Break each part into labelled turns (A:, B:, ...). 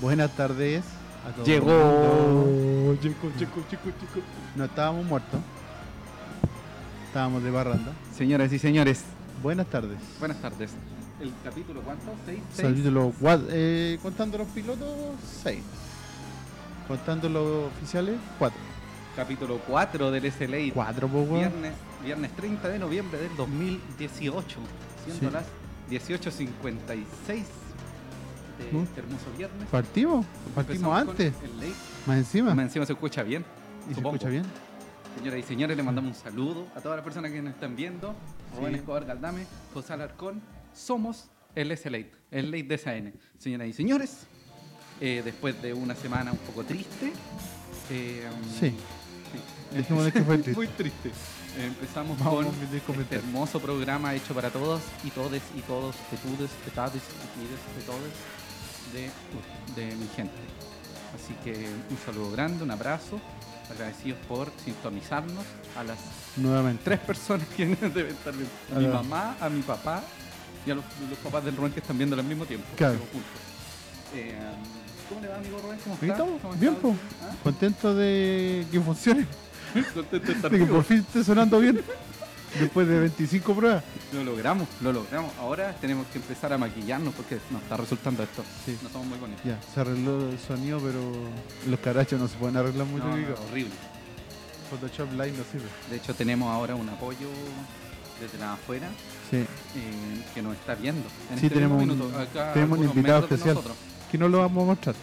A: Buenas tardes. a todo
B: Llegó.
A: el mundo.
B: Llegó, llegó, llegó, llegó.
A: No estábamos muertos. Estábamos de barranda.
B: Señoras y señores,
A: Buenas tardes.
B: buenas tardes. ¿El capítulo cuánto? ¿Seis? seis?
A: Capítulo cua- eh, contando los pilotos, 6. Contando los oficiales, 4.
B: Capítulo 4 del SLA.
A: 4, po, weón.
B: Viernes, viernes 30 de noviembre del 2018, siendo
A: Sí.
B: las 18.56 de
A: ¿Mm?
B: este hermoso viernes.
A: Partimos. Partimos
B: Empezamos con
A: antes.
B: el late.
A: Más encima.
B: Más encima se escucha bien.
A: ¿Y se
B: supongo.
A: escucha bien?
B: Señoras y señores, le mandamos un saludo a todas las personas que nos están viendo. Rubén
A: Sí.
B: Escobar Galdame, José Alarcón, somos el SLA, el Late DSN. Señoras y señores, eh, después de una semana un poco triste, eh,
A: Sí.
B: sí.
A: Dejemos de que fue triste.
B: muy triste, eh, empezamos
A: Vamos
B: con
A: a meter
B: este
A: comentarios.
B: hermoso programa hecho para todos y todes y todos, de tudes, de tades, de tides, de todes, de, de mi gente. Así que un saludo grande, un abrazo, agradecidos por sintonizarnos a las
A: Nuevamente.
B: tres personas que deben estar viendo. A mi
A: Ah.
B: mamá, a mi papá y a los, los papás del Rubén que están viendo al mismo tiempo.
A: Claro.
B: pero juntos. Eh, ¿Cómo le va, amigo Rubén? ¿Cómo
A: Aquí
B: está?
A: estamos,
B: ¿Cómo
A: bien,
B: está?
A: po. Contento de que funcione.
B: ¿Ah? Contento de estar
A: De que
B: vivo.
A: por fin esté sonando bien. Después de 25 pruebas.
B: Lo logramos, lo logramos. Ahora tenemos que empezar a maquillarnos porque nos está resultando esto.
A: Sí.
B: No somos muy bonitos.
A: Ya, se arregló el sonido, pero los carachos no se pueden arreglar mucho.
B: No, no,
A: amigo.
B: horrible.
A: Photoshop Live no sirve.
B: De hecho, tenemos ahora un apoyo desde la afuera
A: Sí.
B: eh, que nos está viendo. En este
A: Sí, tenemos
B: mismo
A: un-
B: minuto, acá
A: tenemos un
B: algunos
A: invitado
B: metros de
A: especial.
B: nosotros.
A: Que no lo vamos a mostrar.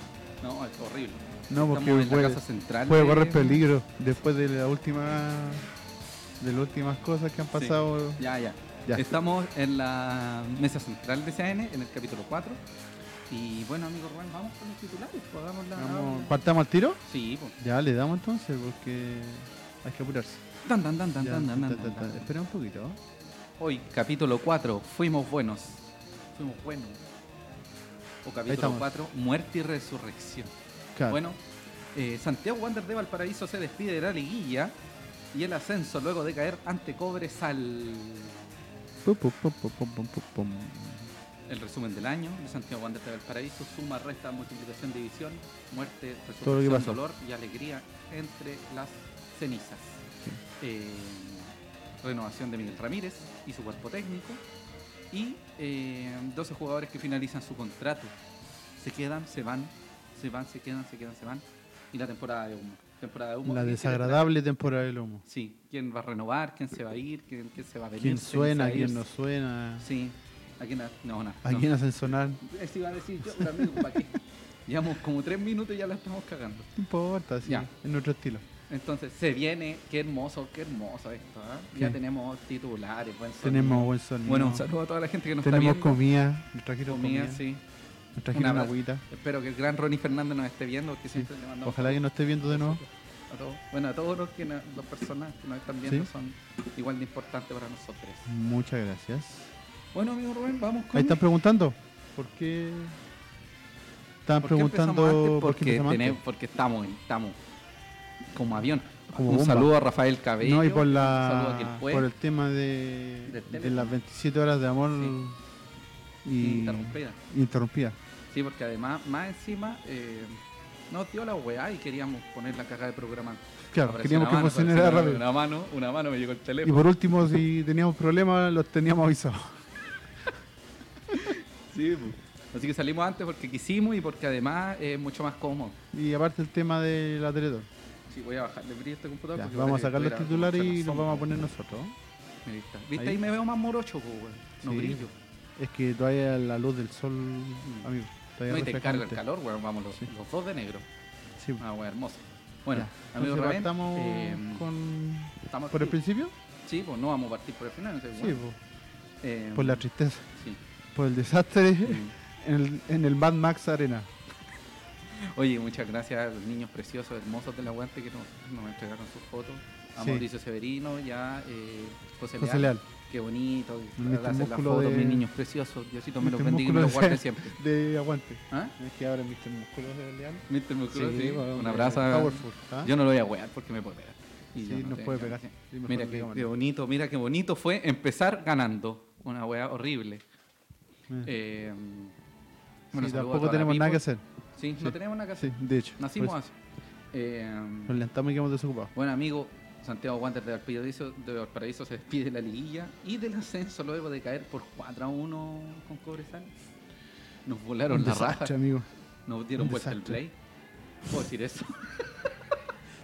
B: No, es horrible.
A: No, porque
B: Estamos en la
A: puede,
B: casa central.
A: puede
B: de-
A: correr peligro después de la última de las últimas cosas que han pasado.
B: Ya, ya,
A: Ya.
B: Estamos en la mesa central de CAN, en el capítulo 4. Y bueno, amigo Rubén, vamos con los titulares. pues, hagamos la-
A: Vamos, ¿Partamos al tiro?
B: Sí, pues.
A: Ya, le damos entonces, porque hay que apurarse.
B: Tan, tan, tan, tan,
A: Ya,
B: tan, tan,
A: ta,
B: tan,
A: ta,
B: tan,
A: ta. este.
B: tan.
A: Espera un poquito. ¿no?
B: Hoy, capítulo 4, fuimos buenos. Fuimos buenos. O capítulo
A: estamos.
B: 4, muerte y resurrección.
A: Claro.
B: Bueno, eh, Santiago Wander de Valparaíso se despide de la liguilla y el ascenso luego de caer ante Cobresal.
A: Pum, pum, pum, pum, pum, pum, pum, pum.
B: El resumen del año de Santiago Wander de Valparaíso, suma, resta, multiplicación, división, muerte,
A: Todo lo que
B: resurrección,
A: pasó.
B: dolor y alegría entre las cenizas. Eh, renovación de Miguel Ramírez y su cuerpo técnico. Y eh, 12 jugadores que finalizan su contrato. Se quedan, se van, se van, se quedan, se quedan, se van. Y la temporada de humo. Temporada de humo.
A: La
B: ¿Quién se va a
A: desagradable temporada del humo.
B: quedar? Sí, quién va a renovar, quién se va a ir, quién, quién se va a venir.
A: ¿Quién
B: se va
A: suena?
B: a ir?
A: ¿Quién no suena?
B: Sí, a quién. ha- No, no.
A: ¿A
B: no.
A: quién hacen sonar?
B: Eso iba a decir yo, un amigo, ¿para qué? Llevamos como tres minutos y ya la estamos cagando.
A: No importa, sí,
B: Ya.
A: en otro estilo.
B: Entonces, se viene, qué hermoso, qué hermoso esto, ¿ah? Ya
A: Sí.
B: tenemos titulares, buen sonido.
A: Tenemos buen sonido.
B: Bueno, un saludo a toda la gente que nos
A: Tenemos
B: está viendo.
A: comida, nos trajeron comida,
B: Comida, sí.
A: nos trajeron
B: Una
A: una
B: abra-
A: agüita.
B: Espero que el gran Ronnie Fernández nos esté viendo, porque siempre le mandamos
A: Ojalá que nos esté viendo de nuevo.
B: a todos. Bueno, a todos los que nos- las personas que nos están viendo
A: Sí.
B: son igual de importantes para nosotros.
A: Muchas gracias.
B: Bueno, amigo Rubén, vamos con...
A: Ahí están preguntando. ¿Por qué? Están
B: ¿Por qué empezamos
A: preguntando
B: antes?
A: por qué
B: porque,
A: empezamos antes.
B: tenemos- porque estamos, en- estamos como avión.
A: Como
B: un
A: bomba.
B: saludo a Rafael Cabello.
A: No, y por,
B: un saludo a quien
A: la,
B: fue.
A: por el tema de,
B: Del
A: de
B: teléfono.
A: las 27 horas de amor y
B: Interrumpida.
A: interrumpida.
B: Sí, porque además, más encima, eh, nos dio la weá y queríamos poner la caja de programa.
A: Claro,
B: Apareció
A: queríamos
B: una
A: que
B: mano,
A: funcionara
B: apareció
A: rápido.
B: Una mano, una mano me llegó el
A: Y
B: teléfono.
A: por último, si teníamos problemas, los teníamos avisados.
B: Sí, pues. Así que salimos antes porque quisimos y porque además es mucho más cómodo.
A: Y aparte el tema de la Teletón.
B: Sí, voy a bajarle brillo a este computador.
A: Ya,
B: porque
A: vamos a
B: parece que
A: sacar los
B: estoy
A: titulares
B: grabando
A: y
B: mucho
A: nos
B: más
A: vamos a
B: sombra.
A: poner nosotros.
B: Ahí está. ¿Viste? Ahí.
A: Ahí.
B: me veo más morocho, pues, weón. No
A: Sí.
B: brillo.
A: Es que todavía la luz del sol, amigo. Todavía
B: No, y te carga el
A: refrescante.
B: calor, weón. Vamos los,
A: Sí.
B: los dos de negro.
A: Sí. pues.
B: Ah, weón, hermoso. Bueno,
A: Ya.
B: amigos,
A: Entonces,
B: Rubén,
A: ¿Partamos
B: eh,
A: con...
B: estamos
A: por el
B: aquí.
A: principio?
B: Sí, pues no vamos a partir por el final. no sé,
A: Sí,
B: weón.
A: po.
B: Eh,
A: por la tristeza,
B: sí.
A: por el desastre
B: Mm.
A: en, el, en el Mad Max Arena.
B: Oye, muchas gracias a los niños preciosos, hermosos del aguante que nos, nos entregaron sus fotos. A
A: Sí.
B: Mauricio Severino y a eh, José,
A: José
B: Leal.
A: Leal,
B: Qué bonito.
A: Mr.
B: Gracias las
A: Músculo
B: fotos,
A: de-
B: mis niños preciosos. Diosito me los
A: Mr.
B: bendiga y
A: Músculo
B: me los guarde
A: de-
B: siempre.
A: de Aguante.
B: ¿Ah?
A: Es que ahora Mr. Músculo de Leal.
B: Mr. Músculo, sí,
A: bueno,
B: un abrazo. a-
A: eh, Powerful, ¿ah?
B: Yo no lo voy a wear porque me puede pegar. Y
A: Sí,
B: yo no
A: nos
B: tengo
A: puede
B: que-
A: pegar.
B: sí.
A: Sí, mejor
B: Mira
A: no
B: qué,
A: digamos
B: qué
A: nada.
B: bonito, mira qué bonito fue empezar ganando. Una wea horrible.
A: Eh,
B: Eh,
A: sí,
B: bueno, saludo a toda
A: tampoco
B: la
A: tenemos nada que
B: people.
A: hacer.
B: Sí,
A: Sí.
B: no tenemos una casa.
A: Sí, Pues- de hecho.
B: Nacimos
A: Por eso
B: así. Eh,
A: Nos levantamos y quedamos desocupados.
B: Buen amigo Santiago Wander de Valparaíso, de Valparaíso se despide de la liguilla y del ascenso luego de caer por 4 a 1 con Cobresal. Nos volaron
A: Un
B: la
A: desastre,
B: raja,
A: amigo.
B: nos dieron
A: un
B: vuelta el
A: desastre.
B: play. Puedo decir eso.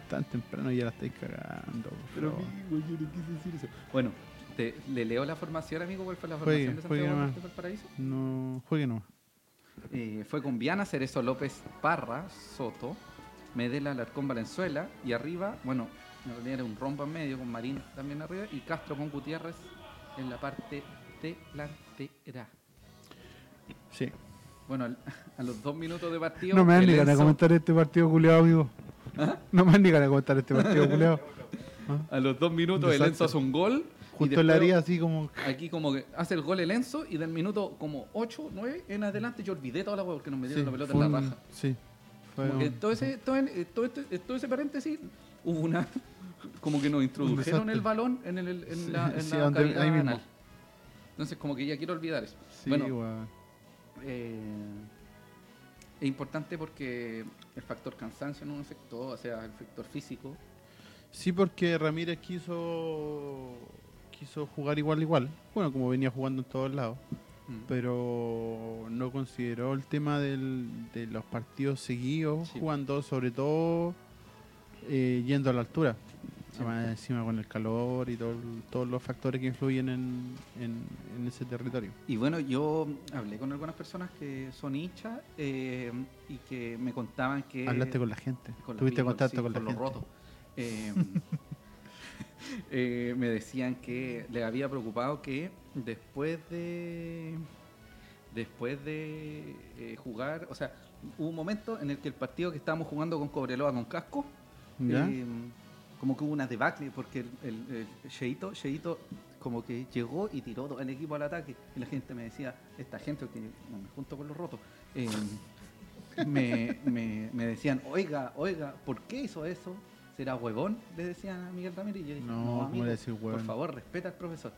A: Tan temprano ya la estáis cagando. por favor.
B: yo no quise decir eso. Bueno, te- le leo la formación, amigo, ¿cuál fue la
A: Juegue,
B: formación de
A: juegue
B: Santiago
A: nomás.
B: Wander de Valparaíso?
A: No, juegue nomás.
B: Eh, fue con Viana, Cerezo López Parra, Soto, Medela Alarcón Valenzuela y arriba, bueno, en realidad era un rompa en medio con Marín también arriba y Castro con Gutiérrez en la parte delantera.
A: Sí.
B: Bueno, al- a los dos minutos de partido.
A: No me dan
B: el
A: ni ganas de
B: Enzo-
A: comentar este partido culeado, amigo.
B: ¿Ah?
A: No me dan ni ganas de comentar este partido culeado.
B: A los dos minutos el
A: Desastre.
B: Enzo hace un gol. y
A: Justo en la
B: después
A: haría así como.
B: Aquí como que hace el gol el Enzo y del minuto como 8, 9 en adelante yo olvidé toda la hueá porque nos
A: sí,
B: metieron la pelota en
A: fue
B: la
A: un-
B: raja.
A: Sí. Fue
B: Como que
A: un-
B: todo ese, todo, el- eh, todo este- todo ese paréntesis, hubo una. Como que nos introdujeron
A: desastre.
B: el balón en, el, en
A: Sí,
B: la, en
A: sí,
B: la
A: donde-
B: cavidad
A: ahí mismo.
B: anal. Entonces, como que ya quiero olvidar eso.
A: Sí,
B: bueno,
A: weón.
B: eh, es importante porque el factor cansancio no nos afectó, o sea, el factor físico.
A: Sí, porque Ramírez quiso quiso jugar igual igual, bueno, como venía jugando en todos lados,
B: Mm.
A: pero no consideró el tema del- de los partidos seguidos
B: Sí.
A: jugando, sobre todo eh, yendo a la altura.
B: Sí.
A: Más encima con el calor y todo el- todos los factores que influyen en, en- en ese territorio.
B: Y bueno, yo hablé con algunas personas que son hinchas eh, y que me contaban que.
A: Hablaste con la gente,
B: Eh, con las
A: tuviste
B: mil-
A: contacto
B: sí,
A: con la
B: los
A: gente.
B: rotos. Eh, eh, me decían que les había preocupado que después de después de eh, jugar, o sea, hubo un momento en el que el partido que estábamos jugando con Cobreloa con casco,
A: ¿Ya?
B: eh, como que hubo una debacle porque el, el, el Cheito, Cheito como que llegó y tiró todo el equipo al ataque y la gente me decía, esta gente que no me junto con los rotos, eh, me, me- me decían, oiga, oiga, ¿por qué hizo eso? ¿Será huevón? Le decían a Miguel Ramírez y yo dije,
A: No,
B: no,
A: ¿cómo
B: amigo,
A: le decís
B: por
A: huevón?"
B: favor, respeta al profesor.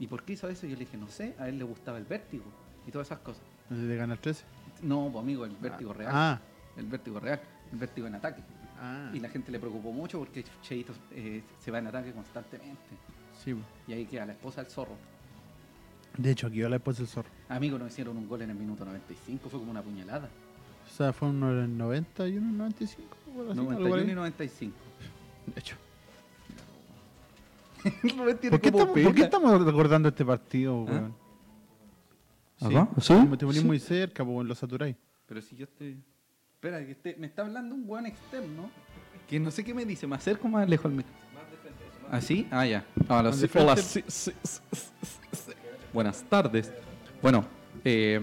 B: ¿Y por qué hizo eso? Yo le dije, no sé, a él le gustaba el vértigo y todas esas cosas.
A: ¿De ganar 13?
B: No, pues amigo, el vértigo real,
A: Ah,
B: el vértigo real, el vértigo en ataque.
A: ah,
B: Y la gente le preocupó mucho porque Cheito eh, se va en ataque constantemente.
A: sí.
B: Y ahí queda la esposa del zorro.
A: De hecho, aquí habla después del zorro.
B: Amigo, nos hicieron un gol en el minuto 95, fue como una puñalada.
A: O sea, fue uno en el 91, 95, algo así, algo por
B: 91 y
A: ahí.
B: 95.
A: De hecho.
B: Rubén tiene
A: ¿Por qué,
B: como
A: estamos, por qué
B: pena. ¿Ah?
A: estamos recordando este partido, weón? Sí,
C: ¿Acá? ¿Sí?
A: como te ponís
C: Sí.
A: muy cerca, pues, lo saturáis.
B: Pero si yo estoy. Espera, que esté- me está hablando un weón externo que no sé qué me dice. ¿Me acerco o más lejos al micrófono? ¿Así? Ah, ya. Ahora
A: Más
B: sí.
A: de frente.
B: Hola, sí, sí, sí, sí, sí. Buenas tardes. Bueno, eh,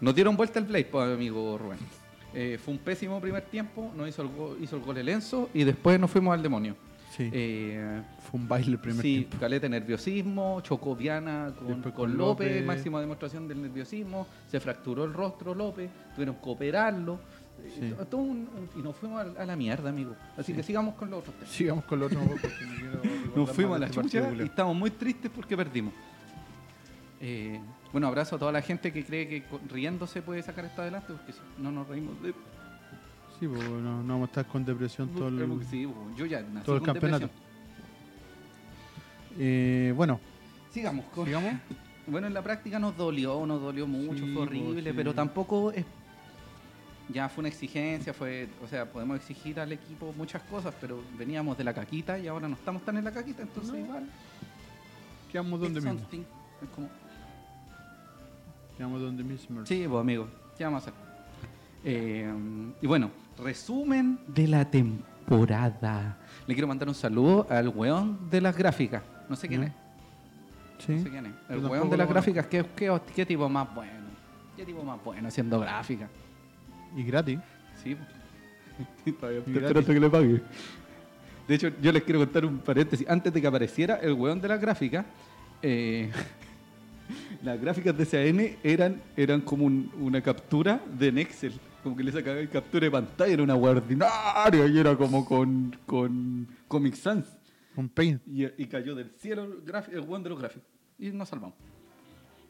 B: nos dieron vuelta el play, pues, amigo Rubén. Eh, fue un pésimo primer tiempo, nos hizo el, go- hizo el gol el Enzo y después nos fuimos al demonio.
A: Sí.
B: Eh,
A: fue un baile el primer
B: sí,
A: tiempo.
B: caleta de nerviosismo, chocó Viana con,
A: Después
B: con
A: con
B: López,
A: López.
B: máxima demostración del nerviosismo, se fracturó el rostro López, tuvieron que operarlo, eh,
A: Sí.
B: todo un- un- y nos fuimos a, a la mierda, amigo. Así que sigamos con los otros temas.
A: Sigamos con los otros porque no quiero recordar
B: Nos
A: más
B: fuimos a
A: de
B: la
A: este partido,
B: chucha y
A: culiao.
B: estamos muy tristes porque perdimos. Eh, bueno, abrazo a toda la gente que cree que co- riéndose puede sacar esto adelante, porque si no nos reímos de...
A: Sí, pues, no, no vamos a estar con depresión todo el,
B: Sí, bo, yo ya nací
A: todo el
B: con
A: campeonato.
B: depresión.
A: Eh, bueno,
B: Sigamos con...
A: sigamos.
B: Bueno, en la práctica nos dolió, nos dolió mucho,
A: Sí,
B: fue
A: pues,
B: horrible,
A: sí.
B: pero tampoco es... Ya fue una exigencia, fue, o sea, podemos exigir al equipo muchas cosas, pero veníamos de la caquita y ahora no estamos tan en la caquita, entonces
A: No,
B: igual.
A: Quedamos donde
B: it's
A: mismo.
B: something. Es como-
A: Quedamos donde mismo.
B: Sí, pues amigo, ¿qué vamos a hacer? Eh, y bueno, resumen de la temporada. Le quiero mandar un saludo al weón de las gráficas. No sé quién
A: ¿Ya?
B: es.
A: Sí.
B: No sé quién es.
A: Yo
B: El weón
A: tampoco
B: de las
A: lo
B: gráficas, ¿qué, qué, qué tipo más bueno. Qué tipo más bueno haciendo gráfica.
A: Y gratis.
B: Sí,
A: Y gratis.
B: que le pague. De hecho, yo les quiero contar un paréntesis. Antes de que apareciera el weón de las gráficas, eh, las gráficas de CAN eran, eran como un- una captura de Excel. Como que le sacaba el captura de pantalla, era una weá ordinaria y era como con, con Comic Sans.
A: Con Paint.
B: Y, y cayó del cielo el, graf- el weón de los gráficos. Y nos salvamos.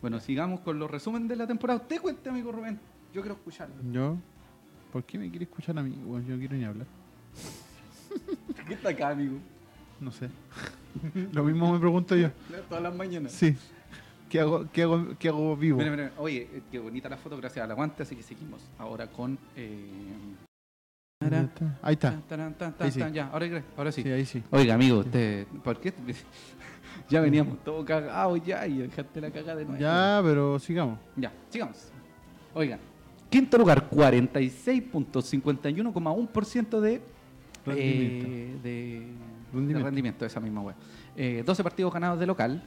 B: Bueno, sigamos con los resúmenes de la temporada. Usted cuente, amigo Rubén. Yo quiero escucharlo.
A: Yo. ¿Por qué me quiere escuchar a mí? Bueno, yo no quiero ni hablar.
B: ¿Qué está acá, amigo?
A: No sé. Lo mismo me pregunto yo.
B: Todas las mañanas.
A: Sí. ¿Qué hago, qué hago, qué hago vivo?
B: Mira, mira, Oye, eh, qué bonita la foto, gracias al aguante, así que seguimos ahora con... eh,
A: Ahí está.
B: tan, tan, tan, tan,
A: Ahí sí.
B: tan, ya, ahora, cre- ahora sí.
A: Sí, ahí sí.
B: Oiga, amigo, usted, ¿por qué? ya veníamos todos cagados ya y dejaste la cagada de nuevo.
A: Ya, pero sigamos.
B: Ya, sigamos. Oigan, quinto lugar, 46.51,1% de, eh,
A: Rendimiento.
B: de,
A: Rendimiento.
B: de rendimiento, esa misma web. 12 partidos ganados de local,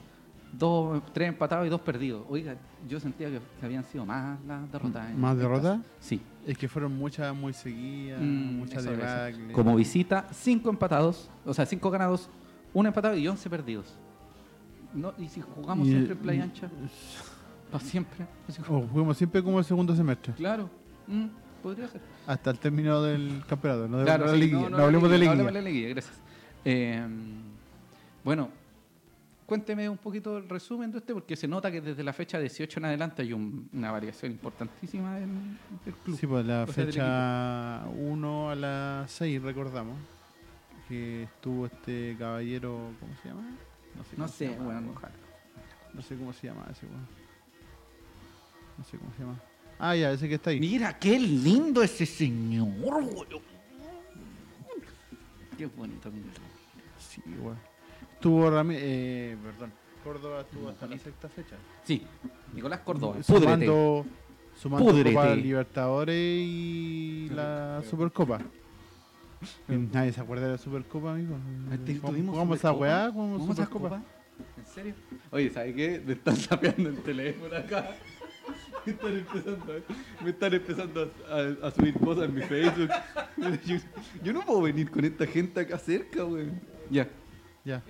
B: 3 empatados y 2 perdidos. Oiga, yo sentía que, que habían sido más las derrotas. en-
A: ¿Más
B: en
A: derrotas?
B: casa. Sí.
A: Es que fueron muchas muy seguidas,
B: Mm,
A: muchas
B: eso, eso.
A: debacles.
B: Como visita, 5 empatados, o sea, 5 ganados, 1 empatado y 11 perdidos. No, y si jugamos
A: Y-
B: siempre en playa
A: y-
B: ancha, para siempre. pues así como-
A: O Oh, fuimos siempre como el segundo semestre,
B: Claro, mm, podría ser.
A: hasta el término del campeonato. No, de-
B: Claro,
A: no
B: sí,
A: de la liguilla,
B: no, no
A: no hablemos de
B: liguilla,
A: la
B: no
A: liguilla.
B: hablemos de liguilla, gracias. Eh, bueno, cuénteme un poquito el resumen de este, porque se nota que desde la fecha 18 en adelante hay un- una variación importantísima del, del club.
A: Sí, pues la
B: O sea, del
A: fecha 1 a la 6, recordamos, que estuvo este caballero, ¿cómo se llama?
B: no
A: cómo se
B: sé,
A: llama,
B: bueno,
A: weón. No sé cómo se llama ese weón. No sé cómo se llama. Ah, ya, ese que está ahí.
B: Mira, qué lindo ese señor, weón. Qué bonito, mira.
A: Sí, weón. Estuvo Ramírez, eh, perdón. Córdoba estuvo hasta la
B: Bonito.
A: sexta fecha.
B: Sí, Nicolás Córdoba, púdrete.
A: Sumando, sumando
B: Púdrete.
A: Copa Libertadores y la Supercopa. Y Nadie se acuerda de la Supercopa, amigo.
B: ¿Tuvimos
A: Jugamos esa
B: Supercopa?
A: weá, jugamos
B: ¿Jugamos esa
A: Supercopa.
B: copa? ¿En serio? Oye, ¿sabes qué? Me están sapeando el teléfono acá. Me están empezando, a- me están empezando a, a- a subir cosas en mi Facebook. Yo, yo no puedo venir con esta gente acá cerca, güey. Ya.
A: Ya.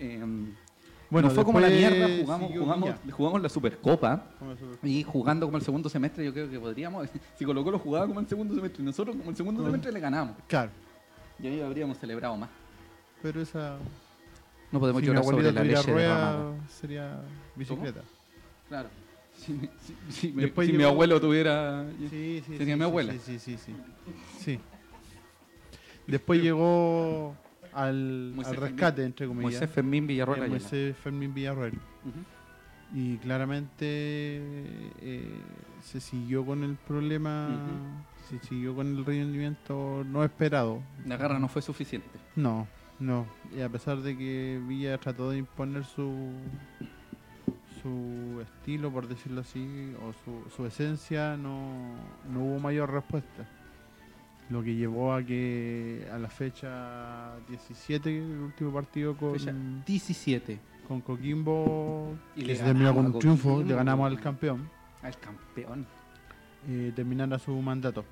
B: bueno, fue como la
A: después
B: mierda. Jugamos,
A: siguió
B: jugamos,
A: Viña.
B: jugamos la Supercopa.
A: Como la Supercopa.
B: Y jugando como el segundo semestre, yo creo que podríamos. Si Colo Colo jugaba como el segundo semestre y nosotros como el segundo
A: Con-
B: semestre le ganamos.
A: Claro,
B: Y ahí habríamos celebrado más.
A: pero esa.
B: No podemos
A: si mi
B: llorar
A: abuelita
B: sobre la
A: tuviera
B: leche derramada.
A: rueda, sería bicicleta.
B: Claro. Si, mi- si- si mi-
A: Después
B: si mi
A: llegó-
B: abuelo tuviera.
A: Sí, sí. sí,
B: Sería mi
A: sí,
B: abuela.
A: Sí, sí, sí. sí. Sí. Después llegó al,
B: Moisés
A: al
B: Fermín.
A: rescate, entre comillas.
B: Moisés Fermín Villarroel.
A: Eh,
B: Ayala.
A: Moisés Fermín Villarroel.
B: Ujú.
A: Y claramente eh, se siguió con el problema, se siguió con el rendimiento no esperado.
B: La garra no fue suficiente.
A: No, no. Y a pesar de que Villa trató de imponer su su estilo, por decirlo así, o su, su esencia, no, no hubo mayor respuesta. Lo que llevó a que a la fecha 17, el último partido con,
B: Fecha 17.
A: con Coquimbo,
B: Y
A: que
B: le
A: se terminó
B: ganamos
A: con
B: a
A: un triunfo,
B: Coquimbo.
A: le ganamos al campeón,
B: Al campeón.
A: eh, terminara su mandato.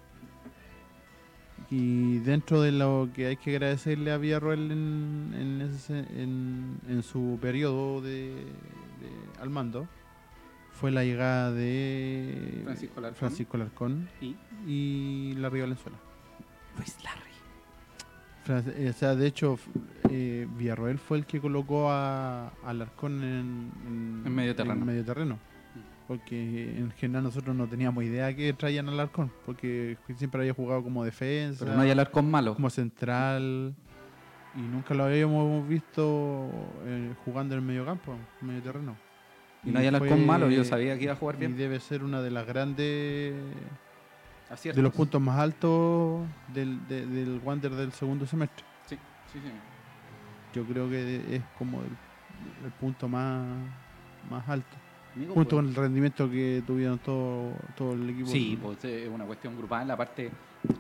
A: Y dentro de lo que hay que agradecerle a Villarroel en, en, ese- en- en su periodo de, de- al mando, fue la llegada de
B: Francisco Alarcón.
A: Francisco Alarcón
B: Y
A: y Larry Valenzuela.
B: Luis Larry.
A: Fran- eh, O sea, de hecho, f- eh, Villarroel fue el que colocó a a Alarcón en,
B: En medio terreno.
A: medio terreno. Porque en general nosotros no teníamos idea que traían a Alarcón. Porque siempre había jugado como defensa,
B: Pero no hay Alarcón malo.
A: como central. Y nunca lo habíamos visto eh, jugando en el medio campo, en medio terreno.
B: Y no hay
A: fue-
B: Alarcón malo. Yo sabía que iba a jugar
A: Y
B: bien.
A: debe ser una de las grandes
B: Aciertos.
A: de los puntos más altos del, de- del Wander del segundo semestre.
B: Sí, sí, sí.
A: yo creo que es como el, el punto más, más alto.
B: Amigo,
A: Junto
B: pues,
A: con el rendimiento que tuvieron todo, todo el equipo.
B: Sí, pues eh, es una cuestión grupal. Aparte,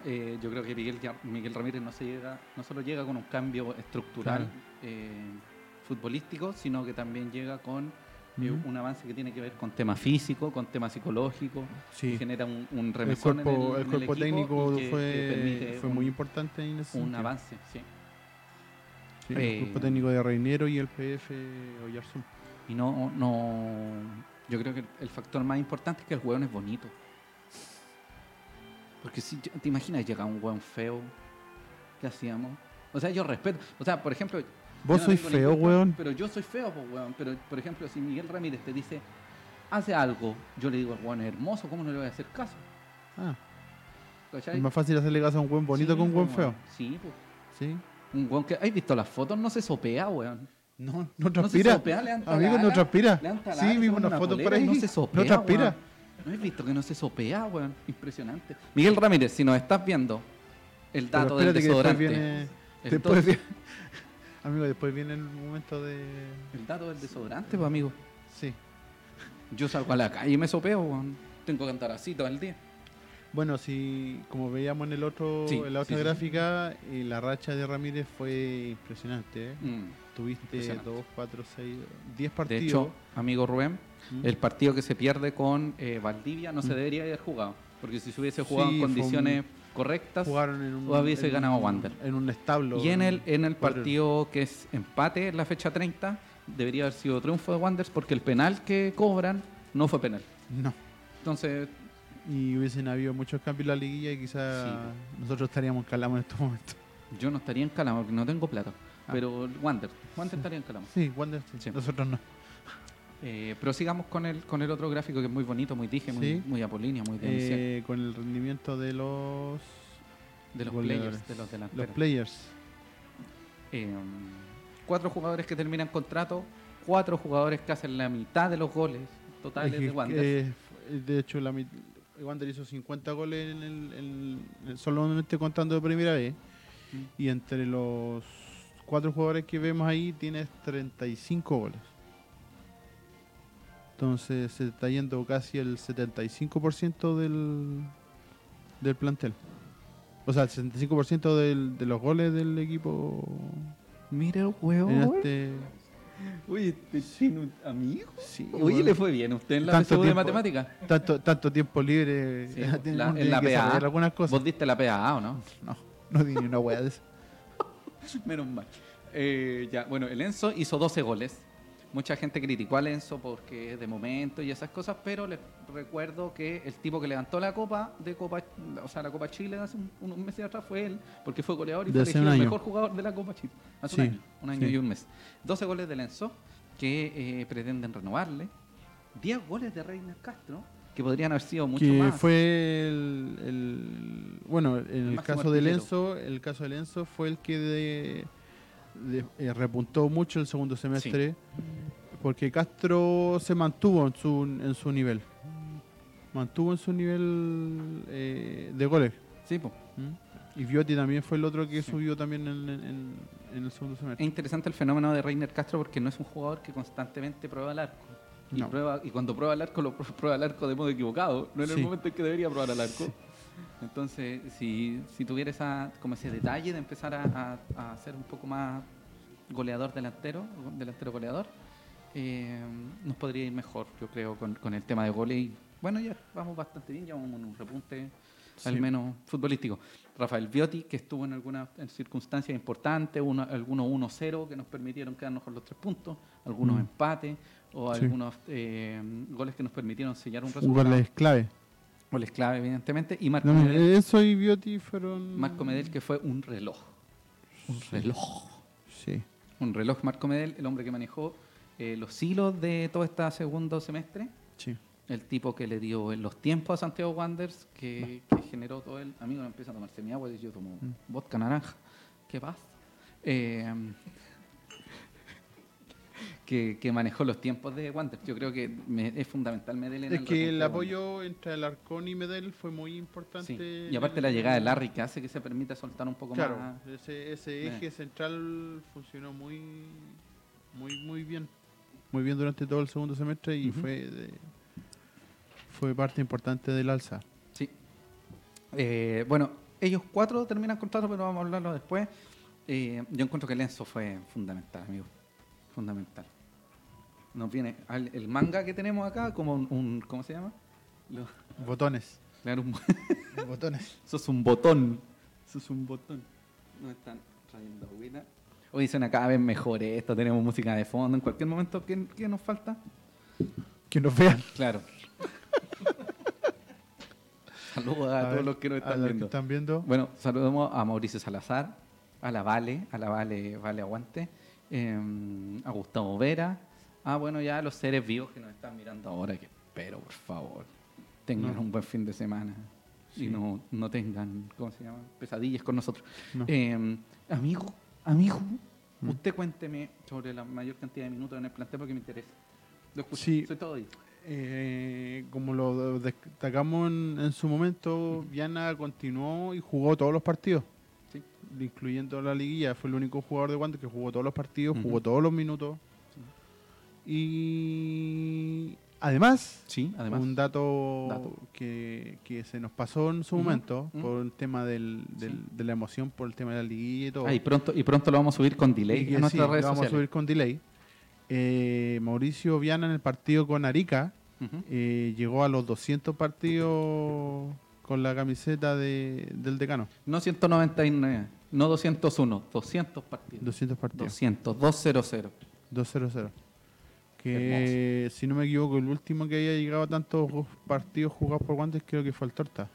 B: eh, yo creo que Miguel, ya- Miguel Ramírez no, se llega, no solo llega con un cambio estructural
A: Claro.
B: eh, futbolístico, sino que también llega con eh,
A: Ujú.
B: un avance que tiene que ver con tema físico, con tema psicológico, que
A: Sí.
B: genera un, un
A: El
B: remesón en
A: cuerpo,
B: en
A: el cuerpo
B: equipo
A: técnico
B: y que- que
A: fue,
B: permite
A: fue
B: un-
A: muy importante en ese
B: Un
A: sentido.
B: avance, sí.
A: Sí, el
B: Eh.
A: cuerpo técnico de Reinero y el eh, PF Oyarzún.
B: Y no, no. Yo creo que el factor más importante es que el hueón es bonito. Porque si yo- te imaginas llega un hueón feo, ¿qué hacíamos? O sea, yo respeto. O sea, por ejemplo. yo
A: Vos
B: no
A: sois
B: tengo ningún
A: feo,
B: pro-
A: weón.
B: Pero yo soy feo, pues, hueón. Pero, por ejemplo, si Miguel Ramírez te dice, hace algo, yo le digo, el hueón es hermoso, ¿cómo no le voy a hacer caso?
A: Ah,
B: ¿cachai?
A: Es más fácil hacerle caso a un buen bonito
B: Sí,
A: que a un buen
B: po,
A: feo.
B: weón. Sí, po.
A: ¿Sí?
B: Un weón que. ¿Has visto las fotos? No se sopea, weón.
A: No, no
B: No se
A: transpira.
B: sopea, levanta la
A: Amigo, no
B: ala,
A: transpira.
B: levanta la ala,
A: Sí,
B: se
A: vimos
B: pone
A: una foto por
B: polera y
A: ahí.
B: No se sopea.
A: No transpira.
B: weón. No he visto que no se sopea, weón. Impresionante. Miguel Ramírez, si nos estás viendo, el
A: Pero
B: dato del
A: espérate que después
B: desodorante.
A: viene.
B: El
A: Después
B: to-
A: viene amigo, después viene el momento de.
B: El dato del desodorante, pues, amigo.
A: Sí.
B: Yo salgo a la calle y me sopeo, weón. Tengo que andar así todo el día.
A: Bueno, si como veíamos en el otro,
B: Sí,
A: en la otra
B: sí, sí.
A: gráfica, eh, la racha de Ramírez fue impresionante. ¿eh?
B: Mm.
A: Tuviste
B: Impresionante.
A: 2, 4, 6, 10
B: De
A: partidos.
B: hecho, amigo Rubén,
A: ¿Mm?
B: el partido que se pierde con eh, Valdivia no se
A: Mm.
B: debería haber jugado. Porque si se hubiese jugado
A: Sí,
B: en
A: fue un-
B: condiciones correctas.
A: jugaron en un,
B: o hubiese
A: en
B: ganado
A: un-
B: Wander.
A: En un establo.
B: Y en el, en el
A: cuatro.
B: partido que es empate, en la fecha 30, debería haber sido triunfo de Wanderers porque el penal que cobran no fue penal.
A: No.
B: Entonces,
A: Y hubiesen habido muchos cambios en la liguilla y quizás
B: Sí.
A: nosotros estaríamos en Calama en estos momentos.
B: yo no estaría en Calama porque no tengo plata.
A: Ah.
B: Pero el Wander, Wander estaría en Calama.
A: Sí, Wander, sí.
B: Sí.
A: nosotros no.
B: Eh, pero sigamos con el, con el otro gráfico que es muy bonito, muy dije, muy,
A: Sí.
B: muy apolíneo, muy denunciado.
A: Eh, con el rendimiento de los,
B: de los
A: goleadores.
B: players, de los
A: los
B: delanteros.
A: players.
B: Eh, cuatro jugadores que terminan contrato, cuatro jugadores que hacen la mitad de los goles totales
A: Es que-
B: de Wander.
A: eh, f- de hecho, la mit- Wander hizo 50 goles en el, en el- solamente contando de primera vez.
B: Mm.
A: Y entre los cuatro jugadores que vemos ahí, tienes 35 goles. Entonces se está yendo casi el 75% del, del plantel. O sea, el 75% del- de los goles del equipo.
B: Mira el huevo.
A: En este,
B: Uy, este tiene un amigo.
A: sí,
B: Oye,
A: bueno.
B: le fue bien a usted en la
A: Tanto
B: PSU de
A: tiempo.
B: matemáticas.
A: tanto, tanto tiempo libre
B: Sí, pues,
A: uno
B: la- en
A: tiene
B: la
A: que
B: PA.
A: saber algunas cosas.
B: Vos diste la PAA, ¿o no?
A: No, no di ni una hueá de eso.
B: Menos mal. Eh, ya, bueno, el Enzo hizo 12 goles. Mucha gente criticó al Enzo porque es de momento y esas cosas, pero les recuerdo que el tipo que levantó la copa de Copa, o sea, la Copa Chile hace un- unos meses atrás fue él, porque fue goleador y
A: De
B: fue
A: hace
B: elegido
A: un
B: el
A: año.
B: mejor jugador de la Copa Chile. Hace un
A: Sí,
B: año, un año
A: sí.
B: y un mes. 12 goles del Enzo que eh, pretenden renovarle. 10 goles de Reiner Castro que podrían haber sido mucho
A: que
B: más.
A: fue el, el- bueno, en el,
B: máximo
A: caso del
B: artillero.
A: Enzo, el caso del Enzo fue el que de- de- eh, repuntó mucho el segundo semestre porque Castro se mantuvo en su en su nivel. Mantuvo en su nivel eh, de goles.
B: Sí, po.
A: ¿m? Y Viotti también fue el otro que
B: Sí.
A: subió también en, en- en el segundo semestre.
B: Es interesante el fenómeno de Reiner Castro porque no es un jugador que constantemente prueba el arco. Y,
A: No.
B: prueba, y cuando prueba el arco, lo pr- prueba el arco de modo equivocado, no en el
A: Sí.
B: momento en que debería probar el arco. Entonces, si, si tuviera esa, como ese detalle de empezar a, a- a ser un poco más goleador delantero, delantero goleador, eh, nos podría ir mejor, yo creo, con, con el tema de goles. Y, bueno, ya vamos bastante bien, ya vamos en un repunte al
A: Sí.
B: menos futbolístico. Rafael Biotti, que estuvo en algunas en circunstancias importantes, uno- algunos 1-0 que nos permitieron quedarnos con los tres puntos, algunos
A: Mm.
B: empates o
A: Sí.
B: algunos eh, goles que nos permitieron sellar un resultado.
A: Goles clave.
B: Goles clave, evidentemente. Y Marco,
A: No, eh. mira,
B: Medel,
A: eso y Viotti fueron.
B: Marco Medel, que fue un reloj. Un reloj.
A: Sí.
B: Un reloj Marco Medel, el hombre que manejó eh, los hilos de todo este segundo semestre.
A: Sí.
B: El tipo que le dio en los tiempos a Santiago Wanderers, que, que generó todo el. Amigo, no empieza a tomarse mi agua, yo tomo
A: Mm.
B: vodka naranja. ¿Qué pasa? Eh, que, que manejó los tiempos de Wanderers. Yo creo que me- es fundamental Medellín.
A: Es que el apoyo entre Alarcón y Medel fue muy importante.
B: Y aparte la llegada de Larry, que hace que se permita soltar un poco
A: Claro,
B: más.
A: ese, ese eje central funcionó muy, muy, muy bien. Muy bien durante todo el segundo semestre y
B: Ujú.
A: fue de- fue parte importante del alza.
B: Sí. Eh, bueno, ellos cuatro terminan contrato, pero vamos a hablarlo después. Eh, yo encuentro que Lenzo fue fundamental, amigo. Fundamental. Nos viene al- el manga que tenemos acá como un, un- ¿cómo se llama? Lo-
A: Botones.
B: claro, un,
A: Botones.
B: sos un botón. Sos un botón. No están trayendo agüita. Hoy suena cada vez mejor esto, tenemos música de fondo. En cualquier momento, ¿qué, qué nos falta?
A: Que nos vean.
B: Claro. Saludos a, todos los que nos están
A: los
B: viendo.
A: están viendo.
B: Bueno, saludamos a Mauricio Salazar, a la Vale, a la Vale, Vale Aguante, eh, a Gustavo Vera, ah, bueno, ya a los seres vivos que nos están mirando ahora, que espero, por favor, tengan
A: No.
B: un buen fin de semana. y no, no tengan, ¿cómo se llama? Pesadillas con nosotros.
A: No.
B: Eh, amigo, amigo,
A: Mm.
B: usted cuénteme sobre la mayor cantidad de minutos en el plantel porque me interesa. Lo escucho,
A: Sí.
B: soy todo oído.
A: Eh, como lo destacamos en, en su momento, Viana continuó y jugó todos los partidos,
B: Sí.
A: incluyendo la liguilla. Fue el único jugador de Wander que jugó todos los partidos,
B: Ujú.
A: jugó todos los minutos. Y además,
B: Sí, además.
A: un dato,
B: Dato.
A: Que, que se nos pasó en su
B: Ujú,
A: momento
B: ujú.
A: por el tema del, del-
B: Sí.
A: de la emoción, por el tema de la liguilla y todo.
B: Ah, y pronto, y pronto lo vamos a subir con
A: Y
B: delay
A: que
B: a
A: sí,
B: nuestras
A: lo
B: redes
A: vamos a
B: sociales.
A: subir con delay. Eh, Mauricio Viana en el partido con Arica
B: Ujú.
A: eh, llegó a los 200 partidos con la camiseta de- del decano.
B: No 199, no 201, 200 partidos.
A: 200 partidos.
B: 200, 200.
A: 200. Que si no me equivoco, el último que había llegado a tantos go- partidos jugados por guantes creo que fue el Torta.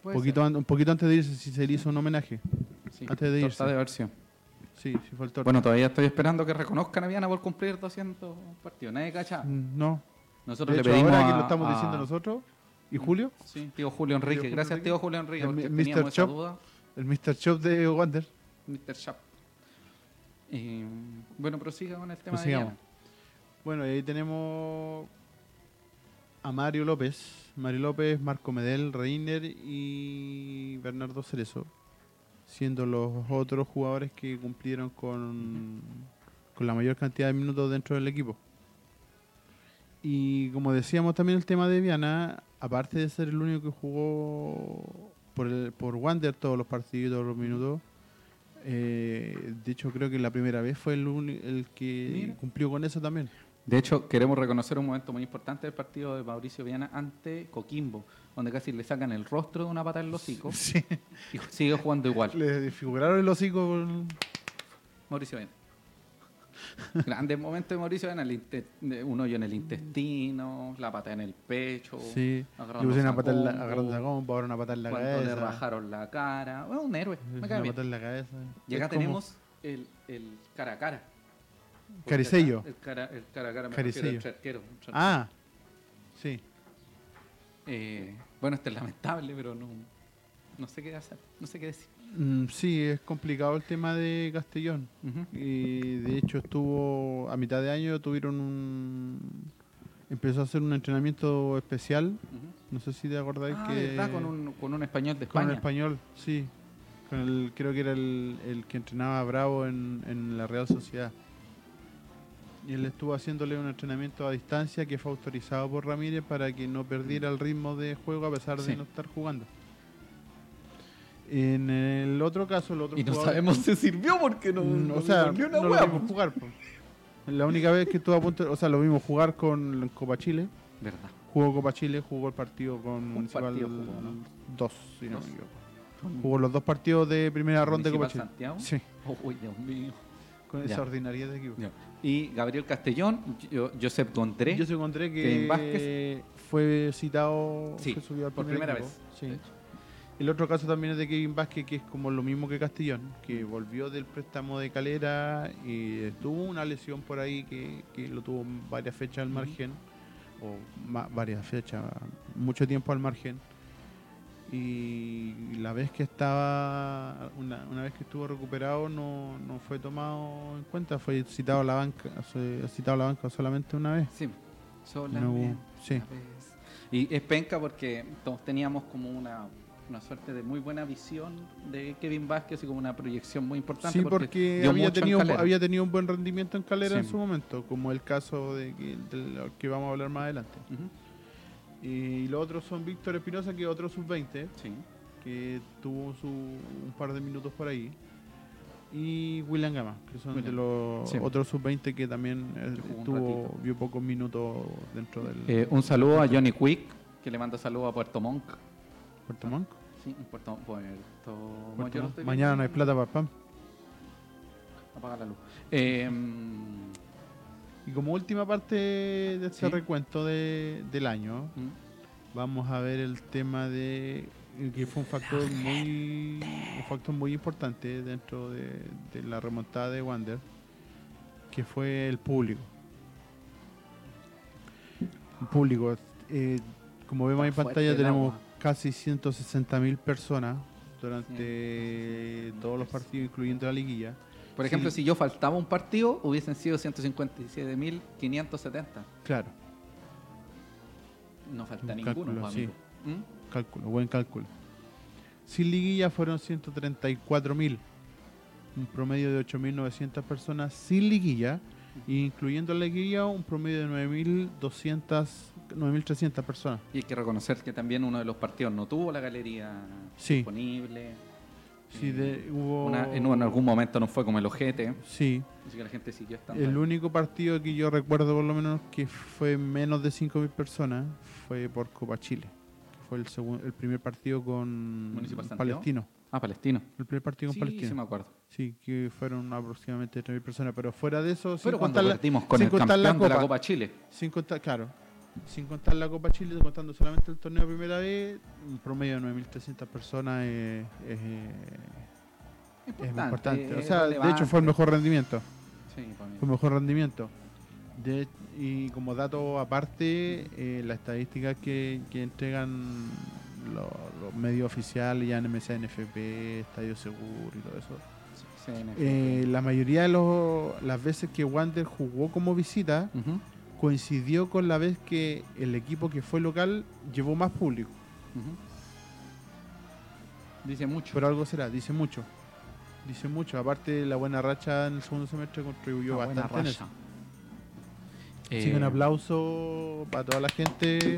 B: Puede
A: poquito an- un poquito antes de irse, si se le hizo un homenaje.
B: ser. Sí,
A: antes de irse.
B: torta de versión.
A: Sí, sí fue el Torta.
B: Bueno, todavía estoy esperando que reconozcan a Viana por cumplir 200 partidos. Nadie cacha.
A: Mm, no.
B: Nosotros
A: De
B: le
A: hecho,
B: pedimos
A: ahora que
B: a-
A: lo estamos
B: a-
A: diciendo nosotros, y Julio,
B: Sí, tío Julio Enrique.
A: Tío Julio
B: Gracias,
A: Enrique.
B: tío Julio Enrique,
A: El
B: porque
A: mi-
B: teníamos
A: Mr.
B: esa
A: Chop.
B: duda.
A: el Mr. Shop de Wander.
B: Mr. Chap. Eh, bueno, prosiga con el tema
A: Prosigamos.
B: de Viana.
A: Pues Bueno, y ahí tenemos a Mario López. Mario López, Marco Medel, Reiner y Bernardo Cerezo. Siendo los otros jugadores que cumplieron con, con la mayor cantidad de minutos dentro del equipo. Y como decíamos también el tema de Viana, aparte de ser el único que jugó por, el, por Wander todos los partidos, todos los minutos, eh, de hecho creo que la primera vez fue el, uni- el que
B: Mira.
A: cumplió con eso también.
B: De hecho, queremos reconocer un momento muy importante del partido de Mauricio Viana ante Coquimbo, donde casi le sacan el rostro de una pata en los hocicos
A: Sí,
B: y sigue jugando igual.
A: le desfiguraron el hocico. con-
B: Mauricio Viana. Grandes momentos de Mauricio Viana, el inte- de un hoyo en el intestino, la pata en el pecho,
A: Sí,
B: Oh. agarrando
A: le pusieron una
B: a
A: patada en la,
B: combo,
A: agarrando la comba, ahora una patada en la
B: cuando le
A: cabeza.
B: rajaron la cara. Bueno, un héroe, me
A: ¿eh? Una
B: cae bien.
A: patada en la cabeza.
B: Y acá
A: Es como
B: tenemos el, el cara a cara. Porque
A: Caricello.
B: acá El cara, el cara a cara me
A: Caricello.
B: refiero al arquero, entre arquero.
A: Ah, sí.
B: Eh, bueno, esto es lamentable, pero no, no sé qué hacer, no sé qué decir.
A: Mm, sí, es complicado el tema de Castellón.
B: Ujú.
A: Y de hecho estuvo a mitad de año, tuvieron un... Empezó a hacer un entrenamiento especial,
B: Ujú.
A: no sé si te acordáis
B: Ah,
A: que...
B: ¿verdad? Con un, con un español de
A: con
B: España.
A: el español, sí. Con el, creo que era el, el que entrenaba a Bravo en, en la Real Sociedad. Y él estuvo haciéndole un entrenamiento a distancia que fue autorizado por Ramírez para que no perdiera el ritmo de juego a pesar de
B: Sí.
A: no estar jugando. En el otro caso, el otro
B: y no
A: jugador-
B: sabemos si sirvió porque no,
A: Mm,
B: no
A: o sea,
B: devolvió una
A: no lo
B: hueá,
A: vimos
B: po.
A: jugar. po. La única vez que estuvo a punto, o sea, lo vimos jugar con en Copa Chile.
B: ¿Verdad?
A: Jugó Copa Chile, jugó el partido con Municipal
B: partido jugó, ¿no?
A: 2, si no me
B: Dos.
A: equivoco.
B: Con-
A: Jugó los dos partidos de primera
B: con
A: ronda de Copa
B: Municipal
A: Chile.
B: Santiago.
A: Sí,
B: Oh, uy, Dios mío.
A: con
B: Ya.
A: esa ordinariedad de equipo.
B: Ya. Y Gabriel Castellón, yo- Josep Contré.
A: Yo se encontré
B: Kevin
A: que
B: Vázquez.
A: fue citado,
B: Sí,
A: fue subido al
B: por
A: primer
B: primera
A: equipo.
B: vez,
A: Sí.
B: de hecho.
A: El otro caso también es de Kevin Vázquez, que es como lo mismo que Castellón, que
B: Mm.
A: volvió del préstamo de Calera y tuvo una lesión por ahí que, que lo tuvo varias fechas al margen, o ma- varias fechas, mucho tiempo al margen. Y la vez que estaba, una, una vez que estuvo recuperado, no, no fue tomado en cuenta, fue citado a la banca, fue citado a la banca solamente una vez.
B: Sí,
A: No hubo-
B: solamente.
A: sí.
B: una vez. Y es penca porque todos teníamos como una, una suerte de muy buena visión de Kevin Vázquez y como una proyección muy importante.
A: Sí, porque
B: dio
A: había
B: mucho en
A: tenido,
B: Calera.
A: había tenido un buen rendimiento en Calera
B: Sí.
A: en su momento, como el caso de que, del que vamos a hablar más adelante.
B: Ujú,
A: Y los otros son Víctor Espinosa, que es otro sub-20,
B: Sí.
A: que tuvo su, un par de minutos por ahí. Y William Gama, que son de
B: William.
A: los
B: Sí.
A: otros sub-20 que también eh,
B: Que jugó un
A: tuvo,
B: ratito.
A: vio pocos minutos dentro del
B: Eh, un saludo a Johnny Quick, que le manda saludo a Puerto Montt.
A: Puerto Montt.
B: Sí, en Puerto, Puerto Montt.
A: Puerto
B: Yo no
A: Montt.
B: estoy
A: Mañana
B: bien.
A: no hay plata para PAM.
B: Apaga la luz. Eh, mm,
A: Y como última parte de este
B: Sí.
A: recuento de- del año,
B: mm,
A: Vamos a ver el tema de que fue un factor muy un factor muy importante dentro de, de la remontada de Wander, que fue el público. El público, eh, como vemos
B: Está
A: en
B: fuerte
A: pantalla
B: el
A: tenemos
B: agua.
A: casi 160.000 personas durante todos los partidos, incluyendo la liguilla.
B: Por
A: Sí.
B: ejemplo, si yo faltaba un partido, hubiesen sido 157.570.
A: Claro,
B: No falta
A: Un
B: ninguno,
A: cálculo,
B: pues, amigo. ¿Mm?
A: cálculo, buen cálculo. Sin liguilla fueron 134.000, un promedio de 8.900 personas sin liguilla, e incluyendo la liguilla un promedio de 9.200, 9.300 personas.
B: Y hay que reconocer que también uno de los partidos no tuvo la galería
A: Sí. Oh.
B: disponible.
A: Sí, de- hubo...
B: eh, Una- en, en algún momento no fue como el ojete.
A: Sí,
B: Así que la gente siguió estando.
A: El
B: ahí.
A: único partido que yo recuerdo, por lo menos, que fue menos de 5.000 personas fue por Copa Chile. Fue el, segun- el primer partido con
B: Municipal Santiago.
A: Palestino.
B: Ah, Palestino.
A: El primer partido con
B: Sí,
A: Palestino.
B: sí me acuerdo.
A: Sí, que fueron aproximadamente 3.000 personas. Pero fuera de eso, sin
B: Pero cuando
A: contar, la,
B: perdimos con
A: sin
B: el
A: contar
B: campeón
A: la
B: de la
A: Copa.
B: Copa Chile.
A: sin contar- claro, sin contar la Copa Chile, contando solamente el torneo de primera vez, un promedio de 9.300 personas es, es, es muy importante. O
B: es
A: sea, de hecho fue el
B: relevante.
A: mejor rendimiento.
B: Sí, para mí.
A: Fue mejor rendimiento. De- y como dato aparte, eh, las estadísticas que, que entregan lo- los medios oficiales, ya NMC, NFP, Estadio Seguro y todo eso,
B: Sí, en efecto.
A: eh, la mayoría de los- las veces que Wander jugó como visita
B: Ujú,
A: coincidió con la vez que el equipo que fue local llevó más público.
B: ujú. Dice mucho.
A: Pero algo será, dice mucho. Dice mucho. Aparte, la buena racha en el segundo semestre contribuyó
B: Una buena
A: bastante en eso.
B: racha.
A: Así que
B: Ah, Eh,
A: un aplauso para toda la gente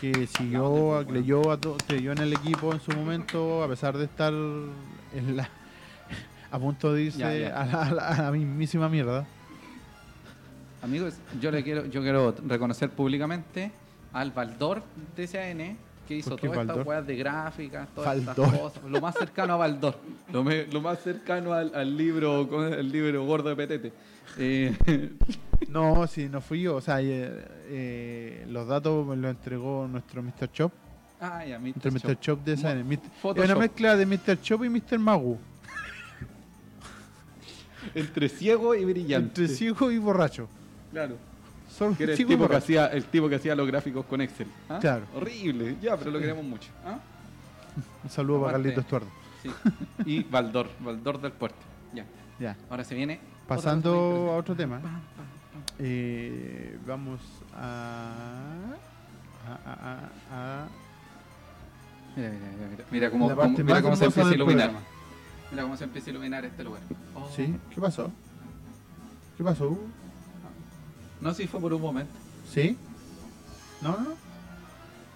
A: que siguió,
B: Aplausos,
A: a- creyó, a to- creyó en el equipo en su momento, a pesar de estar en la, a punto de irse
B: Ya, ya.
A: A, la, a la- a la mismísima mierda.
B: Amigos, yo le quiero, yo quiero reconocer públicamente al Baldor de CAN que hizo
A: ¿Por qué
B: todas estas
A: Baldor?
B: weas de gráficas, todas
A: Baldor.
B: estas cosas. Lo más cercano a Baldor. Lo, me- lo más cercano al, al libro, ¿cómo es? el libro gordo de Petete. Eh,
A: No, sí, no fui yo. O sea, eh, eh, los datos me los entregó nuestro Mr. Chop.
B: ah, ya, Mr.
A: Nuestro Mr.
B: Chop.
A: Chop de
B: Mo-
A: SN. Mr. Es una
B: Photoshop.
A: mezcla de Mr. Chop y Mr. Magu.
B: Entre ciego y brillante.
A: Entre ciego y borracho.
B: Claro.
A: Solo
B: Que era el
A: ciego y
B: tipo que,
A: borracho.
B: hacía, el tipo que hacía los gráficos con Excel. ¿ah?
A: Claro.
B: Horrible. Ya, pero lo queremos mucho. ¿ah?
A: Un saludo para
B: Aparte.
A: Carlitos Estuardo.
B: Sí. Y Baldor, Baldor del puerto. Ya.
A: Ya.
B: Ahora se viene. otra cosa muy
A: Pasando a
B: interesante.
A: otro tema.
B: Pam, pam.
A: Eh, vamos a. a- a- a- a-
B: Mira, mira, mira, mira. Mira cómo,
A: La
B: cómo-
A: parte
B: mira
A: más
B: cómo
A: hermosa
B: se empieza a
A: del
B: iluminar.
A: programa.
B: Mira cómo se empieza a iluminar este lugar. Oh.
A: ¿Sí? ¿Qué pasó? ¿Qué pasó?
B: No, si fue por un momento.
A: ¿Sí? ¿No? no?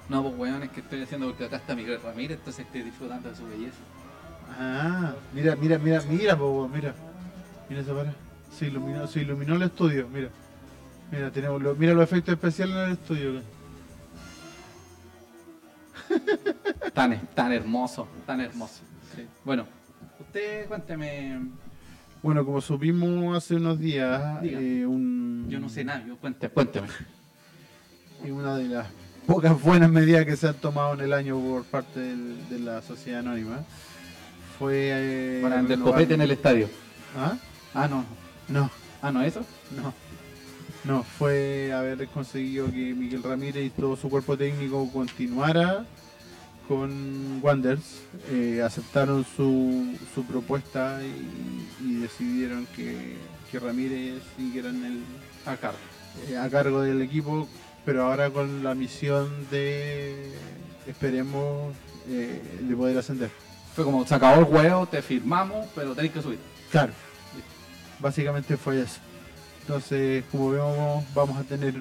B: No, pues weón, es que estoy haciendo porque acá está Miguel Ramírez, entonces estoy disfrutando de su belleza.
A: Ah, mira, mira, mira, mira, po, weón, mira. Mira esa para. Se iluminó, se iluminó el estudio, mira. Mira, tenemos lo- mira los efectos especiales en el estudio. weón.
B: Tan, tan hermoso, tan hermoso. Sí. Bueno, usted cuénteme.
A: Bueno, como supimos hace unos días,
B: Diga.
A: eh, un,
B: Yo no sé nada, yo Eh, cuénteme. cuénteme.
A: y una de las pocas buenas medidas que se han tomado en el año por parte del- de la sociedad anónima fue eh,
B: Para el
A: renovar-
B: copete en el estadio.
A: ¿Ah? ah no no
B: Ah, no, eso.
A: no no fue haber conseguido que Miguel Ramírez y todo su cuerpo técnico continuara con Wanderers Eh, aceptaron su, su propuesta y, y decidieron que, que Ramírez siguiera en el,
B: A cargo.
A: eh, a cargo del equipo, pero ahora con la misión de, esperemos, eh, de poder ascender.
B: Fue como, se acabó el huevo, te firmamos, pero tenés que subir.
A: Claro. Básicamente fue eso. Entonces, como vemos, vamos a tener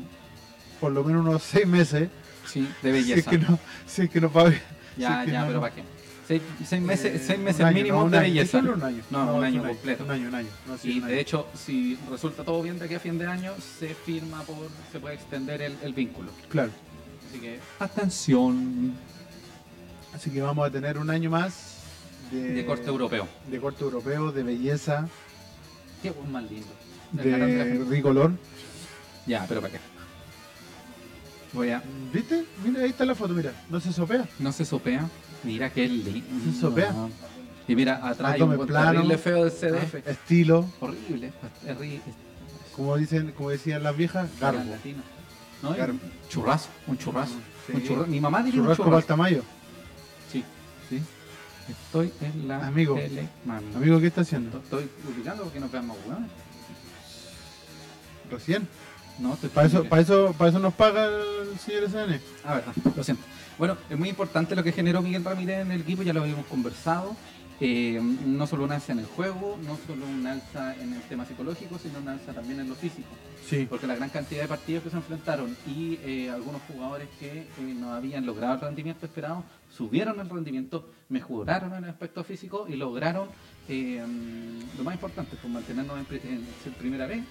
A: por lo menos unos seis meses.
B: Sí, de
A: Si es
B: belleza.
A: que no, si es que no va a-
B: Ya,
A: si es que
B: ya,
A: no-
B: pero ¿para qué? Seis, seis meses,
A: eh,
B: seis
A: un
B: meses
A: año,
B: mínimo
A: no, un
B: de
A: año.
B: belleza.
A: Solo un año.
B: No, un
A: es
B: año completo.
A: Un año, un año. No, sí,
B: Y
A: un año.
B: de hecho, si resulta todo bien de aquí a fin de año, se firma por. se puede extender el, el vínculo.
A: Claro.
B: Así que. Atención.
A: Así que vamos a tener un año más de,
B: De corte europeo.
A: de corte europeo, de belleza,
B: Qué buen más lindo. El galán de la
A: de
B: gente.
A: rigolor.
B: Ya, pero ¿para qué? Voy a.
A: ¿Viste? Mira, ahí está la foto, mira. No se sopea.
B: No se sopea. Mira qué lindo.
A: Se sopea.
B: Y mira, atrás hay un
A: Abdomen
B: buen
A: plano. Ah.
B: terrible feo del CDF.
A: Estilo,
B: Horrible. Horrible.
A: como dicen, como decían las viejas, garbo.
B: Latina. No, y
A: Garbo.
B: Churrazo. Un churrazo. Un churra- Mi mamá diría un
A: Churrasco
B: churrasco.
A: Baltamayo.
B: Sí, sí. Estoy en la
A: Amigo.
B: tele, mami.
A: Amigo, ¿qué está haciendo?
B: Estoy ubicando porque nos vean más hueones.
A: Recién.
B: No, estoy
A: Para eso,
B: tranquilo.
A: para eso, para eso nos paga el señor SN.
B: Ah, verdad, lo siento. Bueno, es muy importante lo que generó Miguel Ramírez en el equipo, ya lo habíamos conversado. Eh, no solo un alza en el juego, no solo un alza en el tema psicológico, sino un alza también en lo físico.
A: Sí.
B: Porque la gran cantidad de partidos que se enfrentaron y eh, algunos jugadores que eh, no habían logrado el rendimiento esperado, subieron el rendimiento, mejoraron en el aspecto físico y lograron eh, lo más importante, pues mantenernos en, pri- en ser primera vez.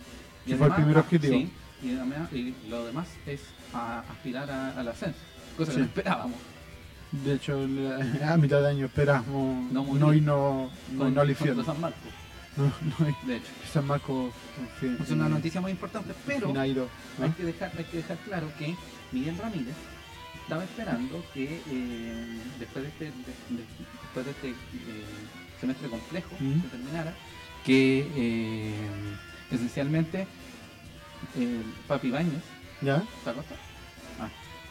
B: Y
A: Ese fue el primer objetivo.
B: sí, y, además- y lo demás es a aspirar a- al ascenso, cosa
A: Sí.
B: que no esperábamos.
A: De hecho, la- a mitad de año esperamos no,
B: No morir.
A: y no, no, no al infierno.
B: contra San Marcos,
A: No, no hay-
B: pues, de hecho.
A: San Marcos confía
B: Es una noticia muy importante, pero...
A: en Airo, eh, ¿no?
B: Hay que, dejar, hay que dejar claro que Miguel Ramírez estaba esperando que eh, después de este, de- de- después de este eh, semestre complejo
A: Mm.
B: que terminara, que eh, esencialmente eh, Papi Bañez,
A: ¿Ya?
B: ¿está acostado? Ah,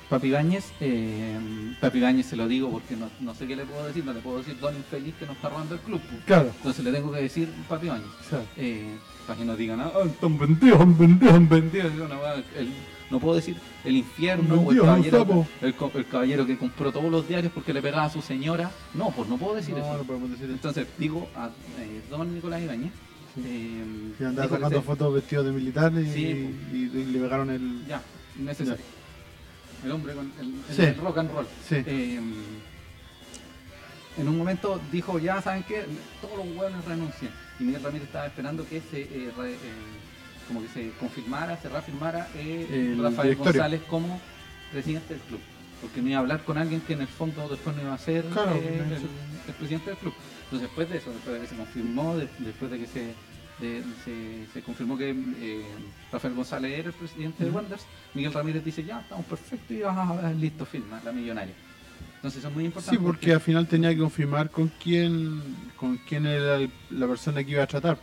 B: Papi Bañez, Papi Bañez se lo digo porque no, no sé qué le puedo decir, no le puedo decir Don Infeliz que nos está robando el club. pues.
A: Claro.
B: Entonces le tengo que decir Papi Bañez
A: O sea,
B: eh, para que no digan, ah, están vendidos, han vendido, han vendido. Es una weá, el- no puedo decir el infierno
A: Han
B: o el
A: vendido, han
B: caballero,
A: sapo.
B: el, co- el caballero que compró todos los diarios porque le pegaba a su señora. No, pues no puedo decir
A: no,
B: eso.
A: no podemos decir eso.
B: Entonces digo a eh, don Nicolás Ibañez.
A: Sí.
B: eh,
A: Que andaba
B: Nicolás,
A: tomando
B: eh,
A: fotos vestidos de militares
B: Sí, pues.
A: y, y- y le pegaron el...
B: Ya, necesario. El hombre con el, el-
A: Sí.
B: el rock and roll.
A: Sí.
B: Eh, en un momento dijo, ya saben que todos los hueones renuncian. Y Miguel Ramírez estaba esperando que se eh, re- eh, como que se confirmara, se reafirmara eh,
A: El
B: Rafael
A: directorio.
B: González como presidente del club. Porque no iba a hablar con alguien que en el fondo después no iba a ser
A: Claro,
B: eh,
A: no
B: el,
A: es-
B: el presidente del club. Entonces después de eso, después de que se confirmó, de- después de que se, de- se, se confirmó que eh, Rafael González era el presidente de
A: Ujú.
B: Wanderers, Miguel Ramírez dice, ya, estamos perfectos y ah, listo, firma, la millonaria. Entonces eso es muy importante.
A: Sí, porque al final tenía que confirmar con quién, con quién era el- la persona que iba a tratar.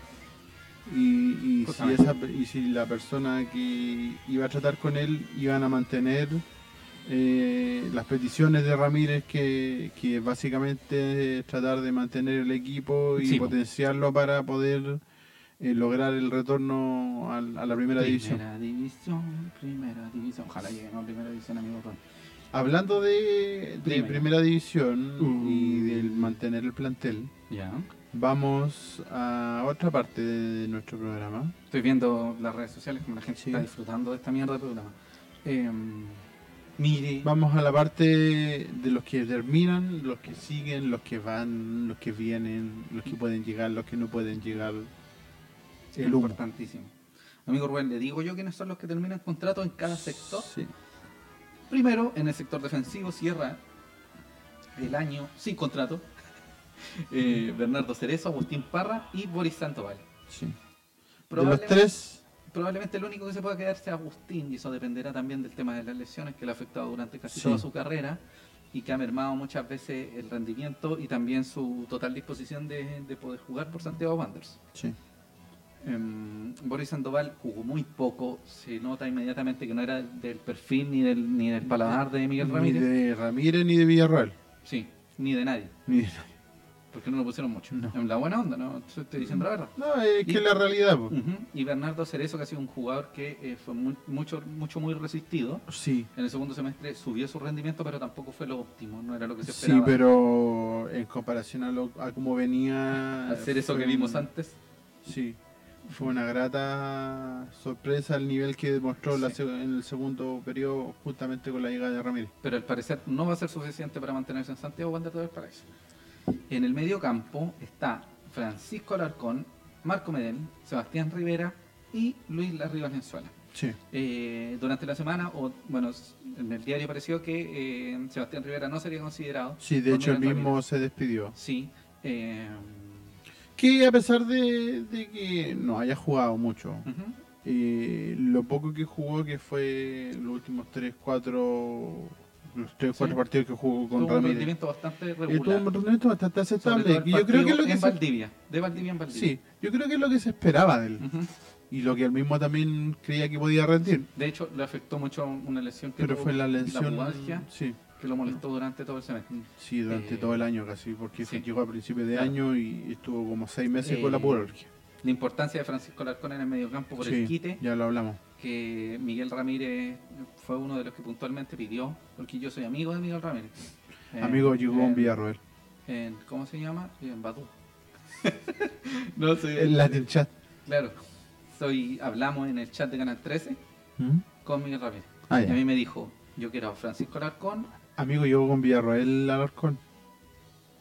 A: Y, y si
B: Justamente.
A: esa, pe- y si la persona que iba a tratar con él iban a mantener eh, las peticiones de Ramírez, que, que básicamente es tratar de mantener el equipo y
B: Sí, po.
A: potenciarlo para poder eh, lograr el retorno al- a, la primera división.
B: Primera división, primera división. Ojalá lleguemos a primera división, amigo. Ron.
A: Hablando de, de
B: Primera.
A: primera división
B: Uh.
A: y del mantener el plantel.
B: Ya.
A: Vamos a otra parte de nuestro programa.
B: Estoy viendo las redes sociales como la gente
A: Sí.
B: está disfrutando de esta mierda de programa. Eh, mire.
A: Vamos a la parte de los que terminan, los que siguen, los que van, los que vienen, los que pueden llegar, los que no pueden llegar.
B: Es
A: el humo.
B: importantísimo. Amigo Rubén, le digo yo quiénes son los que terminan contrato en cada sector.
A: Sí.
B: Primero, en el sector defensivo cierra el año sin contrato eh, Bernardo Cerezo, Agustín Parra y Boris Santoval.
A: sí. De los
B: Probablemente-
A: tres,
B: Probablemente el único que se pueda quedar sea Agustín, y eso dependerá también del tema de las lesiones que le ha afectado durante casi
A: Sí.
B: toda su carrera y que ha mermado muchas veces el rendimiento y también su total disposición de, de poder jugar por Santiago Wanderers.
A: sí.
B: Em, Boris Sandoval jugó muy poco, se nota inmediatamente que no era del perfil ni del, ni del paladar de Miguel
A: Ni
B: Ramírez,
A: de Ramírez ni de Villarreal.
B: sí, ni de nadie,
A: Ni-
B: porque no lo pusieron mucho.
A: No.
B: En la buena onda, ¿no? Te estoy diciendo la verdad.
A: No, es que
B: Y-
A: es la realidad. po.
B: Ujú, Y Bernardo Cerezo, que ha sido un jugador que eh, fue muy- mucho, mucho, muy resistido.
A: Sí.
B: En el segundo semestre subió su rendimiento, pero tampoco fue lo óptimo, no era lo que se
A: Sí,
B: esperaba.
A: pero en comparación a, lo, a cómo venía...
B: Al ser eso
A: fue
B: que vimos
A: un-
B: antes,
A: Sí, fue una grata sorpresa el nivel que demostró la
B: Sí.
A: seg- en el segundo periodo justamente con la llegada de Ramírez.
B: pero al parecer no va a ser suficiente para mantenerse en Santiago Wanderers del Paraíso. En el medio campo está Francisco Alarcón, Marco Medel, Sebastián Rivera y Luis Larribas Lenzuela.
A: Sí,
B: Eh, durante la semana, o bueno, s- en el diario apareció que eh, Sebastián Rivera no sería considerado.
A: sí de
B: por
A: hecho el
B: Miguel
A: mismo
B: Ramírez.
A: se despidió.
B: Sí. eh,
A: Que a pesar de, de que no haya jugado mucho,
B: ujú.
A: eh, lo poco que jugó, que fue los últimos 3, 4, los 3,
B: Sí.
A: 4 partidos que jugó con
B: Tuvo un
A: Ramírez,
B: rendimiento bastante
A: eh, tuvo
B: regular.
A: un rendimiento bastante
B: Sobre todo
A: aceptable.
B: el
A: Y yo creo que es lo
B: partido
A: que
B: en
A: se,
B: Valdivia, de Valdivia en Valdivia. Mm.
A: sí, yo creo que es lo que se esperaba de él.
B: Ujú.
A: Y lo que él mismo también creía que podía rendir.
B: De hecho, le afectó mucho una lesión que
A: Pero
B: tuvo,
A: fue la lesión.
B: pubalgia,
A: sí,
B: que lo molestó durante todo el semestre.
A: sí, durante
B: Eh,
A: todo el año casi, porque se
B: sí.
A: llegó a principios de
B: Claro.
A: año y estuvo como seis meses con la
B: Eh,
A: pubalgia.
B: La importancia de Francisco Larcón en el mediocampo por
A: Sí,
B: el quite,
A: ya lo hablamos.
B: que Miguel Ramírez fue uno de los que puntualmente pidió, porque yo soy amigo de Miguel Ramírez. Eh,
A: Amigo llegó
B: eh,
A: en Villarroel.
B: en- ¿Cómo se llama? En Badú. no sé.
A: En Latin Chat.
B: Claro. Soy, hablamos en el chat de Canal 13
A: ¿Mm?
B: con Miguel Ramírez.
A: Ah,
B: y a
A: ya.
B: mí me dijo, yo quiero a Francisco Alarcón.
A: Amigo llegó con Villarroel Alarcón.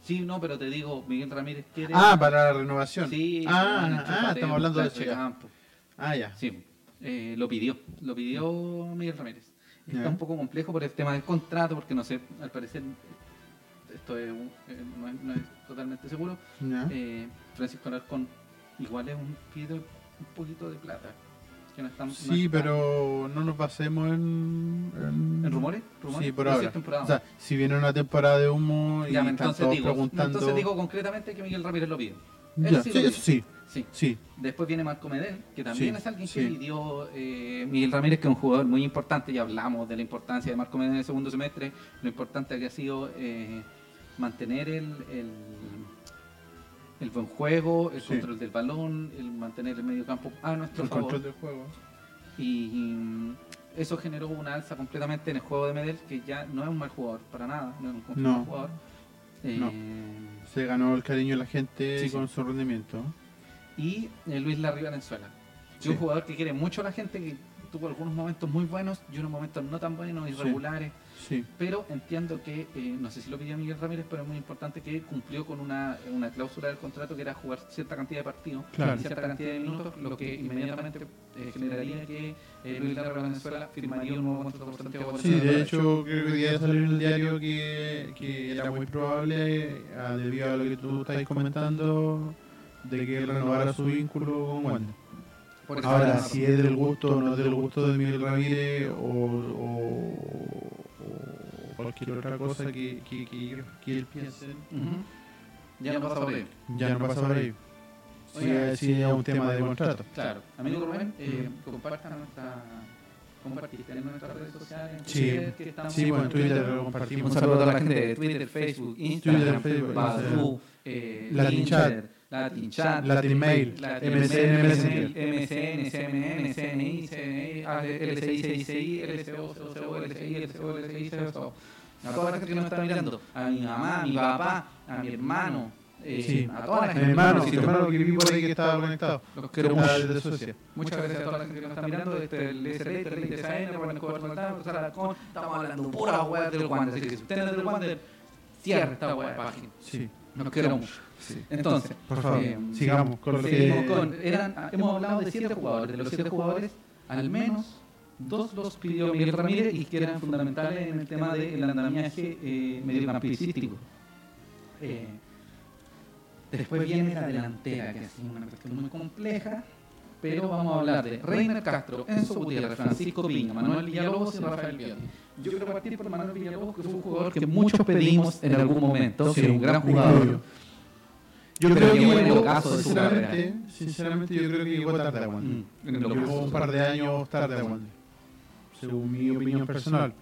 B: Sí, no, pero te digo, Miguel Ramírez quiere...
A: Ah, para la renovación.
B: sí, van
A: ah,
B: a
A: ah,
B: Chupateo,
A: estamos hablando de eso
B: Nacho
A: ya.
B: Campo.
A: Ah, ya.
B: Sí, eh, lo pidió, lo pidió Miguel Ramírez. Está
A: Ya.
B: un poco complejo por el tema del contrato, porque no sé, al parecer, esto es un- eh, no, es, no es totalmente seguro.
A: Ya.
B: eh, Francisco Alarcón igual es un pide un poquito de plata. que no está- no
A: Sí,
B: está-
A: pero no nos basemos en, en...
B: ¿En rumores? ¿Rumores?
A: Sí, por
B: No sé,
A: ahora.
B: temporada.
A: O sea, si viene una temporada de humo y
B: Ya,
A: están
B: entonces
A: todos
B: digo,
A: preguntando...
B: entonces digo concretamente que Miguel Ramírez lo pide. él
A: Ya,
B: sí
A: sí,
B: lo
A: eso sí,
B: Sí.
A: sí.
B: Después viene Marco Medel, que también
A: Sí,
B: es alguien que
A: sí.
B: pidió eh, Miguel Ramírez, que es un jugador muy importante, ya hablamos de la importancia de Marco Medel en el segundo semestre, lo importante que ha sido eh, mantener el, el, el buen juego, el
A: Sí.
B: control del balón, el mantener el medio campo a nuestro
A: El
B: favor.
A: control del juego.
B: Y mm, eso generó una alza completamente en el juego de Medel, que ya no es un mal jugador para nada, no es un confirmado
A: No.
B: jugador.
A: No.
B: Eh,
A: Se ganó el cariño de la gente
B: Sí, sí.
A: con su rendimiento.
B: y eh, Luis Larry Valenzuela. Que es
A: Sí.
B: un jugador que quiere mucho a la gente, que tuvo algunos momentos muy buenos y unos momentos no tan buenos,
A: Sí.
B: irregulares.
A: Sí,
B: Pero entiendo que, eh, no sé si lo pidió Miguel Ramírez, pero es muy importante que cumplió con una, una cláusula del contrato que era jugar cierta cantidad de partidos
A: Claro.
B: y cierta cantidad de minutos, lo que inmediatamente eh, generaría que eh, Luis Larry Valenzuela firmaría un nuevo contrato por Santiago
A: sí
B: Wander.
A: de hecho creo que hoy día salió en el diario que, que era muy probable, eh, debido a lo que tú estás comentando, de que él renovara su vínculo con Wanda.
B: Por eso
A: Ahora,
B: firmaron.
A: si es del gusto o no es del gusto de Miguel Ramírez o, o- o cualquier otra cosa que, que, que, que él piense,
B: Ujú. Ya no pasa por ahí.
A: ya no pasa por ahí. Si,
B: Oiga,
A: es- si es un tema de contrato.
B: Claro. Amigo Rubén, eh, compartan nuestra... Compartiste en nuestras redes sociales. en
A: Sí.
B: Twitter, que estamos-
A: Sí, bueno, en Twitter lo
B: Y
A: compartimos.
B: un saludo a toda la gente de Twitter, Facebook, Instagram,
A: Twitter, Facebook,
B: Badoo, eh,
A: Latin Chat.
B: Tinder, Latin Chat,
A: Latin Mail,
B: Latin
A: MSN,
B: Mail,
A: Messenger.
B: MSN, CMN, CNI, CNI, LCI, CICI, LCO, COCO, LCI, LCO, LCI, COCO. A toda la gente que nos está mirando, a mi mamá, a mi papá, a mi hermano, eh,
A: Sí.
B: a toda
A: Mi
B: la gente.
A: hermano,
B: Sí,
A: mi hermano que vi por ahí que estaba conectado.
B: Los quiero
A: Está
B: mucho.
A: desde Suecia.
B: Muchas gracias a toda la gente que nos está mirando. Este es el SRL, el Elite SAN, Rubén Escobar Roldán, José Alarcón. Estamos hablando pura hueá del Wander. Así que si usted no es del Wander, cierra esta hueá de página.
A: Sí,
B: Nos quiero mucho.
A: sí.
B: Entonces,
A: Por favor,
B: eh,
A: sigamos con lo
B: seguimos
A: que...
B: con. eran- hemos hablado de siete jugadores. De los siete jugadores, al menos dos los pidió Miguel Ramírez y que eran fundamentales en el tema del andamiaje eh, mediocampístico. Eh, después viene la delantera, que es una cuestión muy compleja, pero vamos a hablar de Reiner Castro, Enzo Gutiérrez, Francisco Piña, Manuel Villalobos y Rafael Viotti. Yo quiero partir por Manuel Villalobos, que fue un jugador que muchos pedimos en algún momento, que
A: Sí,
B: es un gran
A: me
B: jugador.
A: incluyo. Yo
B: Pero
A: creo que
B: llegó en el
A: llegó,
B: ocaso de su carrera. ¿eh?
A: sinceramente, sinceramente yo creo que llegó tarde a Wanda.
B: Mm, en lo
A: Llegó un
B: que-
A: par de años tarde a Wander, según mi opinión personal.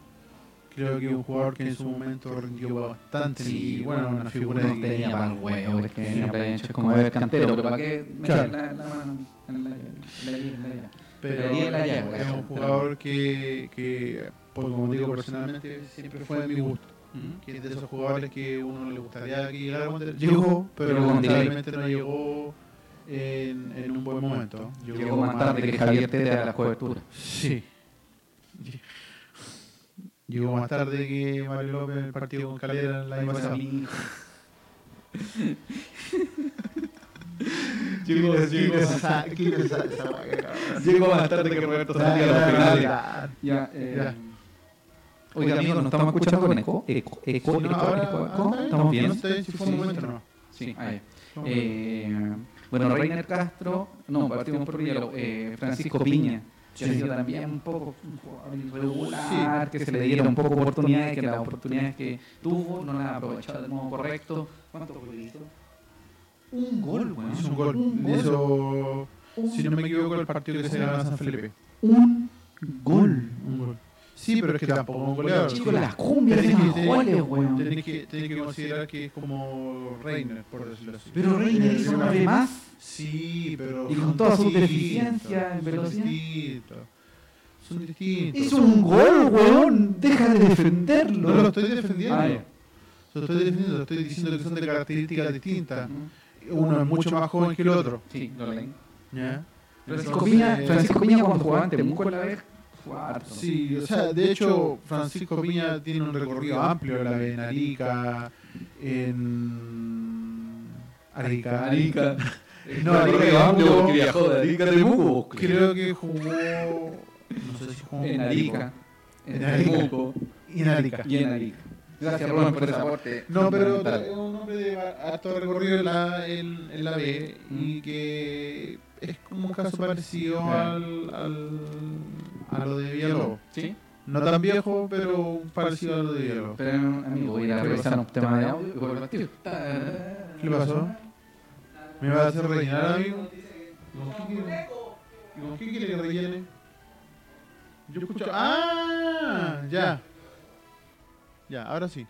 A: Creo que un jugador que en su momento rindió bastante y bueno, una figura
B: no
A: de que-
B: tenía para el huevo, es que venía para es como el cantero, pero para qué meter
A: Claro.
B: la, la mano en la en la- en la-
A: pero
B: Tenía la llave,
A: es
B: ¿cachai?
A: un jugador que, que pues, como digo personalmente, siempre fue de mi gusto.
B: Mm.
A: Que es de esos jugadores que uno le gustaría que llegara a Wander. Llegó, pero
B: Llegó con delay.
A: lamentablemente no llegó en, en un buen momento.
B: Llegó más tarde que Javier Tete a la cobertura.
A: Sí. Llegó más tarde que Mario López en el partido con Calera en la año pasado.
B: Llegó- llegó-
A: pues. Llegó más tarde que Roberto Santiago a los penales.
B: Ya, eh,
A: Ya.
B: Oiga, amigo, ¿nos estamos escuchando con eco? ¿Eco? ¿Eco?
A: Sí, no,
B: ¿Eco?
A: ahora-
B: ¿Eco?
A: ahora
B: ¿Eco?
A: está
B: ¿Estamos
A: bien,
B: bien?
A: No sé si fue un
B: Sí,
A: momento
B: sí.
A: o no.
B: Sí, ah, ya.
A: Estamos bien.
B: Eh, bueno, Reiner Castro, no, partimos por Villalobos, eh, Francisco Piña, que ha
A: Sí.
B: sido también un poco un jugador irregular, que se le dieron un poco oportunidades, que las oportunidades que tuvo no las ha aprovechado del modo
C: Ah,
B: correcto. ¿Cuánto golitos? Un gol, weón.
A: Hizo un gol.
B: Un gol.
A: Hizo
C: un,
A: Si no me equivoco, el partido que se ganó a San Felipe.
C: un
A: Gol. Un gol. Sí, pero es que tampoco es un goleador.
C: chico las
A: Pero
C: cumbias de
A: tenés que-
C: Majoles, weón.
A: Tenés que, tenés que considerar que es como Reiner, por decirlo así.
C: Pero Reiner hizo una vez más
A: Sí, pero.
C: Y con
A: son
C: todas sus
A: distintos,
C: deficiencias en
A: son
C: velocidad.
A: distintos, Son distintos.
C: Hizo un gol, weón. Deja de
A: No lo
C: defenderlo.
A: estoy defendiendo.
B: Ah, ya.
A: Lo estoy defendiendo, estoy diciendo que son de características distintas.
B: Ujú.
A: Uno es mucho más joven que el otro.
B: Sí, lo leí.
A: ¿ya?
C: Francisco
A: Entonces,
C: Piña,
A: eh,
C: Francisco Piña cuando jugaba en Temuco la vez, jugaba harto.
A: Sí, o sea, de hecho, Francisco Piña tiene un recorrido amplio en la en Arica, en. Arica, Arica. No, Arica es amplio porque
D: viajó de Arica a Temuco.
A: Creo que jugó. No sé si jugó
B: En Arica, en
A: En Arica.
B: Temuco
A: Y en Arica.
B: y en Arica. Gracias, Roman, por ese aporte.
A: No, pero eh,
B: fundamental.
A: es un hombre de ba- harto recorrido en la, en, en la B y
B: Mm.
A: que es como un caso parecido
B: Claro.
A: al, al- a lo de Villalobos.
B: Sí,
A: No tan viejo, pero un parecido a lo de Villalobos.
B: pero amigo, voy a ir a revisar un tema de audio y vuelvo al tiro. Ta-
A: ¿Qué le pasó? ¿Me va a hacer rellenar, amigo? ¿Con qué quiere- ¿Con qué quiere que rellene? Yo escucho... ¡Ah! Ya. Ya, ahora sí.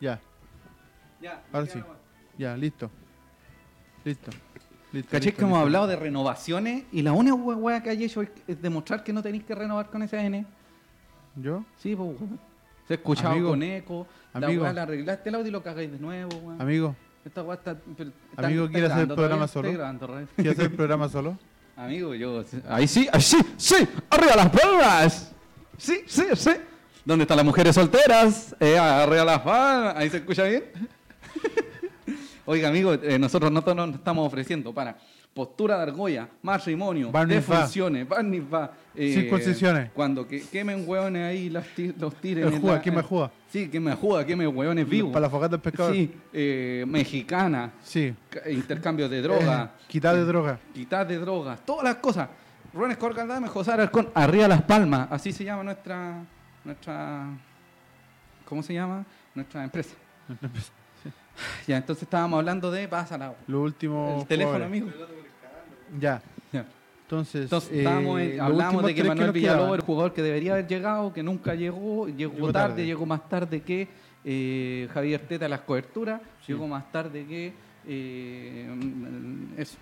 A: Ya,
B: Ya,
A: ahora sí. Ya, listo. Listo. listo
B: Caché
A: listo,
B: que hemos
A: listo.
B: hablado de renovaciones y la única hue- hueá que hay hecho es- es demostrar que no tenéis que renovar con esa N.
A: ¿Yo?
B: Sí, pues, weón. Se ha escuchado
A: Amigo.
B: con eco.
A: Amigo.
B: La weá la arreglaste el audio y lo cagáis de nuevo, weón.
A: Amigo,
B: Esta weá está. pero-
A: Amigo,
B: está
A: ¿quiere hacer
B: grabando
A: programa
B: todavía, está
A: solo?
B: grabando, re.
A: ¿quieres hacer el programa solo?
B: Amigo, yo. Ahí sí, ahí sí, sí. Arriba las palmas. Sí, sí, sí. ¿Dónde están las mujeres solteras? Eh, arriba las palmas. Ahí se escucha bien. Oiga, amigo, eh, nosotros no, no- no estamos ofreciendo para postura de argolla, matrimonio,
A: Bar mitzvah.
B: defunciones, bar mitzvah, eh,
A: Circuncisiones.
B: Cuando que, quemen hueones ahí, los, ti- los tiren.
A: El
B: en
A: juga,
B: la-
A: quema el juga.
B: Sí, quemen juga, quemen hueones vivos.
A: Para la fogata del pescador.
B: Sí, eh, mexicana,
A: Sí.
B: ca- intercambio de droga.
A: Eh, quitar de droga.
B: quitar de drogas, todas las cosas. Rubén Escobar Caldame, José Alarcón, arriba las palmas, así se llama nuestra, nuestra, ¿cómo se llama? Nuestra empresa. ya, entonces estábamos hablando de, pásala,
A: Lo último.
B: el teléfono
A: pobre.
B: amigo.
A: Ya.
B: Ya.
A: Entonces,
B: Entonces
A: eh,
B: estábamos en-
A: los
B: hablamos
A: últimos
B: de que
A: tres
B: Manuel
A: nos
B: Villalobos,
A: quedaban.
B: el jugador que debería haber llegado, que nunca llegó, llegó,
A: Llegó
B: tarde,
A: tarde.
B: llegó más tarde que eh, Javier Teta a las coberturas, llegó más tarde que eh, mm, eso.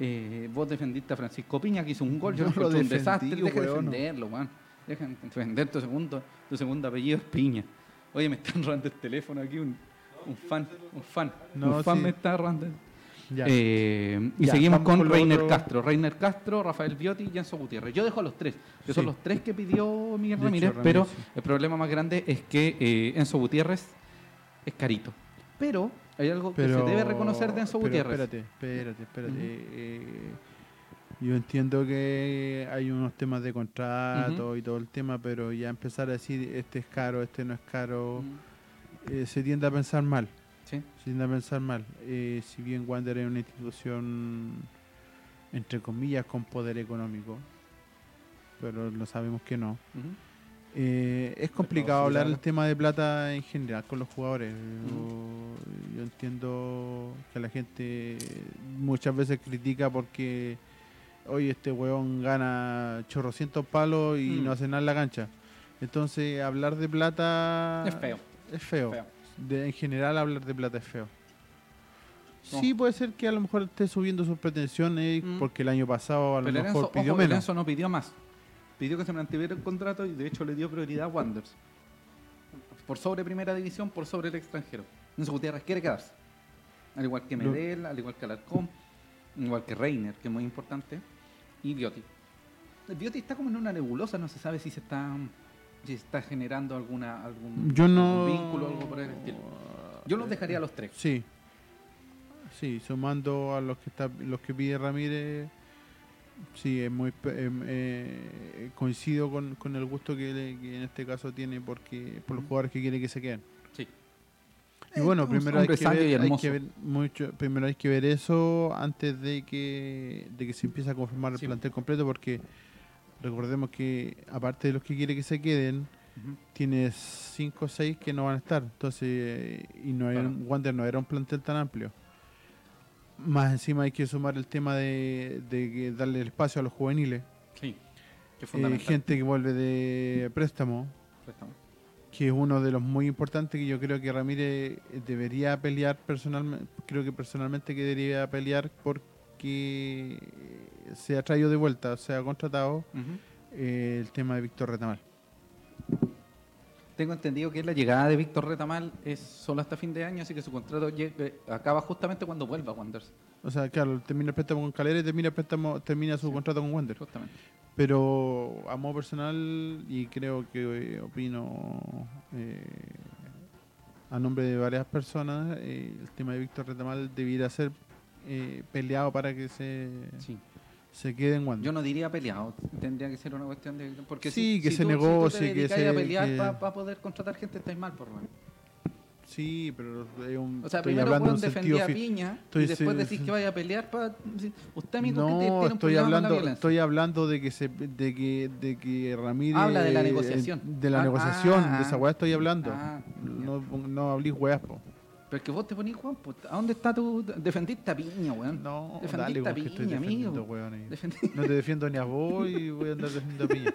B: Eh, vos defendiste a Francisco Piña que hizo un gol, yo
A: No
B: lo encuentro
A: lo
B: un desastre,
A: defendí,
B: deja de
A: weón, no.
B: defenderlo, weón. Deja de defender tu segundo, tu segundo apellido es Piña. Oye, me están robando el teléfono aquí un, un fan, un fan,
A: No,
B: un fan
A: sí.
B: me está robando. el-
A: Ya.
B: eh, y
A: Ya,
B: seguimos
A: vamos
B: con,
A: con lo
B: Reiner
A: otro.
B: Castro. Reiner Castro, Rafael Biotti y Janso Gutiérrez. Yo dejo a los tres, que son
A: Sí.
B: los tres que pidió Miguel
A: De hecho,
B: Ramírez,
A: Ramírez,
B: pero
A: sí.
B: el problema más grande es que eh, Enzo Gutiérrez es carito. Pero hay algo que se debe reconocer de Enzo
A: pero
B: Gutiérrez.
A: Espérate, espérate, espérate.
B: Ujú.
A: Eh, yo entiendo que hay unos temas de contrato y todo el tema, pero ya empezar a decir este es caro, este no es caro,
B: Mm,
A: eh, se tiende a pensar mal.
B: sí.
A: Se tiende a pensar mal. Eh, si bien Wander es una institución, entre comillas, con poder económico, pero lo sabemos que no.
B: Ujú.
A: Eh, es complicado
B: sí,
A: hablar
B: claro.
A: el tema de plata en general con los jugadores. Yo, yo entiendo que la gente muchas veces critica porque hoy este huevón gana chorrocientos palos y
B: Mm.
A: no hace nada en la cancha. Entonces hablar de plata
B: Es feo.
A: es feo.
B: Feo.
A: De- en general hablar de plata es feo.
B: No.
A: Sí puede ser que a lo mejor esté subiendo sus pretensiones
B: Mm.
A: porque el año pasado a lo
B: Pero el
A: mejor
B: Enzo,
A: pidió
B: ojo, el
A: menos.
B: Enzo no pidió más. Pidió que se mantuviera el contrato y de hecho le dio prioridad a Wanderers. Por sobre primera división, por sobre el extranjero. Enzo Gutiérrez quiere quedarse. Al igual que
A: Lo-
B: Medel, al igual que Alarcón, al igual que Reiner, que es muy importante, y Bioti. Bioti está como en una nebulosa, no se sabe si se está, si se está generando alguna, algún,
A: Yo no...
B: algún vínculo o algo por el estilo. Yo los dejaría a los tres.
A: Sí. Sí, sumando a los que está, los que pide Ramírez, sí, es muy pe- em, eh, coincido con, con el gusto que, le- que en este caso tiene porque por los jugadores que quiere que se queden.
B: Sí.
A: Y bueno,
B: Un
A: primero hay
B: hombre
A: que,
B: sabio y
A: ver, hay
B: hermoso.
A: que ver mucho, primero hay que ver eso antes de que, de que se empiece a conformar el
B: Sí.
A: plantel completo porque recordemos que aparte de los que quiere que se queden,
B: Ujú.
A: tienes 5 o 6 que no van a estar. Entonces, eh, y no era,
B: Claro.
A: un- Wander no era un plantel tan amplio. Más encima hay que sumar el tema de, de que darle el espacio a los juveniles.
B: Sí, que es
A: Eh,
B: fundamental.
A: gente que vuelve de préstamo,
B: Préstamo.
A: que es uno de los muy importantes que yo creo que Ramírez eh, debería pelear personalmente, creo que personalmente que debería pelear porque eh, se ha traído de vuelta, se ha contratado
B: Ujú.
A: eh, el tema de Víctor Retamal.
B: Tengo entendido que la llegada de Víctor Retamal es solo hasta fin de año, así que su contrato llegue- acaba justamente cuando vuelva Wanderers.
A: O sea, claro, termina el préstamo con Calera y termina, el préstamo, termina su contrato con Wander.
B: Justamente.
A: Pero a modo personal, y creo que eh, opino eh, a nombre de varias personas, eh, el tema de Víctor Retamal debiera ser eh, peleado para que se,
B: Sí.
A: se quede en Wander.
B: Yo no diría peleado, tendría que ser una cuestión de. Porque
A: Sí,
B: si,
A: que
B: si
A: se
B: tú- si tú te
A: negocie, que
B: dedicas
A: se-
B: a pelear
A: que-
B: para poder contratar gente, estáis mal, por lo menos.
A: Sí, pero es un-
B: O sea,
A: estoy
B: primero
A: hablando
B: Juan
A: en un sentido
B: defendía a
A: fi-
B: Piña
A: estoy-
B: y después
A: sí,
B: decís
A: sí.
B: que vaya a pelear para. Usted, amigo, que te- tiene
A: No,
B: un
A: estoy
B: problema con la
A: hablando,
B: violencia.
A: estoy hablando de que se, de que, de que Ramírez
B: Habla de la
A: eh,
B: negociación.
A: de la
B: Ah,
A: negociación,
B: ah,
A: de esa weá estoy hablando.
B: ah,
A: no, no hablís weas, po.
B: Pero es que vos te ponís, Juan, pues, ¿a dónde está tu. Defendiste a Piña, weón?
A: No,
B: Defendiste
A: dale,
B: a
A: con que estoy
B: Piña,
A: defendiendo,
B: amigo.
A: weones.
B: Defendí-
A: No te defiendo ni a vos y voy a andar defendiendo a Piña.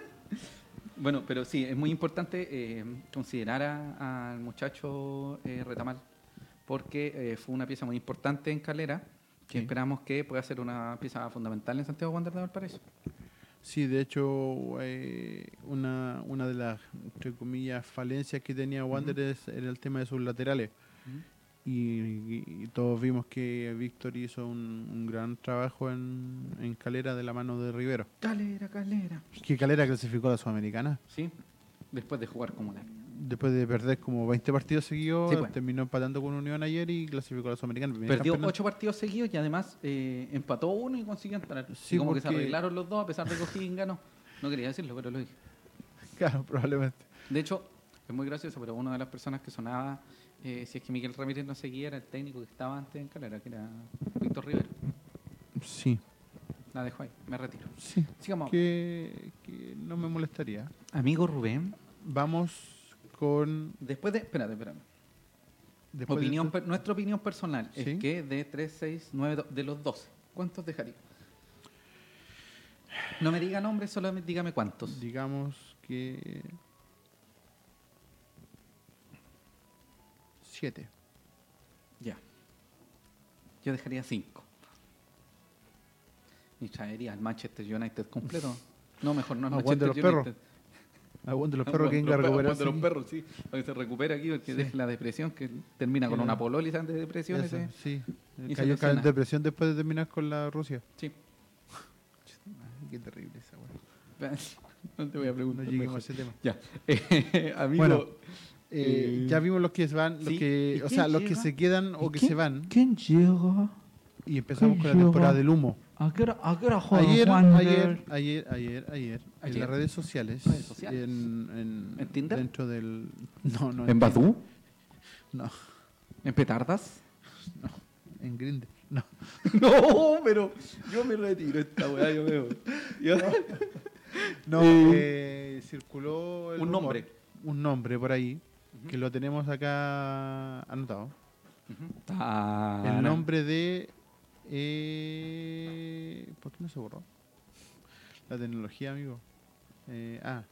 B: Bueno, pero sí, es muy importante eh, considerar a- al muchacho eh, Retamal, porque eh, fue una pieza muy importante en Calera, que
A: Sí.
B: esperamos que pueda ser una pieza fundamental en Santiago Wanderers de Valparaíso.
A: Sí, de hecho, eh, una, una de las, entre comillas, falencias que tenía Wanderers era el tema de sus laterales.
B: Ujú.
A: Y, y- y todos vimos que Víctor hizo un, un gran trabajo en, en Calera de la mano de Rivero.
B: Calera, Calera.
A: Que Calera clasificó a la Sudamericana.
B: Sí, después de jugar como la...
A: Después de perder como 20 partidos seguidos,
B: Sí, pues.
A: terminó empatando con Unión ayer y clasificó a la Sudamericana. El primer
B: Perdió
A: campeonato.
B: ocho partidos seguidos y además eh, empató uno y consiguió entrar.
A: Sí,
B: y como que se
A: porque-
B: arreglaron los dos a pesar de que O'Higgins ganó. No quería decirlo, pero lo dije.
A: Claro, probablemente.
B: De hecho, es muy gracioso, pero una de las personas que sonaba, eh, si es que Miguel Ramírez no seguía, era el técnico que estaba antes en Calera, que era Víctor Rivero.
A: Sí,
B: La dejo ahí, me retiro.
A: sí.
B: Sigamos.
A: Que, que no me molestaría.
B: Amigo Rubén,
A: Vamos con.
B: después de. Espérate, espérate.
A: después de
B: Opinión
A: esto-
B: per- nuestra opinión personal
A: Sí.
B: es que de 3, 6, 9, de los 12, ¿cuántos dejaría? No me diga nombres, solo me- dígame cuántos.
A: digamos que. Siete.
B: Ya. Yo dejaría 5. Y traería al Manchester United completo. No, mejor no al
A: Ah, Juan de
B: Manchester
A: los perros.
B: United.
A: Aguante los
B: Ah,
A: perros
B: Juan
A: que
B: de los perros,
A: encargo
B: Juan de los perros, sí. Para que se recupera aquí, porque deje la depresión, que termina con
A: Sí,
B: una
A: no.
B: pololiza de depresión. ese.
A: Sí.
B: eh. Y se
A: Cayó en
B: lesiona.
A: depresión después de terminar con la Rusia.
B: Sí.
A: Qué terrible esa, weá.
B: ¿eh? Ah, No te voy a
A: No
B: preguntar.
A: lleguemos
B: mejor.
A: a ese tema.
B: Ya. Eh, amigo.
A: Bueno, Eh,
B: Eh,
A: ya vimos los que se van, los
B: sí.
A: que,
B: ¿Y
A: o
B: quién
A: sea, los que
B: llega?
A: se quedan o
C: ¿Y
A: que
C: quién-
A: se van.
C: ¿Quién llega?
A: Y empezamos
C: quién
A: con la
C: llega?
A: temporada del humo.
C: ¿A qué hora, a qué hora juega
A: Ayer,
C: Wander?
A: ayer, ayer, ayer, ayer, en
B: Ayer.
A: las redes sociales,
B: Redes sociales.
A: En, en-
B: ¿En Tinder?
A: dentro del, no, no,
B: ¿En Badú?
A: no,
B: ¿En Petardas?
A: en Grindr, no,
B: No, pero yo me retiro esta weá, yo veo.
A: no, eh, circuló el
B: Un
A: rumor,
B: nombre.
A: un nombre por ahí
B: Ujú.
A: que lo tenemos acá anotado,
B: Ah,
A: el nombre de, eh, ¿por qué no se borró? La tecnología, amigo. Eh, ah,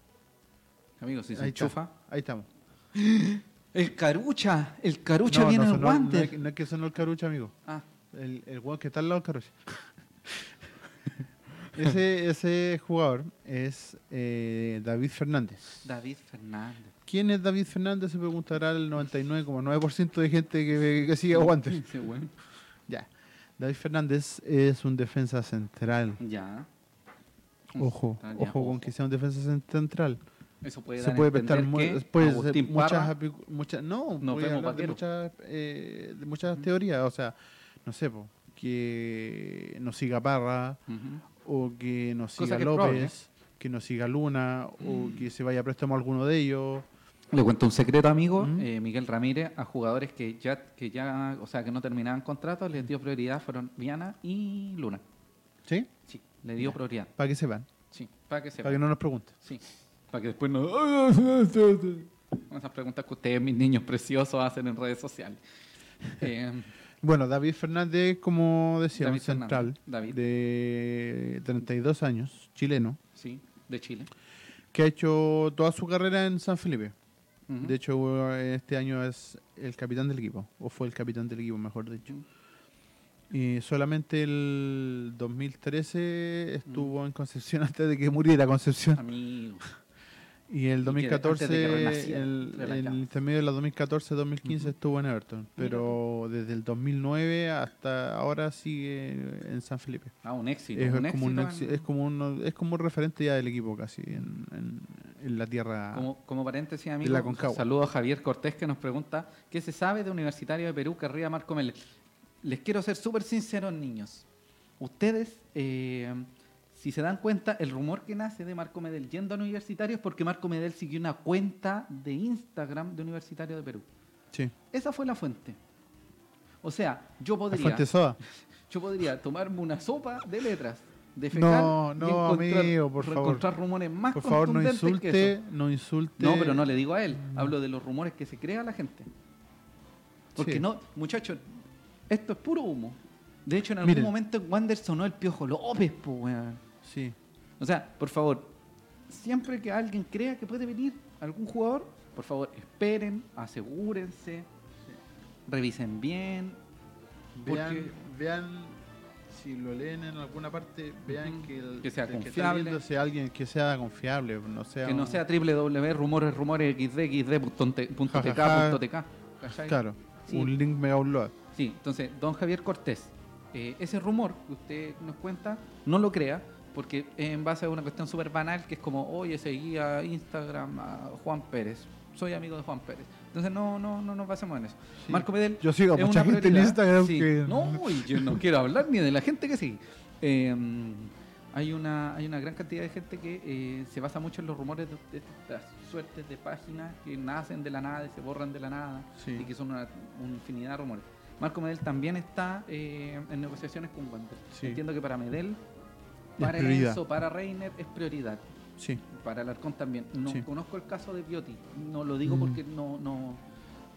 B: Amigo, si se
A: ahí está.
B: enchufa.
A: ahí estamos.
B: El Carucha, el Carucha
A: No,
B: viene
A: no
B: al
A: sonó- no
B: guante.
A: es que- no es que sonó el carucha, amigo.
B: Ah,
A: El, el weón que está al lado del carro. ese, ese jugador es eh, David Fernández.
B: David Fernández.
A: ¿Quién es David Fernández? Se preguntará el 99,9% de gente que, que sigue aguantes.
B: Ese weón.
A: ya. David Fernández es un defensa central.
B: Ya.
A: Ojo,
B: Ah, ya,
A: ojo con que sea un defensa cen- central.
B: Eso puede
A: Se
B: dar a
A: puede prestar mu-
B: entender que
A: puede ser
B: Agustín
A: muchas,
B: Parra-
A: apicu- muchas no,
B: Nos
A: puede
B: vemos
A: hablar de
B: vaquero.
A: muchas eh, de muchas
B: Mm.
A: teorías, o sea, no sé, po, que no siga Parra,
B: Ujú.
A: o que nos siga
B: Cosa que es
A: López,
B: probable, ¿eh? Mm.
A: que nos siga Luna, o que se vaya a préstamo alguno de ellos.
B: Le cuento un secreto, amigo.
A: ¿Mm?
B: eh, Miguel Ramírez, a jugadores que ya, que ya, o sea, que no terminaban contratos, les dio prioridad, fueron Viana y Luna.
A: ¿Sí?
B: Sí, le dio prioridad.
A: Para que sepan,
B: Sí, para que sepa.
A: para que no nos pregunten.
B: Sí, para que después no... Con esas preguntas que ustedes, mis niños preciosos, hacen en redes sociales. Eh,
A: Bueno, David Fernández, como decía,
B: David
A: un central
B: Fernández. David.
A: de 32 años, chileno,
B: Sí, de Chile.
A: que ha hecho toda su carrera en San Felipe.
B: Ujú.
A: De hecho, este año es el capitán del equipo, o fue el capitán del equipo, mejor dicho. Y solamente el 2013 estuvo en Concepción antes de que muriera Concepción.
B: Amigo.
A: Y el
B: antes de que
A: 2014,
B: renaciera,
A: el,
B: relajado.
A: el intermedio de la 2014-2015
B: Ujú.
A: estuvo en Everton, pero desde el 2009 hasta ahora sigue en San Felipe.
B: Ah, un éxito.
A: es,
B: un
A: como un
B: éxito
A: exi-
B: en-
A: es, como un, es como un referente ya del equipo casi en, en- en la tierra.
B: Como, como paréntesis,
A: la
B: amigo,
A: Concagua.
B: saludo a Javier Cortés que nos pregunta ¿Qué se sabe de Universitario de Perú que arriba Marco Mel? Les quiero ser súper sinceros, niños. Ustedes, eh, si se dan cuenta, el rumor que nace de Marco Medel yendo a Universitario es porque Marco Medel siguió una cuenta de Instagram de Universitario de Perú.
A: Sí.
B: Esa fue la fuente. O sea, yo
A: La
B: podría,
A: fuente soda.
B: yo podría tomarme una sopa de letras, de
A: No, no, amigo, por favor.
B: encontrar rumores más
A: Por favor, no
B: contundentes que eso.
A: insulte, no insulte.
B: No, pero no le digo a él. Hablo de los rumores que se crea la gente. Porque
A: Sí.
B: no, muchachos, esto es puro humo. De hecho, en algún
A: Miren.
B: momento en Wander sonó el Piojo López, po, weón.
A: Sí.
B: O sea, por favor, siempre que alguien crea que puede venir algún jugador, por favor, esperen, asegúrense, revisen bien.
A: Vean,
B: Porque-
A: vean, si lo leen en alguna parte, vean
B: Ujú.
A: que el
B: Que sea
A: el está
B: confiable.
A: viendo sea alguien que sea confiable, no sea.
B: Que no
A: un-
B: sea www, rumores, rumores, xd,
A: Ja, ja, ja.
B: xd.tk.tk. ¿cachai?
A: Claro,
B: Sí.
A: un link mega upload.
B: Sí, entonces, don Javier Cortés, eh, ese rumor que usted nos cuenta, no lo crea, porque es en base a una cuestión súper banal que es como, oye, seguí a Instagram a Juan Pérez, soy amigo de Juan Pérez. Entonces, no, no, no nos basemos en eso.
A: Sí.
B: Marco Medel.
A: Yo sigo a
B: es
A: mucha
B: una
A: gente en
B: prioridad.
A: Instagram
B: Sí.
A: que-
B: No, y yo no quiero hablar ni de la gente que sigue. Eh, hay, una, hay una gran cantidad de gente que eh, se basa mucho en los rumores de, de estas suertes de páginas que nacen de la nada y se borran de la nada
A: Sí.
B: y que son una, una infinidad de rumores. Marco Medel también está eh, en negociaciones con Wander.
A: Sí.
B: Entiendo que para Medel,
A: Es
B: para
A: prioridad.
B: Enzo, para Reiner es prioridad.
A: Sí,
B: Para Alarcón también. No
A: Sí.
B: conozco el caso de Bioti. No lo digo
A: Mm.
B: porque no, no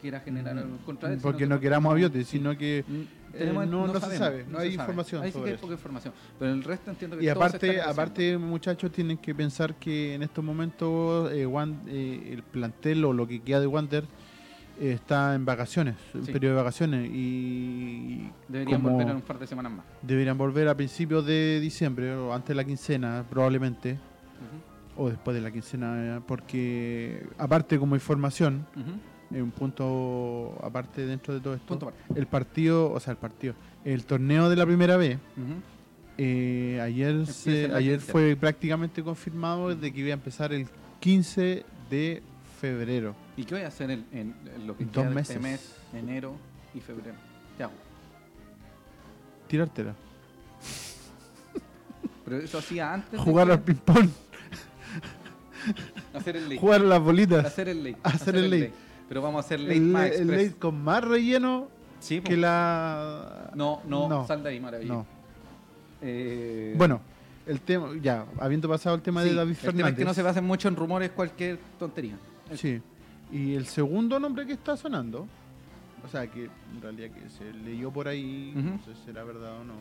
B: quiera generar algo en contra de él,
A: porque
B: sino
A: no
B: que
A: queramos a
B: no-
A: Biote,
B: sí.
A: sino que.
B: Mm,
A: Eh,
B: tenemos-
A: no- no se
B: sabemos,
A: sabe, no hay
B: se sabe.
A: información
B: Ahí sí
A: sobre
B: que hay
A: eso.
B: poca información. Pero el resto entiendo que
A: Y
B: todo se
A: aparte,
B: está negociando.
A: aparte muchachos, tienen que pensar que en estos momentos eh, Wan- eh, el plantel o lo que queda de Wander eh, está en vacaciones, en
B: Sí.
A: periodo de vacaciones, y
B: deberían
A: como
B: volver en un par de semanas más.
A: deberían volver a principios de diciembre o antes de la quincena probablemente,
B: Ujú,
A: o después de la quincena, eh, porque aparte como información,
B: ujú.
A: eh, un punto aparte dentro de todo esto,
B: Punto aparte.
A: el partido, o sea, el partido, el torneo de la primera vez
B: Ujú.
A: eh, ayer se-
B: en la
A: ayer
B: quince.
A: fue prácticamente confirmado de que iba a empezar el 15 de febrero.
B: ¿Y qué voy a hacer en, en- en lo que
A: Dos
B: queda de
A: meses.
B: este mes, enero y febrero? ¿Qué hago?
A: Tirártela.
B: Pero eso hacía antes de
A: Jugar
B: que-
A: al ping-pong.
B: hacer el late.
A: Jugar a las bolitas.
B: Hacer el late.
A: Hacer el late.
B: Pero vamos a hacer late
A: El,
B: más
A: el
B: express.
A: late con más relleno
B: Sí,
A: que
B: po.
A: la...
B: No, no,
A: No.
B: sal de ahí, maravilla.
A: No.
B: Eh,
A: Bueno, el tema... Ya, habiendo pasado el tema
B: sí,
A: de David
B: el tema es
A: Fernández.
B: que no se basen mucho en rumores, cualquier tontería. El-
A: Sí. Y el segundo nombre que está sonando, o sea, que en realidad que se leyó por ahí, no
B: Ujú.
A: sé si será verdad o no,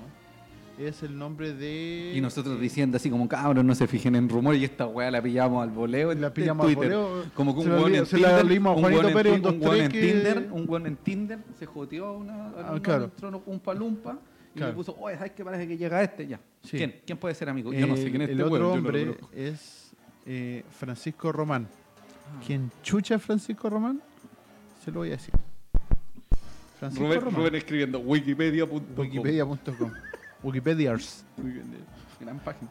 A: es el nombre de...
B: Y nosotros
A: eh,
B: diciendo así como, cabros, no se fijen en rumores y esta weá la pillamos al voleo en
A: La pillamos
B: Twitter.
A: al voleo.
B: Como que
A: Se
B: un
A: la
B: weón
A: li-
B: en
A: se la
B: Tinder,
A: leímos a
B: un
A: Juanito
B: weón en
A: Pérez,
B: Tin-
A: un dos,
B: un weón
A: tres
B: en
A: que-
B: Tinder, un weón en Tinder, se joteó a una, a una-
A: Ah, claro.
B: un, palumpa y
A: Claro.
B: le puso, oye, ¿sabes qué parece que llega este? Ya.
A: Sí.
B: ¿Quién? ¿Quién puede ser amigo? Yo no sé
A: el-
B: quién es
A: El
B: este
A: otro
B: weón, yo no lo
A: hombre
B: conozco.
A: es eh, Francisco Román.
B: Ah.
A: ¿Quién chucha es Francisco Román? Se lo voy a decir. Francisco
B: Rubén,
A: Román.
B: Rubén escribiendo wikipedia.com.
A: Wikipedia.com. Wikipediars.
B: Gran página.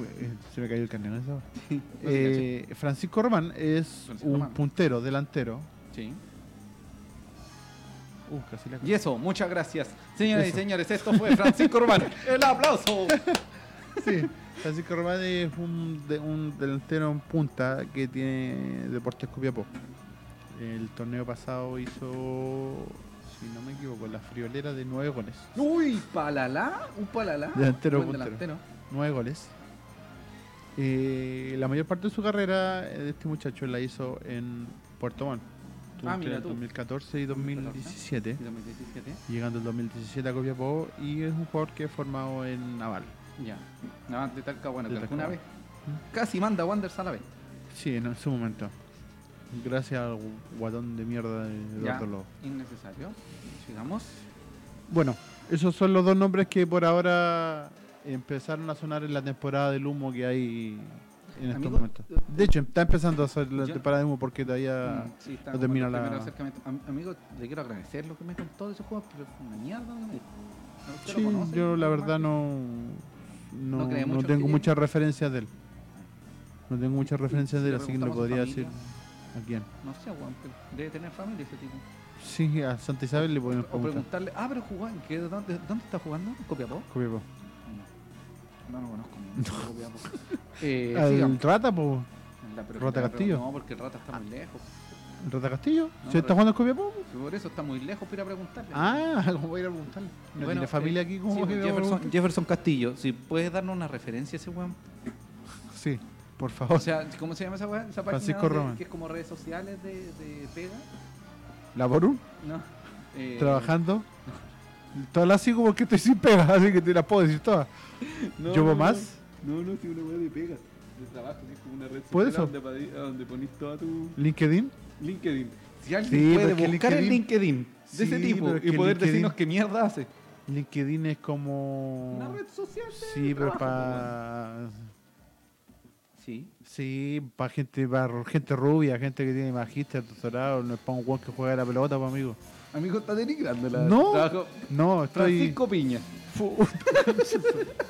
A: Eh, Se me cayó el carnet ¿no? Esa- Eh, Francisco Román es
B: Francisco
A: un
B: Román.
A: puntero, delantero.
B: Sí.
A: Uh, casi la
B: Y eso, muchas gracias. Señoras
A: Eso.
B: y señores, esto fue Francisco Urbano. ¡El aplauso!
A: Sí, Francisco Román es un, de- un delantero en punta que tiene Deportes Copiapó. El torneo pasado hizo, si no me equivoco, la friolera de nueve goles.
B: ¡Uy! ¡Palalá! ¡Un palalá!
A: Delantero,
B: Buen
A: puntero.
B: delantero.
A: Nueve goles. Eh, la mayor parte de su carrera eh, de este muchacho la hizo en Puerto Montt. Estuvo
B: Ah,
A: entre
B: mira
A: el
B: tú.
A: 2014 y 2017,
B: 2017.
A: llegando el 2017 a Copiapó y es un jugador que es formado en Naval.
B: Ya. Nada más de Talca, bueno,
A: De ¿Mm?
B: que alguna
A: Talcahuano.
B: vez casi manda a Wanderers a la vez.
A: Sí, en su momento. Gracias al guatón de mierda de Eduardo Lobo.
B: Innecesario. Sigamos.
A: Bueno, esos son los dos nombres que por ahora empezaron a sonar en la temporada del humo que hay en estos
B: Amigo,
A: momentos. De hecho, está empezando a hacer la
B: Yo-
A: temporada de humo porque todavía...
B: Mm, sí, está
A: no
B: como
A: termina
B: el
A: la-
B: primero acercamiento. Am- Amigo, le quiero agradecer lo que me contó de ese juego, pero es una mierda. lo que me dijo. ¿Usted lo
A: Sí,
B: conoce?
A: yo la verdad
B: Martín?
A: no, no,
B: No cree
A: no
B: mucho
A: tengo
B: que-
A: muchas referencias de él. No tengo muchas referencias
B: Si
A: de él,
B: le
A: así que no
B: preguntamos a
A: podría
B: su
A: decir
B: familia,
A: a quién.
B: No sé, weón, pero debe tener familia ese tipo.
A: Sí, a Santa Isabel le podemos
B: o
A: preguntar.
B: preguntarle, ah, pero jugó, ¿en qué- dónde, ¿dónde está jugando? ¿En Copiapó?
A: Copiapó.
B: No, no lo conozco. No. Copiapó. Eh,
A: ¿Al
B: sigamos.
A: Rata, po?
B: La pregunta-
A: Rata Castillo? Ah.
B: No, porque el Rata está muy lejos.
A: ¿El Rata Castillo?
B: No,
A: ¿Se está
B: pero-
A: jugando en Copiapó?
B: Si Por eso está muy lejos para ir a preguntarle.
A: Ah, ¿cómo voy a ir a preguntarle? ¿No
B: Bueno, eh,
A: tiene familia aquí? ¿Cómo
B: Sí, pues,
A: voy a ir a
B: Jefferson,
A: preguntar?
B: Jefferson Castillo, si puedes darnos una referencia a ese weón.
A: Sí, por favor.
B: O sea, ¿cómo se llama esa weón? Esa página
A: Francisco
B: de-
A: Roman.
B: que es como redes sociales de, de pega.
A: ¿La Boru?
B: No. Eh,
A: ¿Trabajando? Todas las sigo porque estoy sin pega, así que te las puedo decir todas.
B: no,
A: ¿Llevo
B: no,
A: más?
B: No, no, si una weón de pega. De trabajo, que es como una red
A: ¿Por
B: social
A: eso?
B: a donde, pa- a donde ponís toda tu
A: ¿LinkedIn?
B: LinkedIn. Si
A: Sí,
B: alguien
A: pero
B: puede
A: es que
B: buscar el LinkedIn de ese
A: Sí,
B: tipo
A: pero es
B: y
A: que
B: poder
A: LinkedIn
B: decirnos qué mierda hace.
A: LinkedIn es como...
B: Una red social. de
A: Sí, pero
B: trabajo, weón.
A: para.
B: Sí.
A: Sí, para gente, para gente rubia, gente que tiene magíster, doctorado, no es para un guan que juega a la pelota, pues, amigo.
B: Amigo, está denigrando la
A: No.
B: trabajo.
A: No, estoy.
B: Francisco Piña.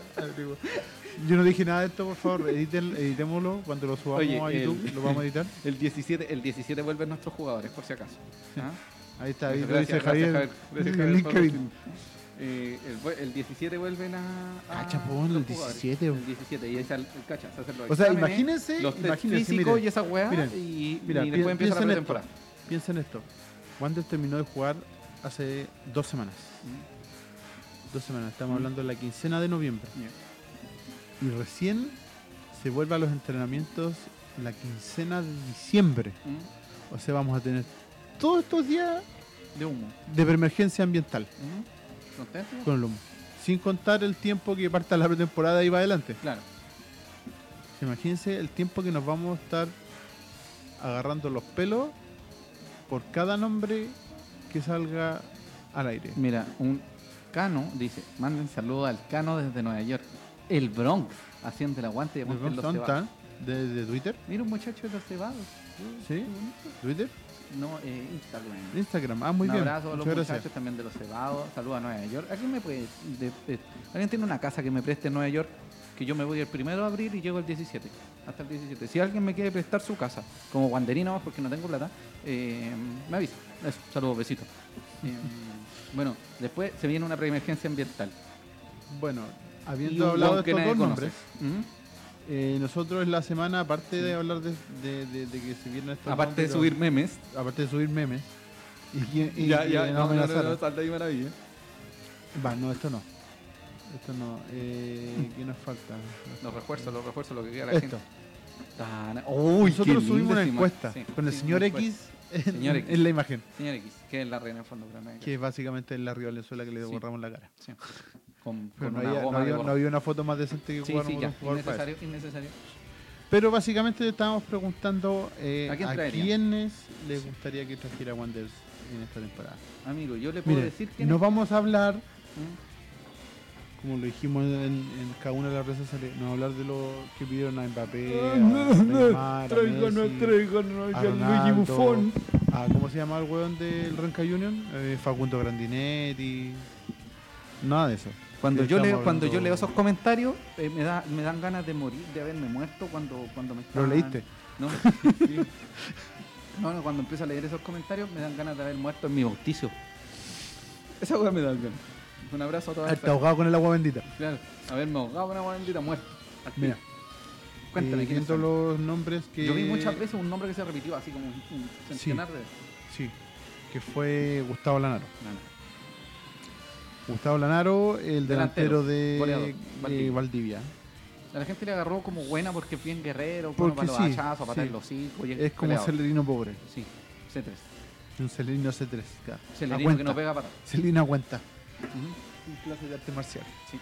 A: Yo no dije nada de esto, por favor, editen, editémoslo cuando lo subamos
B: Oye,
A: a YouTube,
B: el-
A: lo vamos a editar.
B: El 17, el 17 vuelven nuestros jugadores, por si acaso. ¿Ah?
A: Ahí está, ahí lo
B: Gracias,
A: dice
B: gracias,
A: Javier.
B: Javier. Gracias,
A: en
B: Javier, por
A: LinkedIn.
B: Eh, el, vu- el 17 vuelven a. a
A: Ah, chapón, el
B: los jugadores.
A: 17.
B: El 17, y ahí sale el cacha, se hacen los
A: O sea,
B: exámenes,
A: imagínense,
B: Los test
A: imagínense,
B: físicos
A: miren,
B: y esa weá.
A: miren,
B: y,
A: mira, pi-
B: y después empieza la
A: piensen esto.
B: pretemporada.
A: Piensen esto. Wander terminó de jugar hace dos semanas. Dos semanas, estamos
B: Mm.
A: hablando de la quincena de noviembre.
B: Ya.
A: Y recién se vuelve a los entrenamientos la quincena de diciembre.
B: Mm,
A: O sea, vamos a tener todos estos días
B: De humo.
A: de emergencia ambiental
B: Mm, ¿Contento?
A: con el humo. Sin contar el tiempo que parta la pretemporada y va adelante.
B: Claro.
A: Imagínense el tiempo que nos vamos a estar agarrando los pelos por cada nombre que salga al aire.
B: Mira, un Cano dice: manden saludos al Cano desde Nueva York. El Bronx, haciendo el aguante y
A: ¿De dónde
B: aguante los cebados.
A: están? ¿De, de Twitter?
B: Mira un muchacho de los cebados. Mm,
A: ¿Sí? ¿Twitter?
B: No, eh, Instagram.
A: Instagram. Ah, muy
B: un
A: bien.
B: abrazo a los
A: Muchas
B: muchachos
A: gracias.
B: también de los cebados. Saludos a Nueva York. ¿Alguien, me puede, de- de- ¿Alguien tiene una casa que me preste en Nueva York? Que yo me voy el primero de abril y llego el 17. Hasta el 17. Si alguien me quiere prestar su casa, como guanderino más porque no tengo plata, eh, me avisa. Eso, saludos, besitos. Eh, bueno, después se viene una preemergencia ambiental.
A: Bueno,
B: Y
A: habiendo
B: un
A: hablado de
B: weón que
A: estos
B: nadie
A: dos
B: conoce.
A: nombres, eh, nosotros en la semana, aparte de hablar de, de- de- de que se vieron
B: Ujú.
A: estos
B: Aparte de
A: nombres,
B: subir memes.
A: aparte de subir memes, y, y- y-
B: ya,
A: y nos
B: ya, no, no, no,
A: amenazaron.
B: no, salta ahí maravilla.
A: Va, no, esto no. Esto no. Eh, ¿Qué nos falta?
B: Los refuerzos, los refuerzos, lo que quiera la
A: Esto.
B: gente. Ah, Tan- Uy, qué
A: Nosotros subimos
B: linda
A: una
B: esa ima-
A: encuesta
B: sí,
A: con el
B: sí,
A: señor
B: una
A: X en,
B: Señor X.
A: en la imagen,
B: Señor X, que es la reina en fondo, pero no hay que-
A: que es básicamente la Río Valenzuela que le
B: Sí.
A: borramos la cara.
B: Sí. Con,
A: Pero
B: con
A: no
B: una
A: había, no
B: goma de
A: había-
B: borrar.
A: no había una foto más decente que
B: Sí,
A: jugar
B: sí,
A: con
B: ya.
A: un jugador para
B: Innecesario, innecesario.
A: eso. Pero básicamente estábamos preguntando eh,
B: ¿A quién
A: a,
B: traerían?
A: quiénes les gustaría que trajera Wanderers en esta temporada.
B: Amigo, yo le puedo
A: Mire,
B: decir ¿Mm? que...
A: no vamos a hablar, como lo dijimos en, en cada una de las redes sociales, no hablar de lo que pidieron a Mbappé,
B: Ah,
A: a Neymar, a Messi.
C: tráiganos
A: a Ronaldo, a- Ah, ¿Cómo se llama el weón del Renca Union? Eh, Facundo Grandinetti. Nada de eso.
B: Cuando,
A: Sí,
B: yo leo,
A: estamos
B: cuando yo
A: hablando-
B: leo esos comentarios, eh, me, da, me dan ganas de morir, de haberme muerto cuando, cuando me
A: ¿Lo
B: estaban-
A: leíste?
B: No. no, no, cuando empiezo a leer esos comentarios me dan ganas de haber muerto en mi bautizo. Esa weá me da ganas. Un abrazo a todas.
A: Está ahogado con el agua bendita.
B: esas- Claro, haberme ahogado con una weá bendita muerto. Al fin.
A: Mira,
B: cuéntame
A: eh,
B: quiénes
A: viendo
B: son.
A: los nombres que.
B: Yo vi muchas veces un nombre que se repitió así como un, un centenar de veces.
A: Sí, que fue Gustavo Lanaro.
B: No, no.
A: Gustavo Lanaro, el delantero,
B: Delantero,
A: de,
B: goleador,
A: de Valdivia.
B: Valdivia. A la gente le agarró como buena porque es bien guerrero,
A: Porque
B: bueno para los
A: sí,
B: hachazos, para
A: sí.
B: los hijos.
A: Es como
B: peleador.
A: Celerino pobre.
B: Sí, C3.
A: Y un Celerino C3K.
B: Celerino que
A: Aguanta.
B: no pega para.
A: Celina aguanta.
B: Ujú,
A: Y clase de arte marcial.
B: sí.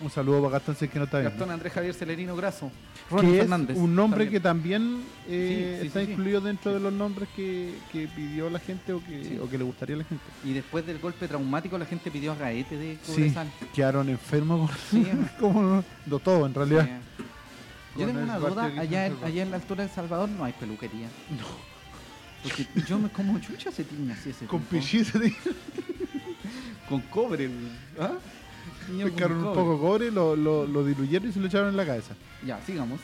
A: Un saludo para Gastón si es que no está bien.
B: Gastón Andrés Javier Celerino Graso. Ronnie
A: que es
B: Fernández.
A: un nombre
B: también.
A: que también eh,
B: Sí, sí,
A: está
B: sí, sí.
A: incluido dentro
B: Sí.
A: de los nombres que, que pidió la gente o que,
B: Sí.
A: o que le gustaría a la gente.
B: Y después del golpe traumático la gente pidió a Gaete de
A: Sí,
B: Cobresal.
A: quedaron enfermos con-
B: Sí, eh.
A: como no- de todo en realidad.
B: Eh, Yo
A: Con
B: tengo
A: el
B: una
A: barrio
B: duda,
A: que
B: allá, en-
A: hizo el
B: allá en la altura de El Salvador no hay peluquería. No. Porque yo me como chucha se tiña así ese
A: Con
B: tipo.
A: pellizco
B: Con cobre. güey. ¿Ah? Tiña con
A: picaron un
B: cobre.
A: poco de cobre, lo, lo, lo diluyeron y se lo echaron en la cabeza.
B: Ya, sigamos.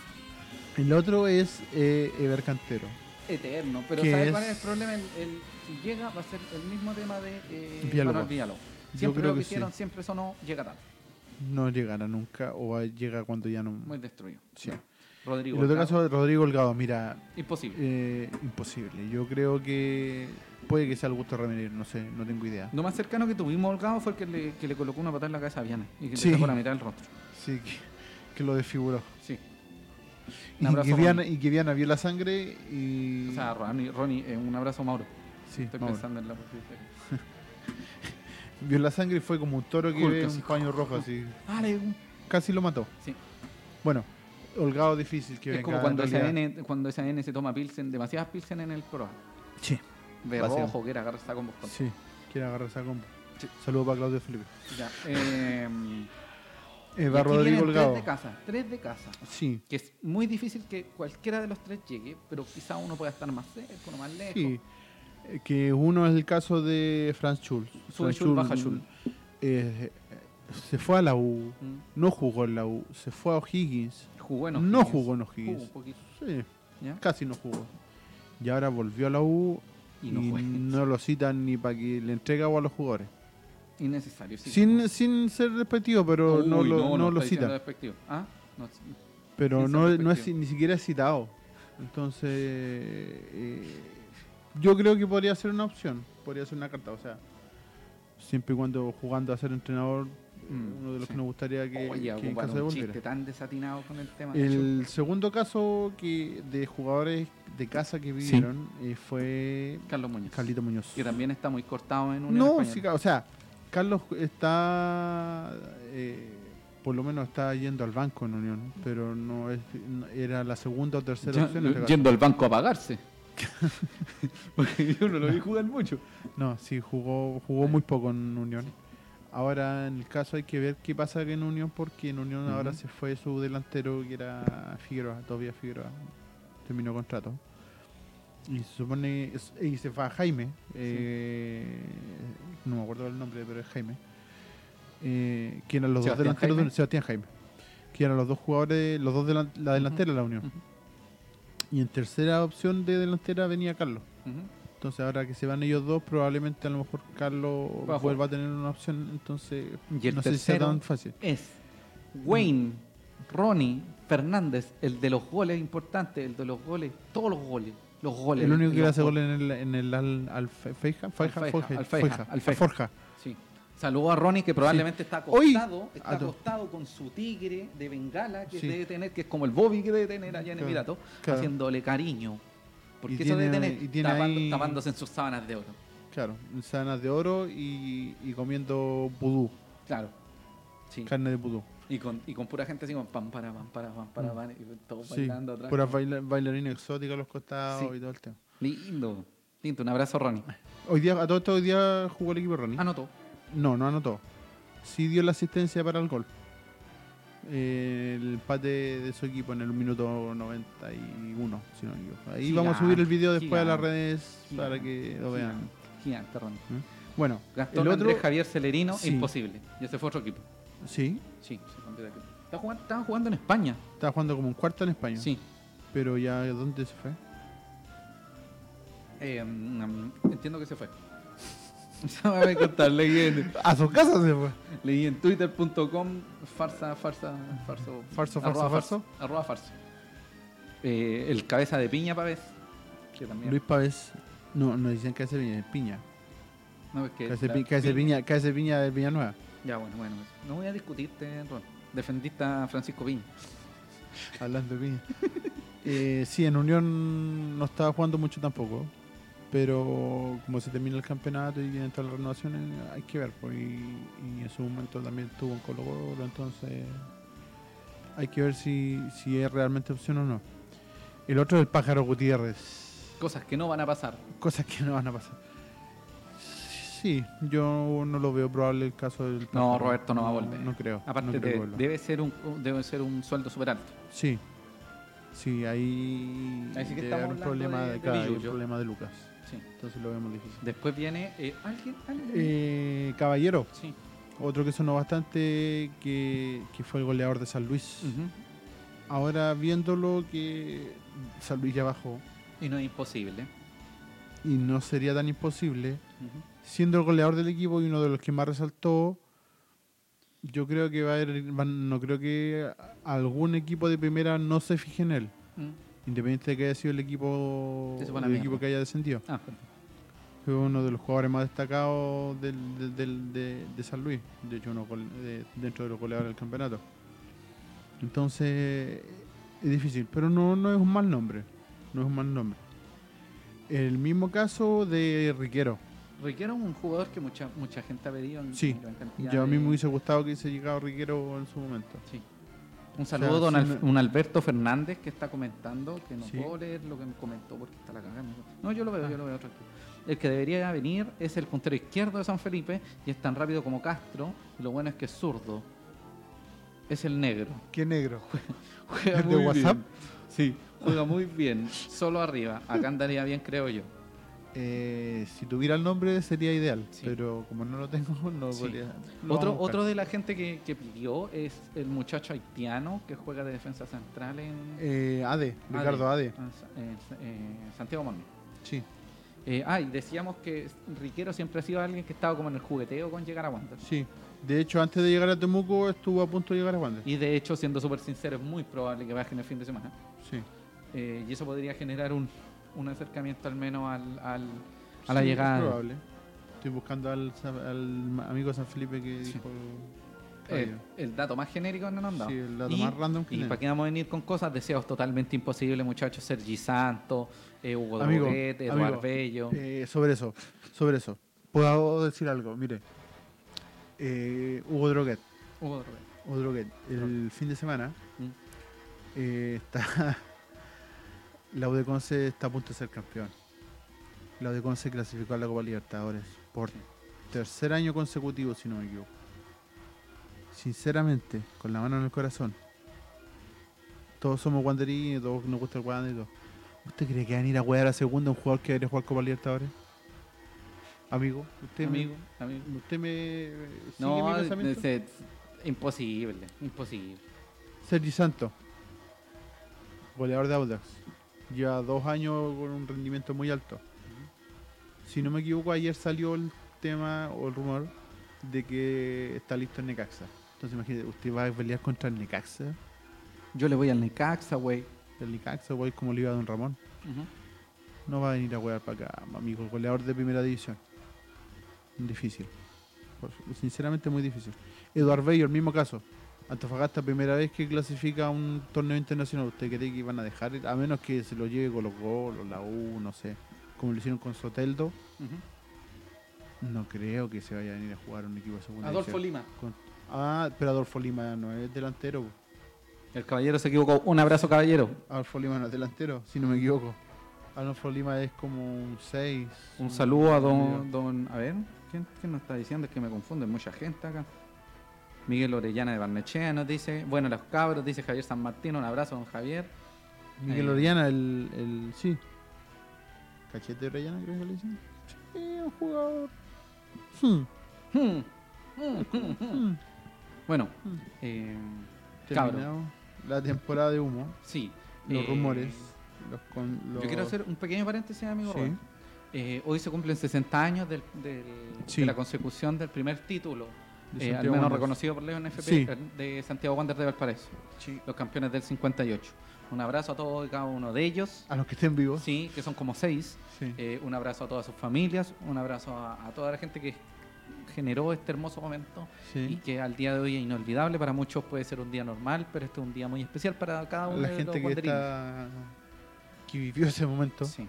A: El otro es eh, Ever Cantero.
B: Eterno. Pero
A: ¿Qué
B: ¿sabes
A: es?
B: cuál es el problema? El, el- si llega va a ser el mismo tema de eh,
A: Diálogo.
B: Manuel Villalobos.
A: Yo
B: Siempre
A: creo
B: lo que,
A: que sí.
B: hicieron, siempre eso no llega tarde.
A: No llegará nunca o va- llega cuando ya no...
B: Muy destruido.
A: Sí.
B: Rodrigo.
A: El otro
B: Holgado.
A: caso de Rodrigo Holgado, mira,
B: Imposible.
A: eh, imposible. Yo creo que puede que sea Augusto Ramírez, no sé, no tengo idea.
B: Lo más cercano que tuvimos a Holgado fue el que le, que le colocó una patada en la cabeza a Viana y que
A: Sí.
B: le sacó la mitad del rostro.
A: Sí, que, que lo desfiguró.
B: Sí.
A: Y
B: Un abrazo,
A: que, Viana,
B: Ronnie.
A: y que Viana vio la sangre y...
B: O sea, Ronnie, Ronnie, eh, un abrazo, Mauro.
A: sí,
B: Estoy
A: Mauro.
B: pensando en la posibilidad.
A: Vio la sangre y fue como un toro que
B: Hulk,
A: ve
B: así.
A: un paño rojo así.
B: Ah, le-
A: Casi lo mató.
B: Sí.
A: Bueno, Holgado difícil que
B: es
A: venga,
B: como
A: en
B: cuando
A: realidad.
B: SAN, cuando SAN se toma pilsen, demasiadas pilsen en el programa.
A: Sí.
B: De
A: Vacío.
B: rojo, que era agarrarse con vos.
A: Sí, quiere agarrar esa compa.
B: Sí.
A: Saludos para Claudio Felipe.
B: Ya, em,
A: Eh,
B: y
A: va
B: aquí
A: Rodrigo
B: vienen
A: Holgado.
B: Tres de casa, tres de casa.
A: Sí,
B: Que es muy difícil que cualquiera de los tres llegue, pero quizá uno pueda estar más cerca, uno más lejos.
A: sí. Eh, Que uno es el caso de Franz Schulz.
B: Sube
A: Franz
B: Schulz, baja Schulz.
A: eh, eh, se fue a la U,
B: Mm.
A: no jugó en la U, se fue a O'Higgins.
B: Jugó en
A: no
B: O'Higgins.
A: jugó en
B: Jugó un
A: O'Higgins.
B: poquito.
A: Sí,
B: ¿ya?
A: casi no jugó. Y ahora volvió a la U
B: Y no fue.
A: no lo citan ni para que le entregue agua a los jugadores.
B: Innecesario, sí.
A: Sin, sin ser despectivo, pero
B: Uy,
A: no lo, no lo
B: está diciendo
A: citan.
B: despectivo. Ah, no, sí.
A: Pero
B: sin
A: no,
B: ser
A: no es
B: despectivo.
A: ni siquiera es citado. Entonces, eh, yo creo que podría ser una opción, podría ser una carta. O sea, siempre y cuando jugando a ser entrenador, eh,
B: Mm,
A: uno de los
B: sí.
A: que nos gustaría que,
B: Oye,
A: que en
B: ocupar
A: caso de
B: un
A: volviera.
B: chiste tan desatinado con el tema. de Schulz.
A: El segundo caso que de jugadores de casa que vivieron eh, fue
B: Carlos Muñoz.
A: Carlito Muñoz.
B: Que también está muy cortado en un.
A: No, sí, o sea, Carlos está, eh, por lo menos está yendo al banco en Unión, pero no es, no- era la segunda o tercera opción. en este caso.
B: yendo al banco a pagarse. Porque yo no lo vi jugar mucho.
A: No, sí, jugó, jugó muy poco en Unión. Ahora, en el caso, hay que ver qué pasa en Unión, porque en Unión ahora
B: Ujú.
A: se fue su delantero, que era Figueroa, todavía Figueroa, terminó contrato. Y se supone, es- y se fue a Jaime, eh, no me acuerdo el nombre, pero es Jaime. Eh, que eran los dos
B: ¿Sebastián
A: delanteros de
B: Jaime?
A: Unión, Sebastián Jaime. Que eran los dos jugadores, los dos delan- la delantera de la Unión. Y en tercera opción de delantera venía Carlos. Entonces ahora que se van ellos dos, probablemente a lo mejor Carlos
B: Va a jugar.
A: vuelva a tener una opción, entonces
B: Y el
A: no sé si sea
B: tercero.
A: tan fácil.
B: Es Wayne, Ronnie, Fernández, el de los goles importantes, el de los goles, todos los goles. Los goles.
A: El único que
B: los
A: hace gol en el, en el al, al fe- feija, feija,
B: Alfeja,
A: forja,
B: Alfeja,
A: feija,
B: Alfeja.
A: forja.
B: Sí. Saludo a Ronnie que probablemente está
A: Hoy-
B: acostado, está
A: Ah, tú.
B: acostado con su tigre de Bengala que
A: Sí.
B: debe tener, que es como el Bobby que debe tener allá en
A: Claro,
B: Emirato,
A: claro.
B: haciéndole cariño. Porque
A: Y
B: eso debe
A: tiene-
B: tener
A: y tiene
B: tapando-
A: ahí-
B: tapándose en sus sábanas de oro.
A: Claro, sanas de oro y, y comiendo vudú,
B: Claro. Sí.
A: carne de vudú.
B: Y con, y con pura gente así como pam para pam para pam para pam y
A: Mm.
B: todos
A: Sí,
B: Pues bailando atrás.
A: puras baila- bailarinas exóticas a los costados
B: Sí.
A: y todo el tema.
B: Lindo. Lindo, un abrazo Ronnie.
A: Hoy día, a todo esto, hoy día jugó el equipo Ronnie.
B: Anotó.
A: No, no anotó. Sí dio la asistencia para el gol. Eh, el empate de su equipo en el minuto 91, si no me equivoco. Ahí
B: Gigante,
A: vamos a subir el video después a las
B: gigante,
A: redes para que lo vean.
B: Gigante Ronnie.
A: Bueno,
B: Gastón
A: el otro...
B: Andrés Javier Celerino,
A: Sí.
B: imposible. Ya se fue a otro equipo.
A: Sí,
B: Sí, se cambió de equipo. Está jugando, estaban jugando en España.
A: estaba jugando como un cuarto en España.
B: Sí.
A: Pero ya, ¿dónde se fue?
B: Eh, mm, entiendo que se fue. Déjame contar, leí en,
A: A su casa se fue.
B: leí en twitter.com farsa, farsa, farso.
A: Farso, farso,
B: arroba
A: farso.
B: Arroba farso. Eh, el cabeza de piña Pavés. Que también.
A: Luis Pavés. No, nos dicen que hace piña. Piña.
B: no, es que
A: Que hace
B: la-
A: pi- que hace piña, que hace piña de Villanueva.
B: Ya, bueno, bueno. eso. No voy a discutirte, Ron. Defendiste a Francisco Piña.
A: Hablando de piña. Eh, sí, en Unión no estaba jugando mucho tampoco. Pero como se termina el campeonato y vienen todas las renovaciones, hay que ver. Pues, y, y en su momento también estuvo en Colo Colo, entonces hay que ver si, si es realmente opción o no. El otro es el pájaro Gutiérrez.
B: Cosas que no van a pasar.
A: Cosas que no van a pasar. Sí, yo no lo veo probable el caso del pájaro.
B: No, Roberto no va a volver.
A: No creo.
B: Aparte,
A: no creo
B: de-
A: que vuelva.
B: debe, ser un, un- debe ser un sueldo súper alto.
A: Sí. Sí, ahí,
B: Ahí sí que
A: debe haber un
B: estamos hablando
A: problema
B: de-
A: de,
B: de
A: cada- hay un
B: Villuyo.
A: problema de Lucas.
B: Sí.
A: Entonces lo vemos difícil.
B: Después viene eh, alguien. alguien?
A: Eh, Caballero,
B: Sí.
A: otro que sonó bastante, que, que fue el goleador de San Luis. Ahora viéndolo que San Luis ya bajó
B: Y no es imposible.
A: y no sería tan imposible,
B: Ujú.
A: siendo el goleador del equipo y uno de los que más resaltó, yo creo que va a haber, van- no creo que algún equipo de primera no se fije en él.
B: Mm.
A: Independiente de que haya sido el equipo,
B: Se fue a la
A: el
B: mierda.
A: equipo que haya descendido.
B: Ah,
A: Fue uno de los jugadores más destacados del, del- del- de, de San Luis. De hecho, uno gol- de- dentro de los goleadores del campeonato. Entonces, es difícil. Pero no, no es un mal nombre. No es un mal nombre. El mismo caso de Riquero.
B: Requiere un jugador que mucha mucha gente ha pedido. En,
A: Sí.
B: en gran cantidad
A: Yo a mí
B: de-
A: me hubiese gustado que hubiese llegado Riquero en su momento.
B: Sí. Un saludo
A: O sea,
B: a don
A: sí
B: Al-
A: me-
B: un Alberto Fernández que está comentando, que no
A: Sí.
B: puedo leer lo que me comentó porque está la cagada. No, yo lo veo,
A: Ah.
B: yo lo veo tranquilo. El que debería venir es el puntero izquierdo de San Felipe y es tan rápido como Castro. Y lo bueno es que es zurdo. Es el negro.
A: Qué negro.
B: Juega
A: ¿El de
B: muy bien.
A: WhatsApp?
B: Sí, juega muy bien. Solo arriba. Acá andaría bien, creo yo.
A: Eh, si tuviera el nombre sería ideal.
B: Sí.
A: Pero como no lo tengo, no
B: Sí.
A: podría. lo
B: Otro,
A: vamos a buscar.
B: otro de la gente que, que pidió es el muchacho haitiano que juega de defensa central en,
A: Eh, Ade, Ricardo Ade.
B: Ah, Sa- eh, Sa- eh, Santiago Morning.
A: Sí.
B: Eh, ah, y decíamos que Riquero siempre ha sido alguien que estaba como en el jugueteo con llegar a Wander.
A: Sí, de hecho antes de llegar a Temuco estuvo a punto de llegar a Wander.
B: Y de hecho, siendo súper sincero, es muy probable que bajen el fin de semana.
A: Sí.
B: Eh, y eso podría generar un, un acercamiento al menos al, al- a la
A: Sí, es
B: llegada.
A: probable. Estoy buscando al, Sa- al ma- amigo San Felipe que
B: Sí.
A: dijo...
B: Eh, el dato más genérico no nos han dado.
A: Sí, el dato
B: Y-
A: más random que
B: Y
A: tiene.
B: para qué vamos a venir con cosas, deseos totalmente imposibles, muchachos. Sergi Santos, eh, Hugo
A: Amigo,
B: Doret, Eduardo
A: amigo,
B: Bello.
A: Eh, sobre eso, sobre eso. Puedo decir algo, mire. Eh, Hugo Droguet,
B: Hugo Doret.
A: Hugo Droguet, el fin de semana
B: Mm.
A: eh, está... La U de Conce está a punto de ser campeón. La U de Conce clasificó a la Copa Libertadores por tercer año consecutivo, si no me equivoco. Sinceramente, con la mano en el corazón. Todos somos wanderines, todos nos gusta el wander y todo. ¿Usted cree que van a ir a jugar a segunda un jugador que debería jugar Copa Libertadores? Amigo, usted
B: Amigo, amigo.
A: me, usted me sigue mi
B: No, eh,
A: pensamiento?
B: es- es imposible, imposible.
A: Sergi Santo, goleador de Audax. Lleva dos años con un rendimiento muy alto. Si no me equivoco, ayer salió el tema o el rumor de que está listo el Necaxa. Entonces imagínate, usted va a pelear contra el Necaxa.
B: Yo le voy al Necaxa, güey.
A: El Necaxa, güey, como le iba a Don Ramón. No va a venir a jugar para acá, amigo. Goleador de primera división. Difícil. Por- Sinceramente muy difícil. Eduard Bello, el mismo caso. Antofagasta, primera vez que clasifica a un torneo internacional. ¿Usted cree que iban a dejar? ir? A menos que se lo lleve con los golos, la U, no sé. Como lo hicieron con Soteldo. No creo que se vaya a venir a jugar a un equipo de segunda
B: Adolfo
A: división.
B: Lima.
A: Con- Ah, pero Adolfo Lima no es delantero.
B: El caballero se equivocó. Un abrazo, caballero.
A: Adolfo Lima no es delantero, si no me equivoco. Adolfo Lima es como un 6.
B: Un saludo a don. don a ver, ¿quién, quién nos está diciendo? Es que me confunden mucha gente acá. Miguel Orellana de Barnechea nos dice. Bueno, los cabros, dice Javier San Martín. Un abrazo, don Javier.
A: Miguel
B: Eh.
A: Orellana, el, el. Sí. Cachete Orellana, creo que le dicen. Sí, un jugador. Hmm,
B: Hmm, hmm, hmm, hmm.
A: hmm.
B: Bueno, eh, Cabro.
A: Terminado la temporada de humo,
B: sí.
A: los
B: eh,
A: rumores. Los con, los-
B: Yo quiero hacer un pequeño paréntesis, amigo.
A: Sí.
B: Roberto. Eh, hoy se cumplen 60 años del- del-
A: Sí.
B: de la consecución del primer título,
A: de
B: eh, al
A: Santiago
B: menos
A: Wanderers.
B: reconocido por León FP
A: Sí.
B: eh, de Santiago Wander de Valparaíso,
A: Sí.
B: los campeones del 58. Un abrazo a todos y cada uno de ellos,
A: A los que estén vivos.
B: sí, que son como seis.
A: Sí.
B: Eh, un abrazo a todas sus familias, un abrazo a, a toda la gente que generó este hermoso momento y
A: sí.
B: que al día de hoy es inolvidable. Para muchos puede ser un día normal, pero este es un día muy especial para cada uno
A: la
B: de los
A: gente que
B: wanderines.
A: está. que vivió ese momento.
B: Sí.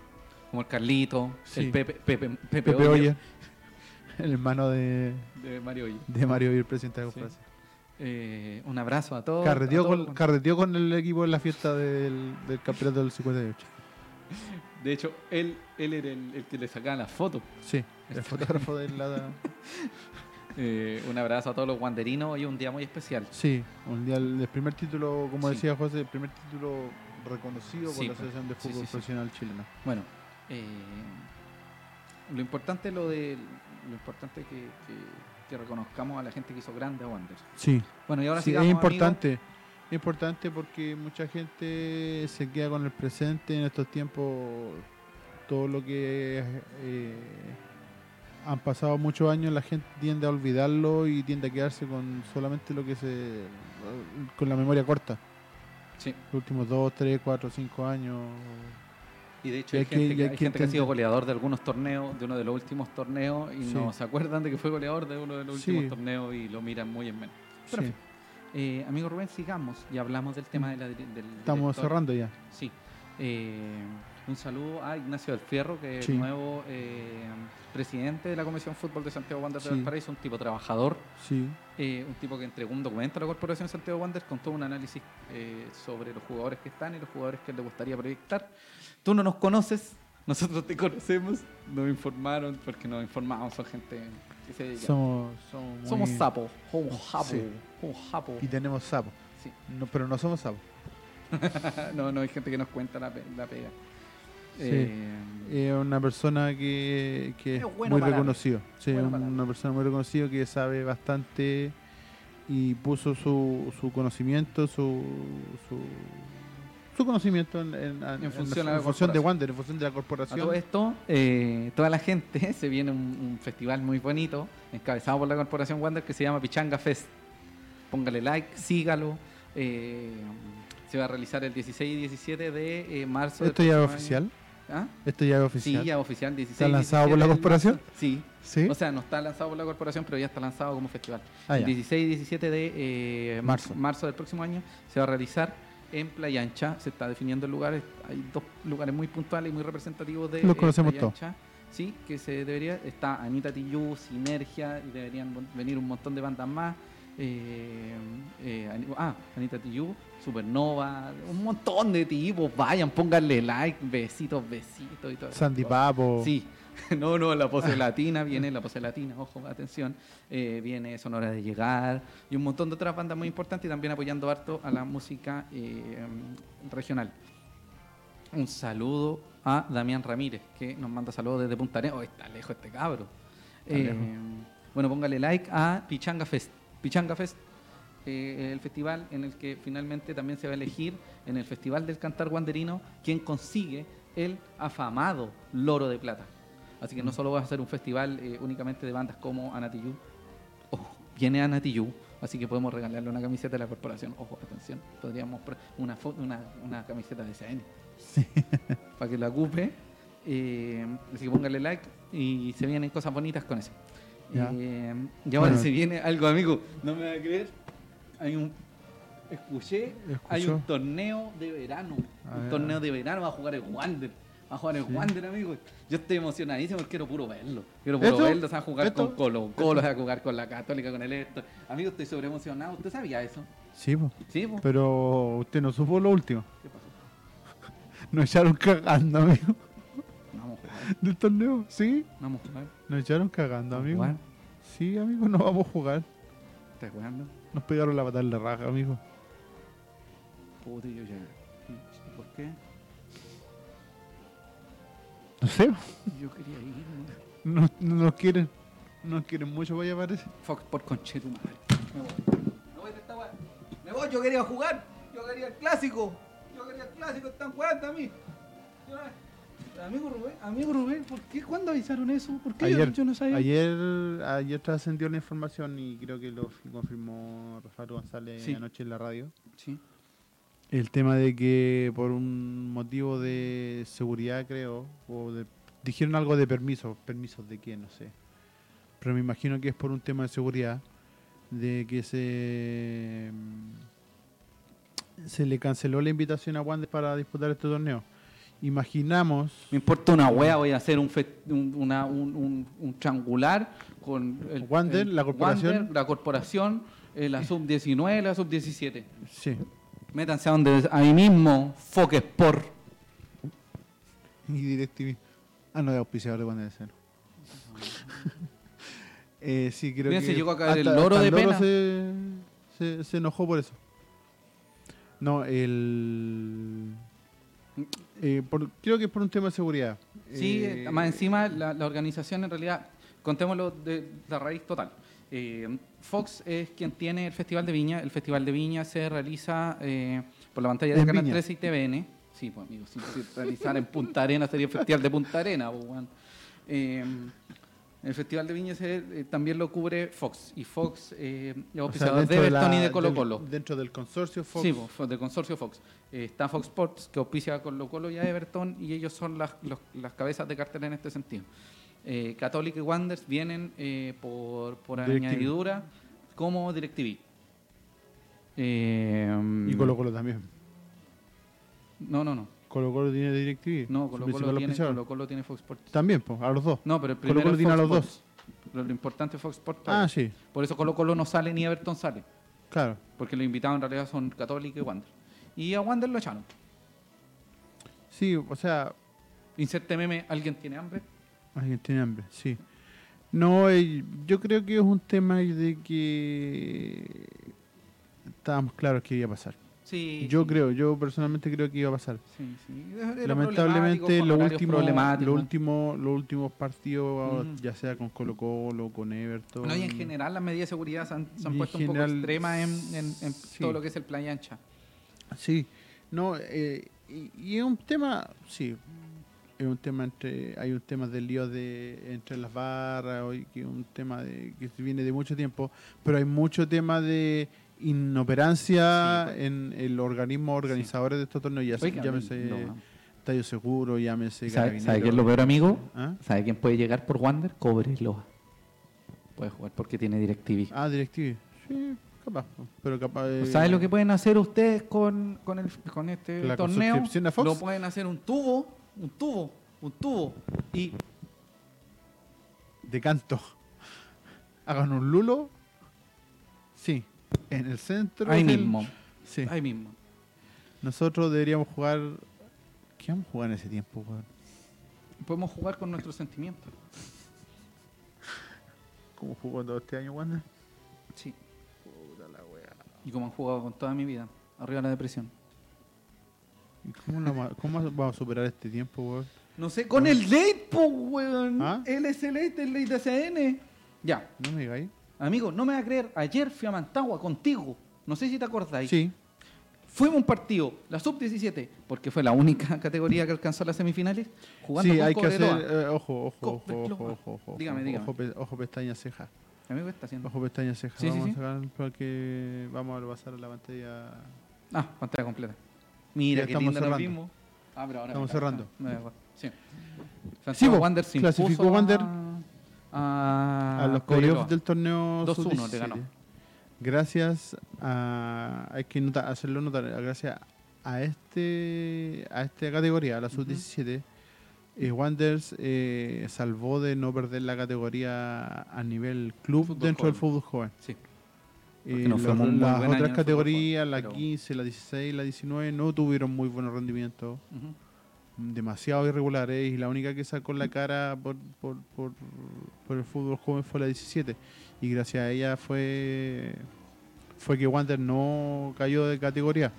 B: como el Carlito,
A: Sí.
B: el Pepe, Pepe, Pepe,
A: Pepe
B: Oyer
A: Oyer, el hermano de,
B: de Mario Oyer.
A: de Mario y el presidente de la
B: Sí.
A: conferencia.
B: Eh, un abrazo a todos. a
A: Carreteó
B: todos.
A: con, carreteó con el equipo en la fiesta del, del campeonato del 58.
B: De hecho, él, él era el, el que le sacaba las fotos.
A: Sí, el fotógrafo de la...
B: Eh, un abrazo a todos los guanderinos y un día muy especial.
A: Sí, un día el, el primer título, como
B: Sí.
A: decía José, el primer título reconocido por
B: Sí,
A: la
B: pues.
A: Asociación de
B: Sí,
A: Fútbol
B: sí, sí.
A: Profesional Chilena.
B: Bueno, eh, lo importante es lo de lo importante es que, que- que reconozcamos a la gente que hizo grande a Wander.
A: Sí,
B: Bueno, y ahora
A: Sí, es
B: sigamos, amigo.
A: importante. Es importante porque mucha gente se queda con el presente en estos tiempos. Todo lo que eh, han pasado muchos años, la gente tiende a olvidarlo y tiende a quedarse con solamente lo que se. con la memoria corta.
B: Sí.
A: Los últimos 2, 3, 4, 5 años.
B: Y de hecho
A: Y
B: hay,
A: hay que-
B: gente,
A: y
B: que,
A: hay
B: hay
A: que
B: gente que ha sido
A: entender-
B: goleador de algunos torneos, de uno de los últimos torneos, y
A: Sí.
B: no se acuerdan de que fue goleador de uno de los
A: Sí.
B: últimos torneos y lo miran muy en menos. Pero en
A: Sí,
B: fin, eh, amigo Rubén, sigamos y hablamos del tema de la, dire- del
A: Mm. estamos
B: director.
A: cerrando ya.
B: Sí. Eh, un saludo a Ignacio del Fierro, que es
A: Sí.
B: el nuevo eh, presidente de la Comisión Fútbol de Santiago Wander
A: Sí.
B: del Paraíso, un tipo trabajador,
A: Sí,
B: eh, un tipo que entregó un documento a la Corporación Santiago Wander con todo un análisis eh, sobre los jugadores que están y los jugadores que le gustaría proyectar. Tú no nos conoces, nosotros te conocemos, nos informaron porque nos informamos, son gente que se dedica.
A: somos. Somos, muy- Oh,
B: Somos sapos, somos japos,
A: Sí.
B: somos japos.
A: Y tenemos sapos.
B: Sí.
A: No, pero no somos sapos.
B: Ah, no, no hay gente que nos cuenta la, pe- la pega.
A: Sí.
B: Eh,
A: Es una persona que, que es
B: Es bueno
A: muy
B: para
A: reconocido. Sí,
B: Bueno
A: un-
B: para
A: una persona muy reconocida que sabe bastante y puso su, su conocimiento, su, su, su conocimiento en, en- en- en
B: función a
A: en
B: la
A: función de
B: corporación.
A: Wander, en función de la
B: A todo
A: corporación.
B: esto, eh, toda la gente, se viene un, un festival muy bonito, encabezado por la Corporación Wander, que se llama Pichanga Fest. Póngale like, sígalo. eh, se va a realizar el 16 y 17 de eh, marzo. del
A: Esto ya es
B: próximo
A: oficial.
B: año. ¿Ah?
A: Esto ya es
B: Sí,
A: oficial.
B: ya oficial. 16,
A: ¿Está lanzado
B: 17
A: por la
B: del
A: corporación?
B: marzo. Sí.
A: ¿Sí?
B: O sea, no está lanzado por la corporación, pero ya está lanzado como festival.
A: Ah,
B: el
A: ya.
B: 16 y 17 de eh,
A: Marzo.
B: marzo. del próximo año se va a realizar en Playa Ancha. Se está definiendo el lugar. es- Hay dos lugares muy puntuales y muy representativos de
A: Los
B: eh,
A: conocemos
B: Playa
A: todos.
B: Ancha. Sí, que se debería. Está Anita Tillú, Sinergia, y deberían mon- venir un montón de bandas más. Eh, eh, Ani- ah, Anita Tillú, Supernova, un montón de tipos. Vayan, pónganle like, besitos, besitos y todo eso.
A: Sandy Papo.
B: Sí, no, no, la pose latina viene, la pose latina, ojo, atención, eh, viene Sonora de Llegar y un montón de otras bandas muy importantes y también apoyando harto a la música eh, em, regional. Un saludo a Damián Ramírez, que nos manda saludos desde Punta Arenas. Oh, está lejos este cabro.
A: Está
B: Eh,
A: lejos.
B: bueno, póngale like a Pichanga Fest. Pichanga Fest, eh, el festival en el que finalmente también se va a elegir en el Festival del Cantar Guanderino quien consigue el afamado Loro de Plata. Así que
A: Mm.
B: no solo va a ser un festival eh, únicamente de bandas como Anatillú. Ojo, viene Anatillú, así que podemos regalarle una camiseta de la corporación. Ojo, atención, podríamos pre- una, fo- una, una camiseta de CN para que la ocupe. Eh, así que póngale like y se vienen cosas bonitas con eso.
A: Ya.
B: Eh, y ahora
A: Bueno.
B: se viene algo, amigo. No me va a creer. Hay un. Escuché,
A: ¿Escuchó?
B: hay un torneo de verano.
A: Ah,
B: un
A: ya.
B: torneo de verano va a jugar el Wander. Va a jugar el
A: Sí.
B: Wander, amigo. Yo estoy emocionadísimo porque quiero puro verlo. Quiero puro
A: ¿Esto?
B: verlo. Se va a jugar
A: ¿Esto?
B: con Colo Colo, se va a jugar con la Católica, con el Esto. Amigo, estoy sobre emocionado. ¿Usted sabía eso?
A: Sí, po.
B: Sí, po.
A: pero usted no supo lo último.
B: ¿Qué pasó?
A: Nos echaron cagando, amigo.
B: No vamos a jugar.
A: Del torneo, sí.
B: No vamos a jugar.
A: Nos echaron cagando,
B: Vamos a
A: amigo.
B: jugar.
A: Sí, amigo, no vamos a jugar.
B: ¿Estás jugando?
A: Nos pegaron la patada en la raja, amigo.
B: Puta, yo ya. ¿Y ¿Por qué?
A: No sé.
B: Yo quería irme.
A: No, no nos quieren. No nos quieren mucho, vaya, parece.
B: Fuck, por conchetumadre. Me voy. Me voy de esta weá. Me voy, yo quería jugar. Yo quería el clásico. Yo quería el clásico, están jugando a mí. Yo- Amigo Rubén, amigo Rubén, ¿por qué? ¿Cuándo avisaron eso? ¿Por qué yo-
A: Ayer,
B: yo no sabía?
A: ayer, ayer trascendió la información y creo que lo fi- confirmó Rafael González
B: Sí.
A: anoche en la radio.
B: Sí.
A: El tema de que por un motivo de seguridad, creo, o de- dijeron algo de permisos, permisos de quién, no sé. Pero me imagino que es por un tema de seguridad, de que se mm, se le canceló la invitación a Wander para disputar este torneo. imaginamos
B: Me importa una wea, voy a hacer un, fe- un, una- un- un- un triangular con
A: Wander, la corporación.
B: Wander, la corporación, eh, la sub-19, la sub-17.
A: sí,
B: Métanse a donde a mí mismo, Foque Sport.
A: y DirecTV. Ah, no, de auspiciador de Wander Cero. eh, sí, creo
B: Mira,
A: que.
B: se llegó a caer el
A: hasta-
B: loro
A: hasta
B: de pena.
A: se, se, se enojó por eso. No, el. eh, por- creo que es por un tema de seguridad.
B: Sí,
A: Eh,
B: más encima la, la organización en realidad, contémoslo de la raíz total. Eh, Fox es quien tiene el Festival de Viña. El Festival de Viña se realiza eh, por la pantalla de
A: En
B: Canal
A: Viña.
B: 13 y TVN. Sí, pues amigos, si se realizara en Punta Arena sería el Festival de Punta Arena. pues, weón. Eh, el Festival de Viña se- eh, también lo cubre Fox. Y Fox eh, es
A: o sea,
B: auspiciador de
A: dentro la-
B: Everton y de
A: del-
B: Colo Colo.
A: Dentro del consorcio Fox.
B: Sí, po, fo- del consorcio Fox. Eh, está Fox Sports, que auspicia a Colo Colo y a Everton, y ellos son las, los- las cabezas de cartel en este sentido. Eh, Católica y Wanderers vienen eh, por, por
A: DirecTV.
B: añadidura como DirecTV. Eh,
A: Y Colo Colo también.
B: No, no, no.
A: Colo Colo tiene DirecTV.
B: No,
A: su
B: Colo
A: principal
B: Colo, tiene,
A: auspiciador.
B: Colo Colo tiene Fox Sports.
A: También, pues, a los dos.
B: No, pero el
A: Colo
B: primero
A: Colo
B: es
A: tiene a
B: Fox
A: los dos.
B: Sports. Lo, lo importante es Fox Sports.
A: Ah, sí,
B: Por eso Colo Colo no sale ni Everton sale.
A: claro.
B: Porque los invitados en realidad son Católica y Wander. Y a Wander lo echaron.
A: Sí, o sea,
B: Inserte meme, ¿alguien tiene hambre?
A: alguien tiene hambre, sí. No, eh, yo creo que es un tema de que estábamos claros que iba a pasar.
B: Sí.
A: Yo
B: sí.
A: creo, yo personalmente creo que iba a pasar.
B: Sí, sí. Era
A: Lamentablemente,
B: problemático,
A: lo
B: horarios
A: último,
B: problemáticos.
A: lo último, los últimos partidos,
B: Ujú.
A: ya sea con Colo Colo, con Everton.
B: No, y en general las medidas de seguridad se han, se han
A: Y en
B: puesto un poco
A: general,
B: extremas en, en- en
A: sí.
B: todo lo que es el playa ancha.
A: Sí, no, eh, y, y es un tema, sí, es un tema entre, hay un tema de lío de, entre las barras, hoy que es un tema de, que viene de mucho tiempo, pero hay mucho tema de inoperancia
B: Sí, pues.
A: en el organismo organizadores de estos torneos, ya,
B: Oiga,
A: llámese
B: no, no.
A: Tallo Seguro, llámese
B: ¿Sabe,
A: Carabineros.
B: sabe qué es lo peor, amigo?
A: ¿Ah?
B: ¿Sabe quién puede llegar por Wander? Cobreloa. Puede jugar porque tiene DirecTV.
A: Ah, DirecTV, sí, capaz, pero capaz... eh,
B: ¿Pues ¿Sabe lo que pueden hacer ustedes con, con, el- con este
A: La
B: torneo?
A: suscripción a Fox.
B: Lo pueden hacer un tubo, un tubo, un tubo. Y
A: de canto. Hagan un lulo. Sí. En el centro.
B: ahí
A: del-
B: mismo.
A: Sí.
B: Ahí mismo.
A: Nosotros deberíamos jugar. ¿Qué vamos a jugar en ese tiempo, weón?
B: Podemos jugar con nuestros sentimientos.
A: ¿Cómo jugó todo este año, Wanda?
B: Sí. Y como han jugado con toda mi vida. Arriba la depresión.
A: ¿Y cómo, la ma- cómo vamos a superar este tiempo, weón?
B: No sé, con el late, po, weón.
A: ¿Ah?
B: Él es el late, el late ACN. Ya,
A: ¿No me digáis?
B: amigo, no me vas a creer. Ayer fui a Mantagua contigo. No sé si te acordáis.
A: Sí.
B: Fuimos a un partido, la sub-17, porque fue la única categoría que alcanzó las semifinales. Jugando
A: Sí,
B: con
A: hay que
B: Cobreloa.
A: hacer. eh, ojo, ojo, ojo, ojo,
B: Cobreloa.
A: ojo, ojo, ojo.
B: Dígame, dígame.
A: Ojo, pe- ojo, pestaña, ceja.
B: Amigo, ¿qué está haciendo?
A: Ojo, pestaña, ceja.
B: Sí, sí,
A: vamos
B: sí.
A: a sacar porque vamos a pasar a la pantalla.
B: Ah, pantalla completa. Mira,
A: Ya
B: qué
A: estamos
B: linda nos
A: cerrando.
B: vimos. Ah, pero ahora
A: Estamos
B: me
A: cerrando.
B: Me da igual. Sí.
A: vos,
B: Santiago Wander se
A: clasificó
B: impuso
A: Wander
B: a, a,
A: a los
B: Cobreloa.
A: playoffs del torneo
B: 2-1 le
A: sub-17.
B: ganó.
A: Gracias a hay que nota- hacerlo notar, gracias a este a esta categoría, a la sub 17 Wanders eh, salvó de no perder la categoría a nivel club
B: Fútbol
A: dentro del
B: joven.
A: fútbol joven.
B: Sí.
A: Eh,
B: Porque no fue muy- muy
A: las
B: buen año en
A: otras
B: el
A: categorías,
B: fútbol joven,
A: la
B: pero-
A: 15, la 16, la 19, no tuvieron muy buenos rendimientos
B: Ujú.
A: demasiado irregulares y la única que sacó la cara por, por, por, por el fútbol joven fue la 17 y gracias a ella fue fue que Wander no cayó de categoría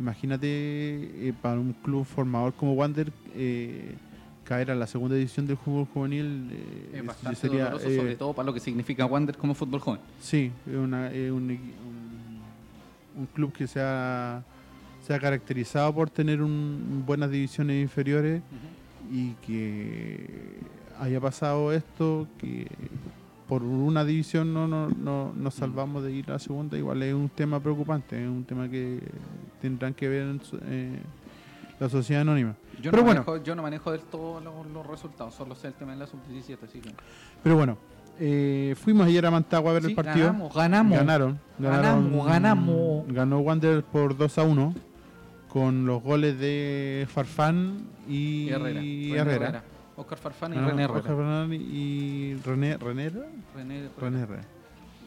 A: imagínate eh, para un club formador como Wander eh, caer a la segunda división del fútbol juvenil eh,
B: Es bastante
A: sería,
B: doloroso,
A: eh,
B: sobre todo para lo que significa Wander como fútbol joven.
A: Sí, es una- es un, equi- un- un club que se ha, se ha caracterizado por tener un- buenas divisiones inferiores y que haya pasado esto, que por una división no, no, no nos salvamos de ir a la segunda, igual es un tema preocupante, es un tema que tendrán que ver en su- eh, la sociedad anónima.
B: Yo,
A: Pero
B: no
A: bueno.
B: manejo, yo no manejo del todo los, los resultados, solo sé el tema de la sub-17, así que...
A: Pero bueno, eh, fuimos ayer a Mantagua a ver
B: Sí,
A: el partido.
B: Ganamos, ganamos.
A: Ganaron,
B: Ganamos,
A: ganaron.
B: ganamos.
A: Ganó Wander por 2 a 1 con los goles de Farfán y,
B: Y Herrera.
A: y
B: René
A: Herrera.
B: Oscar Farfán y
A: Ah,
B: René Herrera.
A: Jorge Fernández y René, René, Herrera?
B: René Herrera.
A: René Herrera.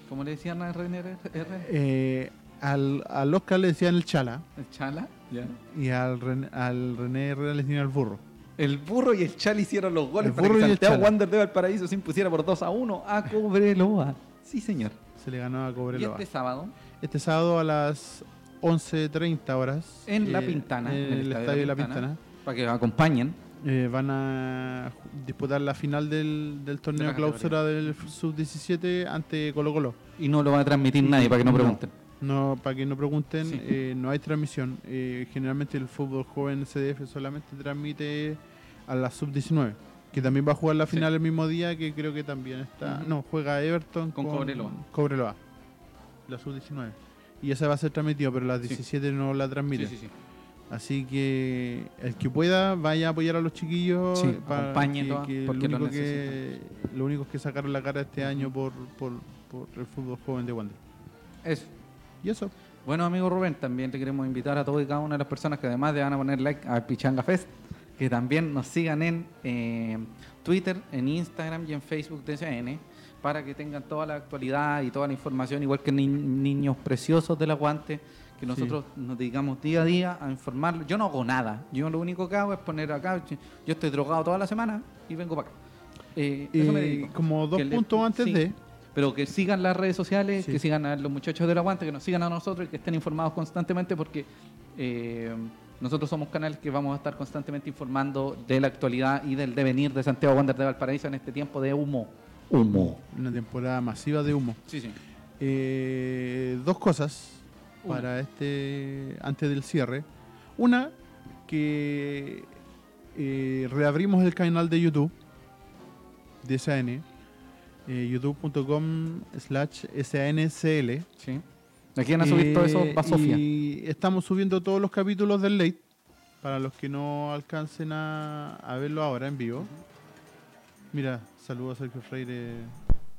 B: ¿Cómo le decían a René Herrera?
A: Eh, al, al Oscar le decían el chala
B: ¿El Chala? ¿Ya?
A: y al René, al René Herrera le decían el burro.
B: El burro y el Chala hicieron los goles
A: El
B: para
A: burro
B: que
A: y el
B: Santiago
A: Chala.
B: Wander de Valparaíso se impusiera por 2 a 1 a Cobreloa. Sí, señor.
A: Se le ganó a
B: Y
A: Cobreloa.
B: este
A: Este...
B: sábado,
A: sábado a las 11.30 horas.
B: En La
A: eh,
B: Pintana,
A: En el, estadio de La Pintana.
B: para que acompañen,
A: eh, van a ju- disputar la final del, del torneo
B: categoría.
A: clausura del f- sub-17 ante Colo Colo.
B: y no lo va a transmitir nadie para que no
A: No.
B: pregunten.
A: No, para que no pregunten,
B: Sí.
A: eh, no hay transmisión. Eh, generalmente el fútbol joven CDF solamente transmite a la sub-19, que también va a jugar la
B: Sí.
A: final el mismo día, que creo que también está...
B: Ujú.
A: No, juega Everton
B: Con Cobreloa.
A: Cobreloa, la sub-19. Y esa va a ser transmitida, pero las
B: Sí.
A: 17 no la transmite.
B: sí.
A: Así que el que pueda vaya a apoyar a los chiquillos.
B: Sí,
A: para
B: acompáñenlo,
A: que- que
B: porque
A: lo
B: lo
A: único que lo único que sacaron la cara este año por, por, por el fútbol joven de Wander.
B: Eso.
A: Y eso.
B: Bueno, amigo Rubén, también te queremos invitar a todos y cada una de las personas que además le van a poner like a Pichanga Fest, que también nos sigan en eh, Twitter, en Instagram y en Facebook de CN, para que tengan toda la actualidad y toda la información, igual que ni- niños preciosos del aguante, que nosotros nos dedicamos día a día a informarlos. Yo no hago nada, yo lo único que hago es poner acá, yo estoy drogado toda la semana y vengo para acá. Eh, eso me
A: Eh,
B: dedico.
A: como dos
B: Que le-
A: puntos antes
B: sí.
A: de.
B: Pero que sigan las redes sociales,
A: Sí.
B: que sigan a los muchachos del aguante, que nos sigan a nosotros y que estén informados constantemente porque eh, nosotros somos canales que vamos a estar constantemente informando de la actualidad y del devenir de Santiago Wander de Valparaíso en este tiempo de humo. Humo.
A: Una temporada masiva de humo.
B: Sí, sí.
A: Eh, dos cosas
B: Una.
A: para este. antes del cierre. Una, que eh, reabrimos el canal de YouTube de SAN. eh, youtube.com slash SANCL.
B: sí. ¿A quién ha subido todo eso?
A: Eh,
B: Va Sofía.
A: Y estamos subiendo todos los capítulos del late. Para los que no alcancen a, a verlo ahora en vivo. Mira, saludos a Sergio Freire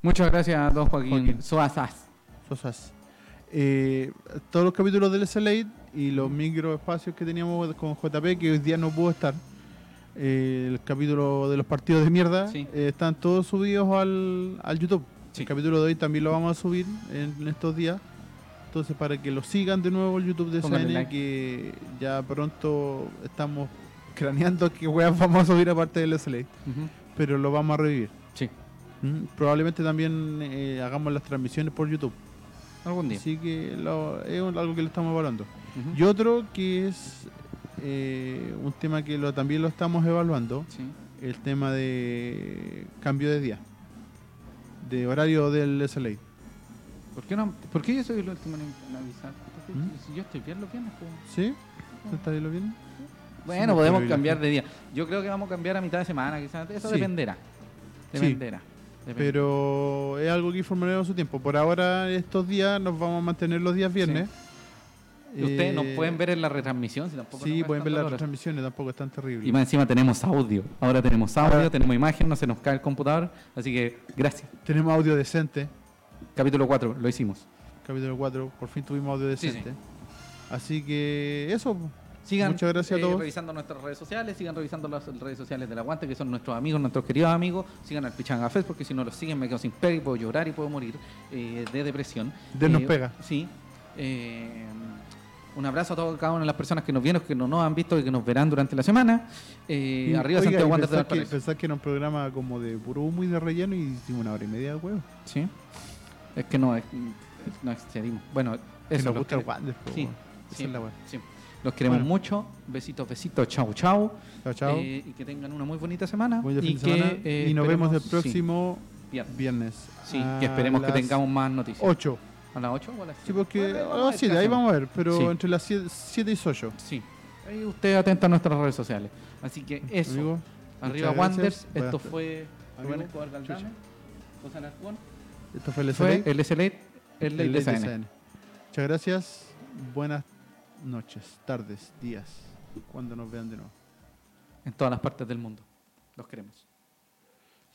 B: Muchas gracias, don Joaquín,
A: Joaquín.
B: Soazas.
A: Sosas. Eh, todos los capítulos del SLA y los
B: Mm.
A: microespacios que teníamos con JP, que hoy día no pudo estar. eh, el capítulo de los partidos de mierda
B: Sí.
A: eh, están todos subidos al, al YouTube.
B: Sí.
A: El capítulo de hoy también lo vamos a subir en, en estos días. Entonces, para que lo sigan de nuevo el YouTube de
B: Pónganle
A: SN,
B: like.
A: que ya pronto estamos craneando qué weas vamos a subir aparte del SLA,
B: Ujú.
A: pero lo vamos a revivir.
B: Sí,
A: Mm, Probablemente también eh, hagamos las transmisiones por YouTube.
B: algún día.
A: Así que lo- es un- algo que lo estamos evaluando.
B: Ujú.
A: Y otro que es eh, un tema que lo, también lo estamos evaluando,
B: Sí.
A: el tema de cambio de día, de horario del SLA.
B: ¿Por qué, no, ¿Por qué yo soy el último en avisar?
A: ¿Mm?
B: Si Yo estoy bien los viernes. pues.
A: ¿Sí? ¿Está bien lo bien?
B: Bueno,
A: Sí,
B: podemos
A: pero-
B: cambiar de día. Yo creo que vamos a cambiar a mitad de semana, quizás. Eso
A: Sí.
B: dependerá.
A: Sí.
B: Dependerá. Depende.
A: Pero es algo que informaremos a su tiempo. Por ahora, estos días nos vamos a mantener los días viernes.
B: Y ustedes nos
A: Eh,
B: pueden ver en la retransmisión, si tampoco
A: Sí,
B: nos
A: pueden ver
B: gastan
A: las
B: dólares.
A: transmisiones, tampoco es tan terrible.
B: Y más encima tenemos audio. Ahora tenemos audio,
A: Ahora-
B: tenemos imagen, no se nos cae el computador. Así que, gracias.
A: Tenemos audio decente.
B: Capítulo 4, lo hicimos.
A: capítulo 4, por fin tuvimos audio
B: Sí,
A: decente. Así que eso, po.
B: Sigan
A: Muchas gracias a
B: eh,
A: todos.
B: revisando nuestras redes sociales, sigan revisando las redes sociales del Aguante, que son nuestros amigos, nuestros queridos amigos. Sigan al Pichanga Fest, porque si no los siguen me quedo sin pega y puedo llorar y puedo morir eh, de depresión.
A: Denos
B: Eh,
A: pega.
B: Sí. Eh, un abrazo a todas cada una de las personas que nos vieron, que no nos han visto y que nos verán durante la semana. Eh,
A: Y,
B: arriba
A: oiga,
B: Santiago
A: y
B: Wander de
A: pensar que,
B: Valparaíso.
A: pensar que era un programa como de puro humo y de relleno y hicimos una hora y media de huevo.
B: Sí. Es que no, es- no excedimos. Bueno, eso.
A: Que nos
B: los
A: gusta el
B: quere-
A: Wander, po,
B: Sí,
A: weón. Esa
B: sí,
A: es la weá.
B: sí. Los queremos
A: Bueno.
B: mucho. Besitos, besitos. Chau, chau.
A: Chao, chao.
B: Eh, y que tengan una muy bonita semana.
A: Buen fin
B: y,
A: de semana.
B: que, eh,
A: y nos vemos el
B: esperemos-
A: próximo
B: Sí, viernes.
A: viernes.
B: Sí, que esperemos que tengamos más noticias.
A: 8.
B: ¿A las 8 o a las
A: Sí,
B: siete?
A: porque
B: Bueno,
A: a las 7, ahí
B: descansemos.
A: vamos a ver, pero
B: Sí.
A: entre las 7 y 8.
B: Sí. Ahí usted atenta a nuestras redes sociales. Así que eso.
A: Amigo,
B: Arriba
A: muchas
B: Wanders.
A: gracias.
B: Esto
A: Buenas-
B: fue
A: Amigo,
B: Rubén Escobar Galdame,
A: chucha.
B: José Alarcón.
A: Esto fue el
B: Fue
A: SLA.
B: el SLA, el Ley
A: El
B: de
A: Ley de
B: SN.
A: SN. Muchas gracias. Buenas noches, tardes, días, cuando nos vean de nuevo.
B: En todas las partes del mundo. Los queremos.